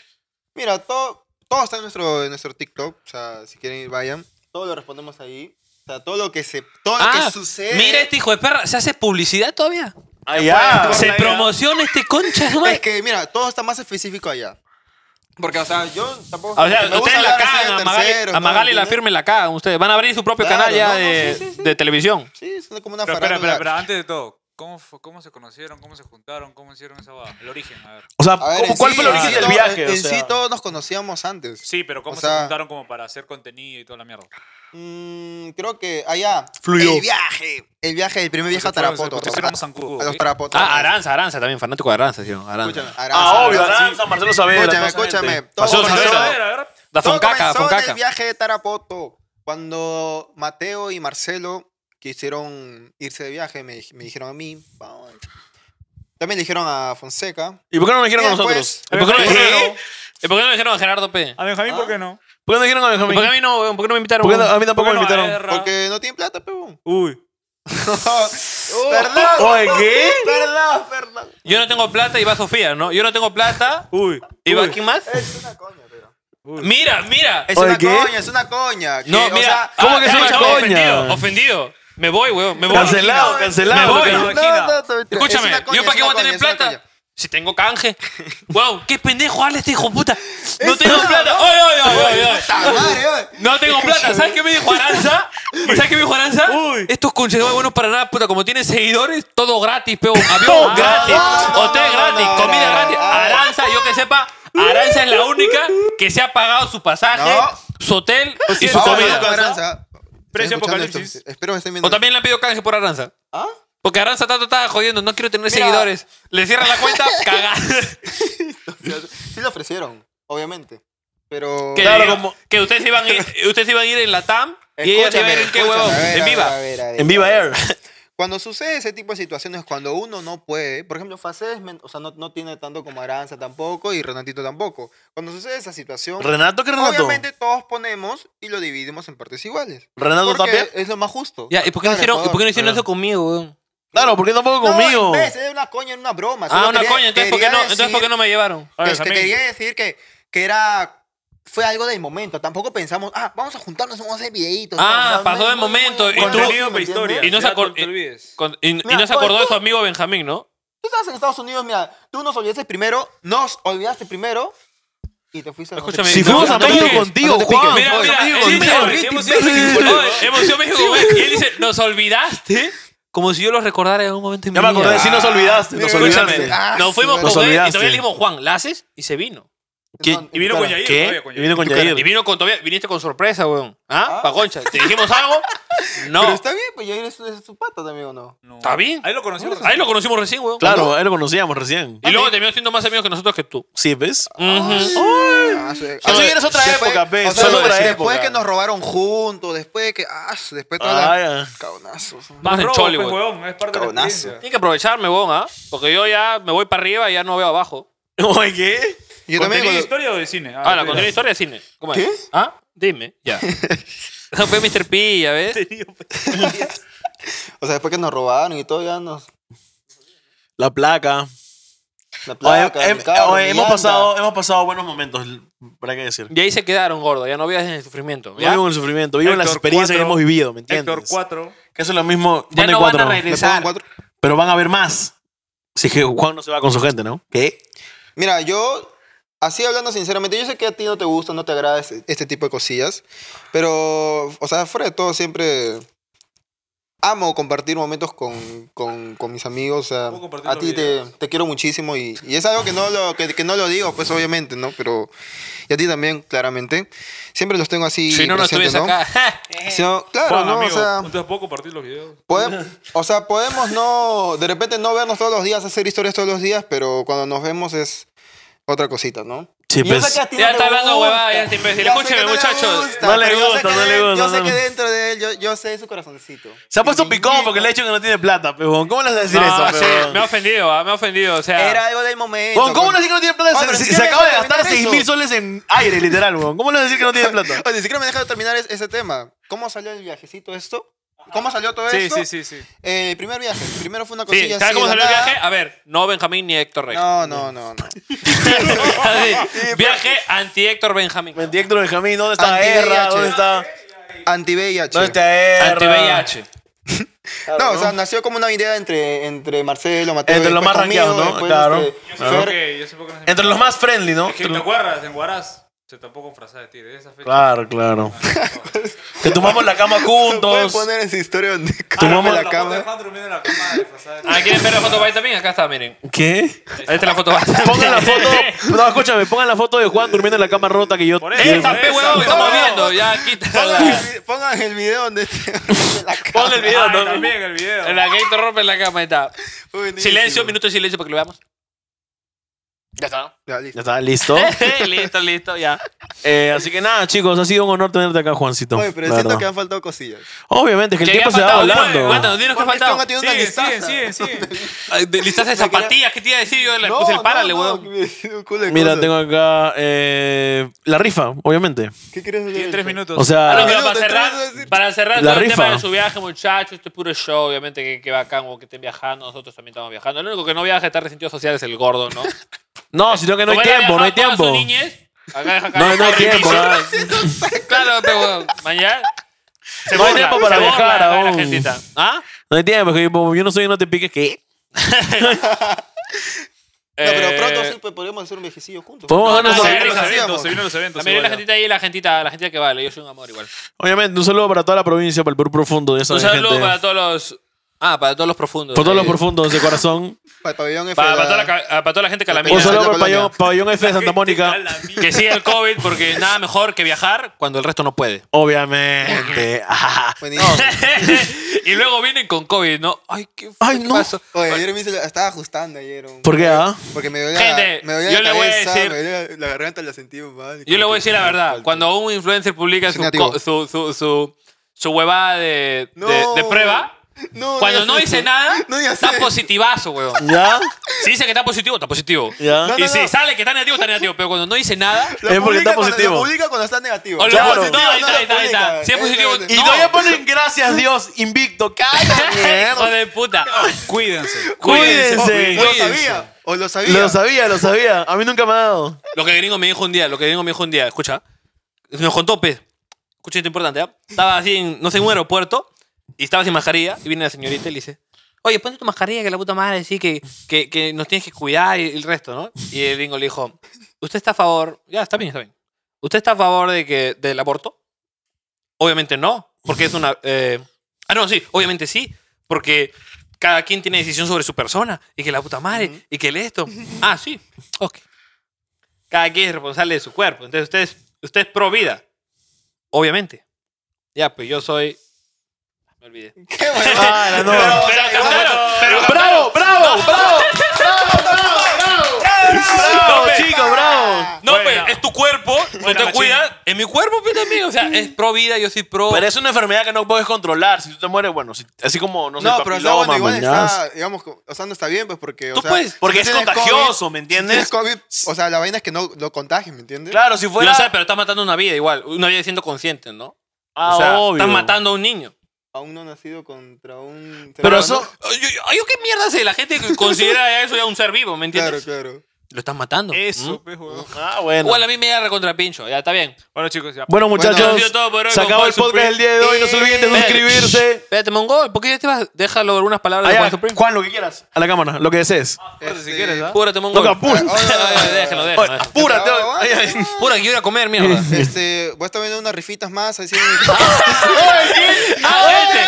Speaker 4: Mira, todo, todo está en nuestro, en nuestro TikTok. O sea, si quieren ir, vayan. Todo lo respondemos ahí. O sea, todo lo que se. Todo lo
Speaker 1: Ah,
Speaker 4: que sucede.
Speaker 1: mira este hijo de perra. ¿Se hace publicidad todavía?
Speaker 2: Allá.
Speaker 4: Ah,
Speaker 1: Se promociona este concha, de madre.
Speaker 4: Es que, mira, todo está más específico allá. Porque, o sea, yo tampoco.
Speaker 1: O sea,
Speaker 4: me gusta
Speaker 1: ustedes la
Speaker 4: hablar así de
Speaker 1: cagan, a Magali,
Speaker 4: terceros,
Speaker 1: a
Speaker 4: ¿no?
Speaker 1: Magali la
Speaker 4: ¿Entiendes?
Speaker 1: firme la cagan ustedes. Van a abrir su propio
Speaker 4: Claro,
Speaker 1: canal ya
Speaker 4: no, no,
Speaker 1: de,
Speaker 4: sí, sí, sí.
Speaker 1: de televisión.
Speaker 4: Sí, es como una
Speaker 3: Pero espera, espera,
Speaker 4: farándula.
Speaker 3: espera, antes de todo, ¿cómo, fue- ¿cómo se conocieron? ¿Cómo se juntaron? ¿Cómo hicieron esa boda? El origen, a ver.
Speaker 2: O sea,
Speaker 4: A ver,
Speaker 2: ¿cómo-
Speaker 4: en
Speaker 2: ¿cuál
Speaker 4: sí-
Speaker 2: fue el
Speaker 4: en
Speaker 2: origen
Speaker 4: sí
Speaker 2: del
Speaker 4: todo-
Speaker 2: viaje?
Speaker 4: En
Speaker 2: O
Speaker 4: sí
Speaker 2: sea,
Speaker 4: todos nos conocíamos antes.
Speaker 3: Sí, pero ¿cómo
Speaker 4: O sea-
Speaker 3: se juntaron como para hacer contenido y toda la mierda?
Speaker 4: Mm, creo que allá.
Speaker 2: Fluyó. Pues
Speaker 4: El viaje. El viaje, el primer viaje a
Speaker 3: Se fueron-
Speaker 4: Tarapoto.
Speaker 3: se pusieron
Speaker 4: A,
Speaker 3: un zancudo.
Speaker 4: a los Tarapoto.
Speaker 1: Ah, Aranza, Aranza también, fanático de Aranza, sí, Aranza.
Speaker 4: Escúchame, Aranza,
Speaker 2: Ah, obvio,
Speaker 4: Aranza.
Speaker 2: Aranza, Marcelo Saavedra.
Speaker 4: Escúchame,
Speaker 2: toda esa
Speaker 4: escúchame.
Speaker 2: gente.
Speaker 4: Todo
Speaker 1: Pasó,
Speaker 3: A ver,
Speaker 4: comenzó-
Speaker 1: pasó.
Speaker 3: a ver, a ver.
Speaker 1: Da
Speaker 4: Todo
Speaker 1: Foncaca,
Speaker 4: comenzó en el
Speaker 1: Foncaca.
Speaker 4: viaje de Tarapoto. Cuando Mateo y Marcelo quisieron irse de viaje, me, me dijeron a mí. "Vamos". También le dijeron a Fonseca.
Speaker 2: ¿Y por qué no nos dijeron a
Speaker 4: Y después-
Speaker 2: nosotros?
Speaker 1: ¿Y ¿Por qué no
Speaker 3: ¿Por qué
Speaker 1: dijeron-
Speaker 3: no?
Speaker 1: ¿Y por qué no dijeron a Gerardo P?
Speaker 3: A Benjamín, ¿por qué no?
Speaker 2: ¿Por qué no dijeron a
Speaker 1: ¿Y ¿Por qué a
Speaker 2: Benjamín?
Speaker 1: mí no, weón? ¿Por qué no me invitaron?
Speaker 2: ¿Por qué no-
Speaker 1: weón?
Speaker 2: a mí tampoco me
Speaker 3: ¿Por qué no a
Speaker 2: invitaron?
Speaker 3: Erra?
Speaker 4: Porque no tienen plata, pebón.
Speaker 3: Uy.
Speaker 4: Perdón.
Speaker 2: Oye, ¿qué?
Speaker 4: Perdón, perdón.
Speaker 1: Yo no tengo plata y va Sofía, ¿no? Yo no tengo plata
Speaker 3: Uy.
Speaker 1: y va
Speaker 3: uy.
Speaker 1: quién más.
Speaker 4: Es una coña, pero.
Speaker 1: Mira, mira.
Speaker 4: Es
Speaker 2: Oye,
Speaker 4: una
Speaker 2: ¿qué?
Speaker 4: coña, es una coña. que,
Speaker 1: No,
Speaker 4: o
Speaker 1: mira.
Speaker 4: sea,
Speaker 2: ¿cómo que es
Speaker 1: ya,
Speaker 2: una
Speaker 1: ya,
Speaker 2: coña?
Speaker 1: Ofendido, ofendido. Me voy, weón. Me voy.
Speaker 2: Cancelado, cancelado.
Speaker 1: Me voy.
Speaker 2: Lo que-
Speaker 3: Imagina.
Speaker 4: mentira.
Speaker 1: Escúchame,
Speaker 4: Es una coña,
Speaker 1: ¿yo para
Speaker 4: es
Speaker 1: qué
Speaker 4: una
Speaker 1: voy a
Speaker 4: coña,
Speaker 1: tener
Speaker 4: es una
Speaker 1: plata?
Speaker 4: coña.
Speaker 1: Si tengo canje. Wow, qué pendejo habla este hijo puta. No
Speaker 4: Es
Speaker 1: tengo
Speaker 4: una,
Speaker 1: plata.
Speaker 4: ¿no?
Speaker 1: Oye, oye, oye, oye.
Speaker 4: Puta madre, oye.
Speaker 1: No tengo plata. ¿Sabes qué me dijo Aranza? ¿Sabes qué me dijo Aranza?
Speaker 3: Uy.
Speaker 1: Estos consejos no buenos para nada, puta. Como tienen seguidores, todo gratis, peo. Avión gratis,
Speaker 4: no, no,
Speaker 1: hotel
Speaker 4: no,
Speaker 1: gratis,
Speaker 4: no, no,
Speaker 1: comida
Speaker 4: no,
Speaker 1: gratis.
Speaker 4: no.
Speaker 1: Aranza, yo que sepa, Aranza es la única que se ha pagado su pasaje,
Speaker 4: No.
Speaker 1: su hotel y su
Speaker 4: Vamos,
Speaker 1: comida.
Speaker 4: loco, Aranza.
Speaker 3: Precio
Speaker 4: Estoy escuchando
Speaker 3: apocalipsis.
Speaker 4: esto. Espero que estén viendo.
Speaker 1: O también le han pedido canje por Aranza.
Speaker 4: ¿Ah?
Speaker 1: Porque Aranza tanto estaba jodiendo, no quiero tener
Speaker 4: Mira.
Speaker 1: seguidores. Le cierran la cuenta, cagada.
Speaker 4: Sí le ofrecieron, obviamente. Pero.
Speaker 1: Que,
Speaker 2: Claro, como-
Speaker 1: que ustedes, iban a ir, ustedes iban a ir en la TAM y ella se iba a ir en qué
Speaker 4: Escúchame,
Speaker 1: huevo,
Speaker 4: a ver,
Speaker 1: en
Speaker 4: a ver,
Speaker 1: viva.
Speaker 4: a ver, a ver.
Speaker 2: En Viva Air.
Speaker 4: Cuando sucede ese tipo de situaciones, cuando uno no puede, por ejemplo, Facés, men- o sea, no, no tiene tanto como Aranza tampoco y Renatito tampoco. Cuando sucede esa situación,
Speaker 2: ¿Renato qué Renato?
Speaker 4: obviamente todos ponemos y lo dividimos en partes iguales.
Speaker 2: ¿Renato
Speaker 4: Porque
Speaker 2: Tapia?
Speaker 4: es lo más justo.
Speaker 1: Ya, ¿y por qué no
Speaker 4: Claro,
Speaker 1: hicieron, ¿y por qué no hicieron
Speaker 2: Ah.
Speaker 1: eso conmigo, weón?
Speaker 2: Claro, ¿por qué tampoco
Speaker 4: No,
Speaker 2: conmigo?
Speaker 4: imbécil, es una coña, era una broma.
Speaker 1: Ah,
Speaker 4: Solo
Speaker 1: una
Speaker 4: quería-
Speaker 1: coña, entonces ¿por, qué
Speaker 4: quería
Speaker 1: no, entonces ¿por qué
Speaker 4: decir-
Speaker 1: no me llevaron?
Speaker 3: A
Speaker 4: que-
Speaker 3: ver,
Speaker 4: que
Speaker 3: Benjamín.
Speaker 4: Este, quería decir que, que era. Fue algo del momento. Tampoco pensamos, ah, vamos a juntarnos, vamos a hacer videitos.
Speaker 1: Ah,
Speaker 4: vamos a-
Speaker 1: pasó de momento, y tú-
Speaker 3: Contenido para
Speaker 4: ¿me entiendes?
Speaker 3: historia.
Speaker 1: Y no se
Speaker 3: Ya
Speaker 1: acor-
Speaker 3: te olvides.
Speaker 1: Con- y, y
Speaker 4: Mira,
Speaker 1: no se acordó
Speaker 4: oye,
Speaker 1: de su
Speaker 4: tú-
Speaker 1: amigo Benjamín, ¿no?
Speaker 4: Tú estabas en Estados Unidos, mira, tú nos olvidaste primero, nos olvidaste primero y te fuiste a
Speaker 1: Escúchame,
Speaker 2: Si
Speaker 1: No,
Speaker 2: fuimos
Speaker 1: no
Speaker 2: a
Speaker 1: te
Speaker 2: México
Speaker 1: piques,
Speaker 2: contigo,
Speaker 4: no te piques.
Speaker 2: Juan.
Speaker 1: Mira,
Speaker 2: fuimos
Speaker 1: mira,
Speaker 2: a
Speaker 1: sí, sí,
Speaker 2: México contigo.
Speaker 1: sí,
Speaker 3: hemos
Speaker 1: sí, sí,
Speaker 3: sido ridículos,
Speaker 1: sí,
Speaker 3: ¿no?
Speaker 1: sí, Hemos sido México, güey. Y él dice, nos olvidaste. Como si yo los recordara en algún momento en mi
Speaker 2: Ya me
Speaker 1: vida.
Speaker 2: acordé, sí nos olvidaste, nos
Speaker 1: Escúchame,
Speaker 2: olvidaste.
Speaker 4: Ah,
Speaker 1: nos fuimos
Speaker 4: sí,
Speaker 1: con
Speaker 2: nos
Speaker 1: él y
Speaker 2: olvidaste.
Speaker 1: todavía le dijimos, Juan, ¿la haces? Y se vino.
Speaker 2: ¿Qué?
Speaker 3: Y vino con Yair.
Speaker 2: ¿Qué?
Speaker 3: todavía con
Speaker 2: Y vino con
Speaker 1: Y
Speaker 2: Yair.
Speaker 1: vino con todavía, viniste con sorpresa, weón. ¿Ah?
Speaker 4: Ah.
Speaker 1: Pa' concha. ¿Te dijimos algo? No.
Speaker 4: Pero
Speaker 1: está,
Speaker 4: está bien, pues Yair es, es su pata también o no.
Speaker 3: No.
Speaker 1: bien.
Speaker 3: Ahí lo conocimos.
Speaker 1: Ahí lo conocimos recién, weón.
Speaker 2: Claro, ahí lo conocíamos recién.
Speaker 1: Y luego terminó siendo más amigos que nosotros que tú.
Speaker 2: Sí, ¿ves?
Speaker 1: Ujú.
Speaker 4: Ah, sí.
Speaker 2: Eso ya es otra
Speaker 4: Después-
Speaker 2: época, pe,
Speaker 4: o sea,
Speaker 2: eso es otra
Speaker 4: después
Speaker 2: época.
Speaker 4: que nos robaron juntos, después que. Ah, su- después todas
Speaker 2: Ah,
Speaker 4: las.
Speaker 2: ya.
Speaker 4: Cabonazos.
Speaker 1: Más en
Speaker 3: Robo,
Speaker 1: Choli,
Speaker 3: pues,
Speaker 1: weón.
Speaker 3: huevón, Es parte de la
Speaker 4: Cagonazo.
Speaker 3: experiencia.
Speaker 1: Tienes que aprovecharme, weón, ¿ah? Porque yo ya me voy para arriba y ya no veo abajo.
Speaker 2: Oye, ¿qué?
Speaker 4: Yo
Speaker 3: ¿Contenido
Speaker 4: también.
Speaker 3: de
Speaker 4: cuando-
Speaker 3: historia ¿eh? o de cine?
Speaker 1: Ah, la contiene
Speaker 3: contenido
Speaker 1: historia de cine. ¿Cómo es? ¿Ah? Dime. Ya. No fue Mr. P, ya ves.
Speaker 4: O sea, después que nos robaron y todo, ya nos.
Speaker 2: La placa.
Speaker 4: La
Speaker 2: Oye,
Speaker 4: placa,
Speaker 2: hem-
Speaker 4: el carro,
Speaker 2: oye,
Speaker 4: mi
Speaker 2: hemos
Speaker 4: llanta.
Speaker 2: pasado, hemos pasado buenos momentos, para qué decir.
Speaker 1: Y ahí se quedaron, gordo. Ya no veas en el sufrimiento.
Speaker 2: No
Speaker 1: ¿ya?
Speaker 2: vivo en el sufrimiento, vivo en las
Speaker 3: Héctor
Speaker 2: experiencias que
Speaker 3: cuatro.
Speaker 2: hemos vivido, ¿me
Speaker 3: Héctor
Speaker 2: entiendes?
Speaker 3: 4.
Speaker 2: Que eso es lo mismo.
Speaker 1: Ya
Speaker 2: Juan de
Speaker 1: no van a
Speaker 2: cuatro.
Speaker 4: Me pongo
Speaker 1: regresar.
Speaker 4: cuatro.
Speaker 2: Pero van a haber más. Si es que Juan no se va con su gente, ¿no? ¿Qué?
Speaker 4: Mira, yo, así hablando sinceramente, yo sé que a ti no te gusta, no te agrada este, este tipo de cosillas, pero, o sea, fuera de todo, siempre amo compartir momentos con, con- con mis amigos. o sea,
Speaker 3: Puedo compartir
Speaker 4: a
Speaker 3: los
Speaker 4: ti te,
Speaker 3: videos.
Speaker 4: te quiero muchísimo y, y es algo que no, lo, que, que no lo digo, pues obviamente, ¿no? Pero, y a ti también, claramente. Siempre los tengo así.
Speaker 1: Si no, no
Speaker 4: presentes,
Speaker 1: estuviese acá.
Speaker 4: Si no- claro,
Speaker 3: Juan,
Speaker 4: ¿no?
Speaker 3: amigo.
Speaker 4: o sea,
Speaker 3: Entonces puedo compartir los videos.
Speaker 4: Podem- o sea, podemos no, de repente no vernos todos los días, hacer historias todos los días, pero cuando nos vemos es otra cosita, ¿no?
Speaker 2: Sí,
Speaker 4: Y yo sé
Speaker 2: pues.
Speaker 4: que a ti no
Speaker 1: Ya
Speaker 4: te
Speaker 1: está hablando
Speaker 4: gusta.
Speaker 1: huevada, ya este imbécil.
Speaker 4: Ya sé
Speaker 1: Escúcheme,
Speaker 4: que no le
Speaker 1: muchachos.
Speaker 4: gusta,
Speaker 2: No le
Speaker 4: pero yo sé
Speaker 2: gusta,
Speaker 4: que
Speaker 2: no le
Speaker 4: de- Yo
Speaker 2: gusta,
Speaker 4: sé
Speaker 2: no.
Speaker 4: que dentro de él, yo, yo sé su corazoncito.
Speaker 2: Se ha puesto
Speaker 4: Y
Speaker 2: picón porque le ha dicho que no tiene plata, pebón. ¿Cómo le vas a decir
Speaker 1: No,
Speaker 2: eso,
Speaker 1: sí,
Speaker 2: pebón?
Speaker 1: me ha ofendido, ah, me ha ofendido. O sea,
Speaker 4: Era algo del momento.
Speaker 2: Huevón, ¿Cómo le vas a decir
Speaker 4: con-
Speaker 2: que no tiene plata?
Speaker 4: Oye,
Speaker 2: Se-
Speaker 4: pero
Speaker 2: se,
Speaker 4: si
Speaker 2: se
Speaker 4: quiere
Speaker 2: acaba de
Speaker 4: dejar de
Speaker 2: gastar
Speaker 4: terminar
Speaker 2: 6 mil
Speaker 4: eso.
Speaker 2: soles en aire, literal, huevón. ¿Cómo le vas a decir que no tiene plata?
Speaker 4: Oye, ni siquiera me deja de terminar es- ese tema. ¿Cómo salió el viajecito esto? ¿Cómo salió todo
Speaker 3: Sí,
Speaker 4: esto?
Speaker 3: sí, sí, sí.
Speaker 4: Eh, el primer viaje. El primero fue una cosilla
Speaker 1: sí,
Speaker 4: así.
Speaker 1: ¿sabes cómo
Speaker 4: de
Speaker 1: salió el
Speaker 4: nada.
Speaker 1: viaje? A ver, no Benjamín ni Héctor Rey.
Speaker 4: No, no, no, no.
Speaker 1: Así, viaje anti Héctor Benjamín.
Speaker 2: Mentí, Héctor Benjamín, ¿dónde está
Speaker 4: Anti-VIH.
Speaker 2: Erra? ¿Dónde está?
Speaker 4: Anti-VIH.
Speaker 2: ¿Dónde está Erra?
Speaker 1: Anti VIH.
Speaker 4: No, o sea, nació como una idea entre, entre Marcelo, Mateo.
Speaker 2: Entre los
Speaker 4: después
Speaker 2: más
Speaker 4: conmigo,
Speaker 2: rankeados, ¿no?
Speaker 4: después,
Speaker 2: Claro.
Speaker 4: este,
Speaker 3: Claro.
Speaker 4: Fer,
Speaker 3: Que yo sé por qué no se
Speaker 2: Entre los más friendly, ¿no?
Speaker 3: Es que te acuerdas, en Guaraz se tapó con frazada de tigre. Esa fecha.
Speaker 2: Claro, claro. Que tomamos la cama
Speaker 4: Puedes
Speaker 2: juntos.
Speaker 4: poner en su historia donde
Speaker 2: mamá-
Speaker 4: toma la
Speaker 3: la cama.
Speaker 4: cama.
Speaker 3: Alejandro viene la cama de frazada de
Speaker 1: Ah,
Speaker 3: tigre.
Speaker 1: ¿quieren ver la foto Bite también? Acá está, miren.
Speaker 2: ¿Qué?
Speaker 1: Ahí está la foto Bite.
Speaker 2: Pongan la foto. No, escúchame, pongan la foto de Juan durmiendo en la cama rota que yo.
Speaker 3: Por eso,
Speaker 2: que-
Speaker 1: Esa, pe, huevón, estamos viendo. Ya, quítala.
Speaker 4: Pongan el- Pongan el video donde te rompe la cama.
Speaker 2: Pon el video,
Speaker 3: Ah,
Speaker 2: ¿no?
Speaker 3: también el video.
Speaker 1: La Gator rompe la cama, ahí está.
Speaker 4: Buenísimo.
Speaker 1: Silencio, minuto de silencio para que lo veamos. Ya está.
Speaker 4: Ya,
Speaker 2: Ya
Speaker 4: listo.
Speaker 2: está, listo.
Speaker 1: Eh. listo, listo, ya.
Speaker 2: Eh, así que nada, chicos, ha sido un honor tenerte acá, Juancito.
Speaker 4: Oye, pero
Speaker 2: la
Speaker 4: siento
Speaker 2: verdad.
Speaker 4: que han faltado cosillas.
Speaker 2: Obviamente, es que el
Speaker 1: ¿Qué
Speaker 2: tiempo
Speaker 1: ha
Speaker 2: se va
Speaker 1: faltado? eh,
Speaker 2: volando.
Speaker 1: Cuéntanos, dinos qué ha
Speaker 4: Porque este
Speaker 1: faltado.
Speaker 4: man tiene una
Speaker 3: Siguen,
Speaker 4: listaza.
Speaker 3: siguen, siguen, siguen.
Speaker 1: Ay, de Listas de zapatillas, ¿qué te iba a decir? Yo le
Speaker 4: No,
Speaker 1: puse el
Speaker 4: no,
Speaker 1: párale,
Speaker 4: no,
Speaker 1: huevón.
Speaker 4: que me decía un culo de
Speaker 2: Mira,
Speaker 4: cosas.
Speaker 2: tengo acá eh, la rifa, obviamente.
Speaker 4: ¿Qué quieres hacer?
Speaker 3: Tienen tres minutos.
Speaker 2: O
Speaker 1: Ah, no,
Speaker 2: sea,
Speaker 1: pero
Speaker 4: no,
Speaker 1: para
Speaker 4: te
Speaker 1: cerrar,
Speaker 4: trato de decir-
Speaker 1: para cerrar
Speaker 2: La
Speaker 1: todo el tema
Speaker 2: rifa.
Speaker 1: de su viaje, muchachos, este es puro show, obviamente que, que bacán o que estén viajando, nosotros también estamos viajando. El único que no viaja está resentido social es el gordo, ¿no?
Speaker 2: no, sino que no hay
Speaker 1: Como él ha
Speaker 2: tiempo, no hay
Speaker 1: viajado toda
Speaker 2: tiempo.
Speaker 1: su niñez, acá deja caer
Speaker 2: No, no hay
Speaker 1: el
Speaker 2: tiempo.
Speaker 1: piso.
Speaker 2: ah.
Speaker 1: Claro, pero mañana se
Speaker 2: No hay
Speaker 1: burla,
Speaker 2: tiempo para
Speaker 1: se burla
Speaker 2: viajar
Speaker 1: acá la
Speaker 2: aún.
Speaker 1: gentita. ¿Ah?
Speaker 2: No hay tiempo, que yo yo no soy, no te piques, que
Speaker 4: No, pero pronto
Speaker 1: Eh,
Speaker 4: sí pues, podríamos hacer un viejecillo juntos.
Speaker 2: Podemos
Speaker 1: No,
Speaker 2: ganar
Speaker 1: no,
Speaker 2: nuestro-
Speaker 1: sí,
Speaker 3: Se vienen los
Speaker 1: Hacíamos.
Speaker 3: eventos, se vienen los eventos.
Speaker 1: La mayoría de la
Speaker 3: igual,
Speaker 1: gentita ahí, la gentita, la gentita que vale, yo soy un amor igual.
Speaker 2: Obviamente, un saludo para toda la provincia, para el Perú profundo. Ya
Speaker 1: Un
Speaker 2: saben,
Speaker 1: saludo
Speaker 2: gente.
Speaker 1: para todos los. Ah, para todos los profundos.
Speaker 2: Por todos los
Speaker 1: Eh,
Speaker 2: profundos de corazón.
Speaker 4: Para el pabellón F.
Speaker 1: Para,
Speaker 4: la-
Speaker 1: para toda la, ca- ah, para toda la gente calamina.
Speaker 2: Un
Speaker 4: Mira,
Speaker 2: saludo
Speaker 4: de
Speaker 2: para el pabellón,
Speaker 4: Polonia.
Speaker 2: pabellón F de
Speaker 3: Gente
Speaker 2: Santa Mónica.
Speaker 3: calamina.
Speaker 1: Que siga el COVID, porque nada mejor que viajar cuando el resto no puede.
Speaker 2: Obviamente. Ah, Ajá.
Speaker 4: Buenísimo.
Speaker 1: y luego vienen con COVID, ¿no? Ay, qué,
Speaker 2: Ay,
Speaker 1: qué
Speaker 2: no.
Speaker 1: pasó?
Speaker 4: Oye, ayer me hice la- Estaba ajustando ayer. un-
Speaker 2: ¿Por qué, ah?
Speaker 4: Porque me dolía,
Speaker 1: Gente,
Speaker 4: me dolía
Speaker 1: yo
Speaker 4: la
Speaker 1: le voy a
Speaker 4: cabeza,
Speaker 1: decir-
Speaker 4: me dolía la garganta, la sentí mal.
Speaker 1: Yo le voy a decir la verdad. Cuando un influencer publica
Speaker 4: Es
Speaker 1: su,
Speaker 4: negativo.
Speaker 1: co- su, su, su, su huevada de,
Speaker 4: No.
Speaker 1: de, de prueba,
Speaker 4: No,
Speaker 1: cuando
Speaker 4: digas
Speaker 1: no
Speaker 4: eso.
Speaker 1: dice nada,
Speaker 4: No digas
Speaker 1: está
Speaker 4: eso.
Speaker 1: positivazo, huevón.
Speaker 2: ¿Ya?
Speaker 1: Si dice que está positivo, está positivo.
Speaker 2: ¿Ya?
Speaker 4: No,
Speaker 1: y
Speaker 4: no,
Speaker 1: si
Speaker 4: no.
Speaker 1: sale que está negativo, está negativo. Pero cuando no dice nada,
Speaker 4: Lo
Speaker 2: Es porque está
Speaker 4: publica cuando-
Speaker 2: positivo.
Speaker 4: Lo publica cuando está negativo.
Speaker 1: O lo-
Speaker 2: Claro.
Speaker 4: Lo
Speaker 2: no,
Speaker 4: positivo
Speaker 1: ahí está,
Speaker 4: lo
Speaker 1: ahí está, ahí está.
Speaker 4: publica.
Speaker 1: Si es positivo,
Speaker 4: Eso
Speaker 2: Y
Speaker 1: No.
Speaker 2: todavía ponen gracias Dios, invicto.
Speaker 1: hijo
Speaker 2: ¡Cállate!
Speaker 1: de puta.
Speaker 3: Cuídense.
Speaker 2: Cuídense.
Speaker 4: Lo
Speaker 1: Cuídense.
Speaker 4: sabía. O lo sabía.
Speaker 2: Lo sabía, lo sabía. A mí nunca me ha dado.
Speaker 1: Lo que gringo me dijo un día, lo que gringo me dijo un día, escucha. Nos contó, pe. Escucha esto importante, ¿ah? Estaba así, en, no sé, en un aeropuerto y estaba sin mascarilla y viene la señorita y le dice, oye, ponte tu mascarilla que la puta madre sí que, que, que nos tienes que cuidar y el resto, ¿no? Y el gringo le dijo, ¿usted está a favor? Ya, está bien, está bien. ¿Usted está a favor de que, del aborto? Obviamente no, porque es una... eh, Ah, no, sí, obviamente sí, porque cada quien tiene decisión sobre su persona y que la puta madre y que el esto. Ah, sí, ok. Cada quien es responsable de su cuerpo. Entonces usted es, usted es pro vida. Obviamente. Ya, pues yo soy. Me olvidé.
Speaker 4: Qué bueno.
Speaker 2: Ah, no.
Speaker 4: Pero, o sea,
Speaker 1: Pero,
Speaker 4: igual-
Speaker 1: pero, pero,
Speaker 2: ¡Bravo, bravo, bravo! ¡Bravo,
Speaker 1: No, pe.
Speaker 2: chicos, bravo!
Speaker 1: No,
Speaker 3: Bueno.
Speaker 1: pues es tu cuerpo, no te
Speaker 3: machín.
Speaker 1: cuidas. Es mi cuerpo, pues también. O sea, es pro vida, yo soy pro.
Speaker 2: Pero es una enfermedad que no puedes controlar. Si tú te mueres, bueno, si- así como, no sé,
Speaker 4: No, pero está
Speaker 2: papiloma,
Speaker 4: bueno, igual
Speaker 2: mañas.
Speaker 4: está, digamos, o sea, no está bien, pues, porque, o
Speaker 1: Tú
Speaker 4: sea,
Speaker 1: puedes-
Speaker 4: si
Speaker 2: Porque
Speaker 4: tú
Speaker 2: es
Speaker 4: tienes
Speaker 2: contagioso,
Speaker 4: COVID,
Speaker 2: ¿me
Speaker 4: si
Speaker 2: entiendes?
Speaker 4: tienes COVID, o sea, la vaina es que no lo contagies, ¿me entiendes?
Speaker 2: Claro, si
Speaker 1: Yo
Speaker 2: fuera...
Speaker 1: sé, pero estás matando una vida igual. Una vida siendo consciente, ¿no?
Speaker 2: Ah,
Speaker 1: o sea,
Speaker 2: obvio.
Speaker 1: estás matando a un niño.
Speaker 4: Aún no nacido contra un... ser
Speaker 2: Pero
Speaker 4: humano.
Speaker 2: eso...
Speaker 1: Ay, yo- yo- ¿Qué mierda sé? La gente que considera eso ya un ser vivo, ¿me
Speaker 4: Claro,
Speaker 1: entiendes?
Speaker 4: claro.
Speaker 1: Lo estás matando.
Speaker 3: Eso,
Speaker 1: ¿Mm?
Speaker 3: pe, huevón.
Speaker 2: Ah, bueno.
Speaker 1: Igual a mí me da recontrapincho. Ya, está bien.
Speaker 3: Bueno, chicos, ya.
Speaker 2: Bueno, muchachos,
Speaker 1: Bueno, ha sido todo por hoy
Speaker 2: se
Speaker 1: con
Speaker 2: acabó
Speaker 1: Juan
Speaker 2: el podcast
Speaker 1: Supreme.
Speaker 2: del día de hoy. No se olviden de
Speaker 1: Espérate,
Speaker 2: suscribirse.
Speaker 1: Espérate, Mongol, ¿por qué ya te vas? Déjalo algunas palabras de
Speaker 2: Allá,
Speaker 1: Juan Supreme.
Speaker 2: Juan, lo que quieras. A la cámara, lo que desees.
Speaker 3: Apúrate si
Speaker 4: Este,
Speaker 3: quieres, ¿ah?
Speaker 1: Apúrate, Mongol.
Speaker 2: Loco, apúrate.
Speaker 1: Ay, déjalo, déjalo.
Speaker 2: Oye,
Speaker 1: déjalo.
Speaker 2: apúrate.
Speaker 4: Pero,
Speaker 2: Ay, ay.
Speaker 4: Ah,
Speaker 1: Pura que yo iba a comer, mierda.
Speaker 4: Este, voy a estar viendo unas rifitas más, así...
Speaker 1: ¡Ah, este!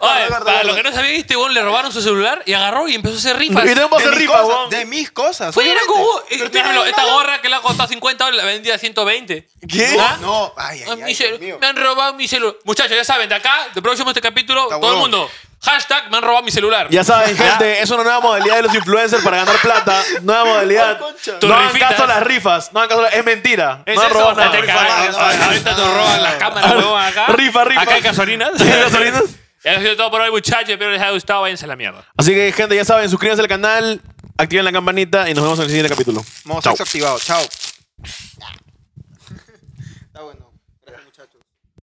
Speaker 4: Guarda,
Speaker 1: Oye,
Speaker 4: guarda,
Speaker 1: para
Speaker 4: guarda.
Speaker 1: los que no sabían, este weón le robaron su celular y agarró y empezó a hacer rifas.
Speaker 2: Y tenemos que
Speaker 4: de,
Speaker 2: hacer
Speaker 4: mis
Speaker 2: rifa,
Speaker 4: cosas,
Speaker 2: Juan.
Speaker 4: de mis cosas.
Speaker 1: Fue era
Speaker 4: obviamente.
Speaker 1: como. eh,
Speaker 4: Pero tiene
Speaker 1: míralo,
Speaker 4: nada
Speaker 1: esta
Speaker 4: malo.
Speaker 1: gorra que le ha costado 50 dólares la vendía a 120.
Speaker 2: ¿Qué?
Speaker 1: ¿Ah?
Speaker 4: No, ay,
Speaker 1: Ay,
Speaker 4: ay,
Speaker 1: mi
Speaker 4: ay,
Speaker 1: celu-
Speaker 4: Dios mío.
Speaker 1: me han robado mi celular. Muchachos, ya saben, de acá, de próximo este capítulo,
Speaker 4: Está
Speaker 1: todo el
Speaker 4: huevón.
Speaker 1: mundo. Hashtag me han robado mi celular.
Speaker 2: Ya saben, gente, es una nueva modalidad de los influencers para ganar plata. Nueva modalidad.
Speaker 4: Ay, concha.
Speaker 1: Tus
Speaker 2: No hagan
Speaker 1: rifitas.
Speaker 2: caso a las rifas. No hagan caso a las... eh. Es mentira.
Speaker 3: ¿Es
Speaker 2: no han
Speaker 3: eso?
Speaker 2: robado
Speaker 1: Ya
Speaker 2: nada.
Speaker 1: te
Speaker 4: Rifa,
Speaker 1: cagaron.
Speaker 4: rifa, rifa.
Speaker 1: Ahorita nos roban las cámaras, huevón, acá.
Speaker 2: Rifa, rifa.
Speaker 1: Acá hay gasolinas.
Speaker 2: Sí, hay gasolinas.
Speaker 1: Ya ha sido todo por hoy, muchachos. Espero les haya gustado. Váyanse a la mierda.
Speaker 2: Así que, gente, ya saben, suscríbanse al canal, activen la campanita y nos vemos en el siguiente capítulo.
Speaker 4: Modo
Speaker 2: Chao.
Speaker 4: sexo activado, chao. Está bueno.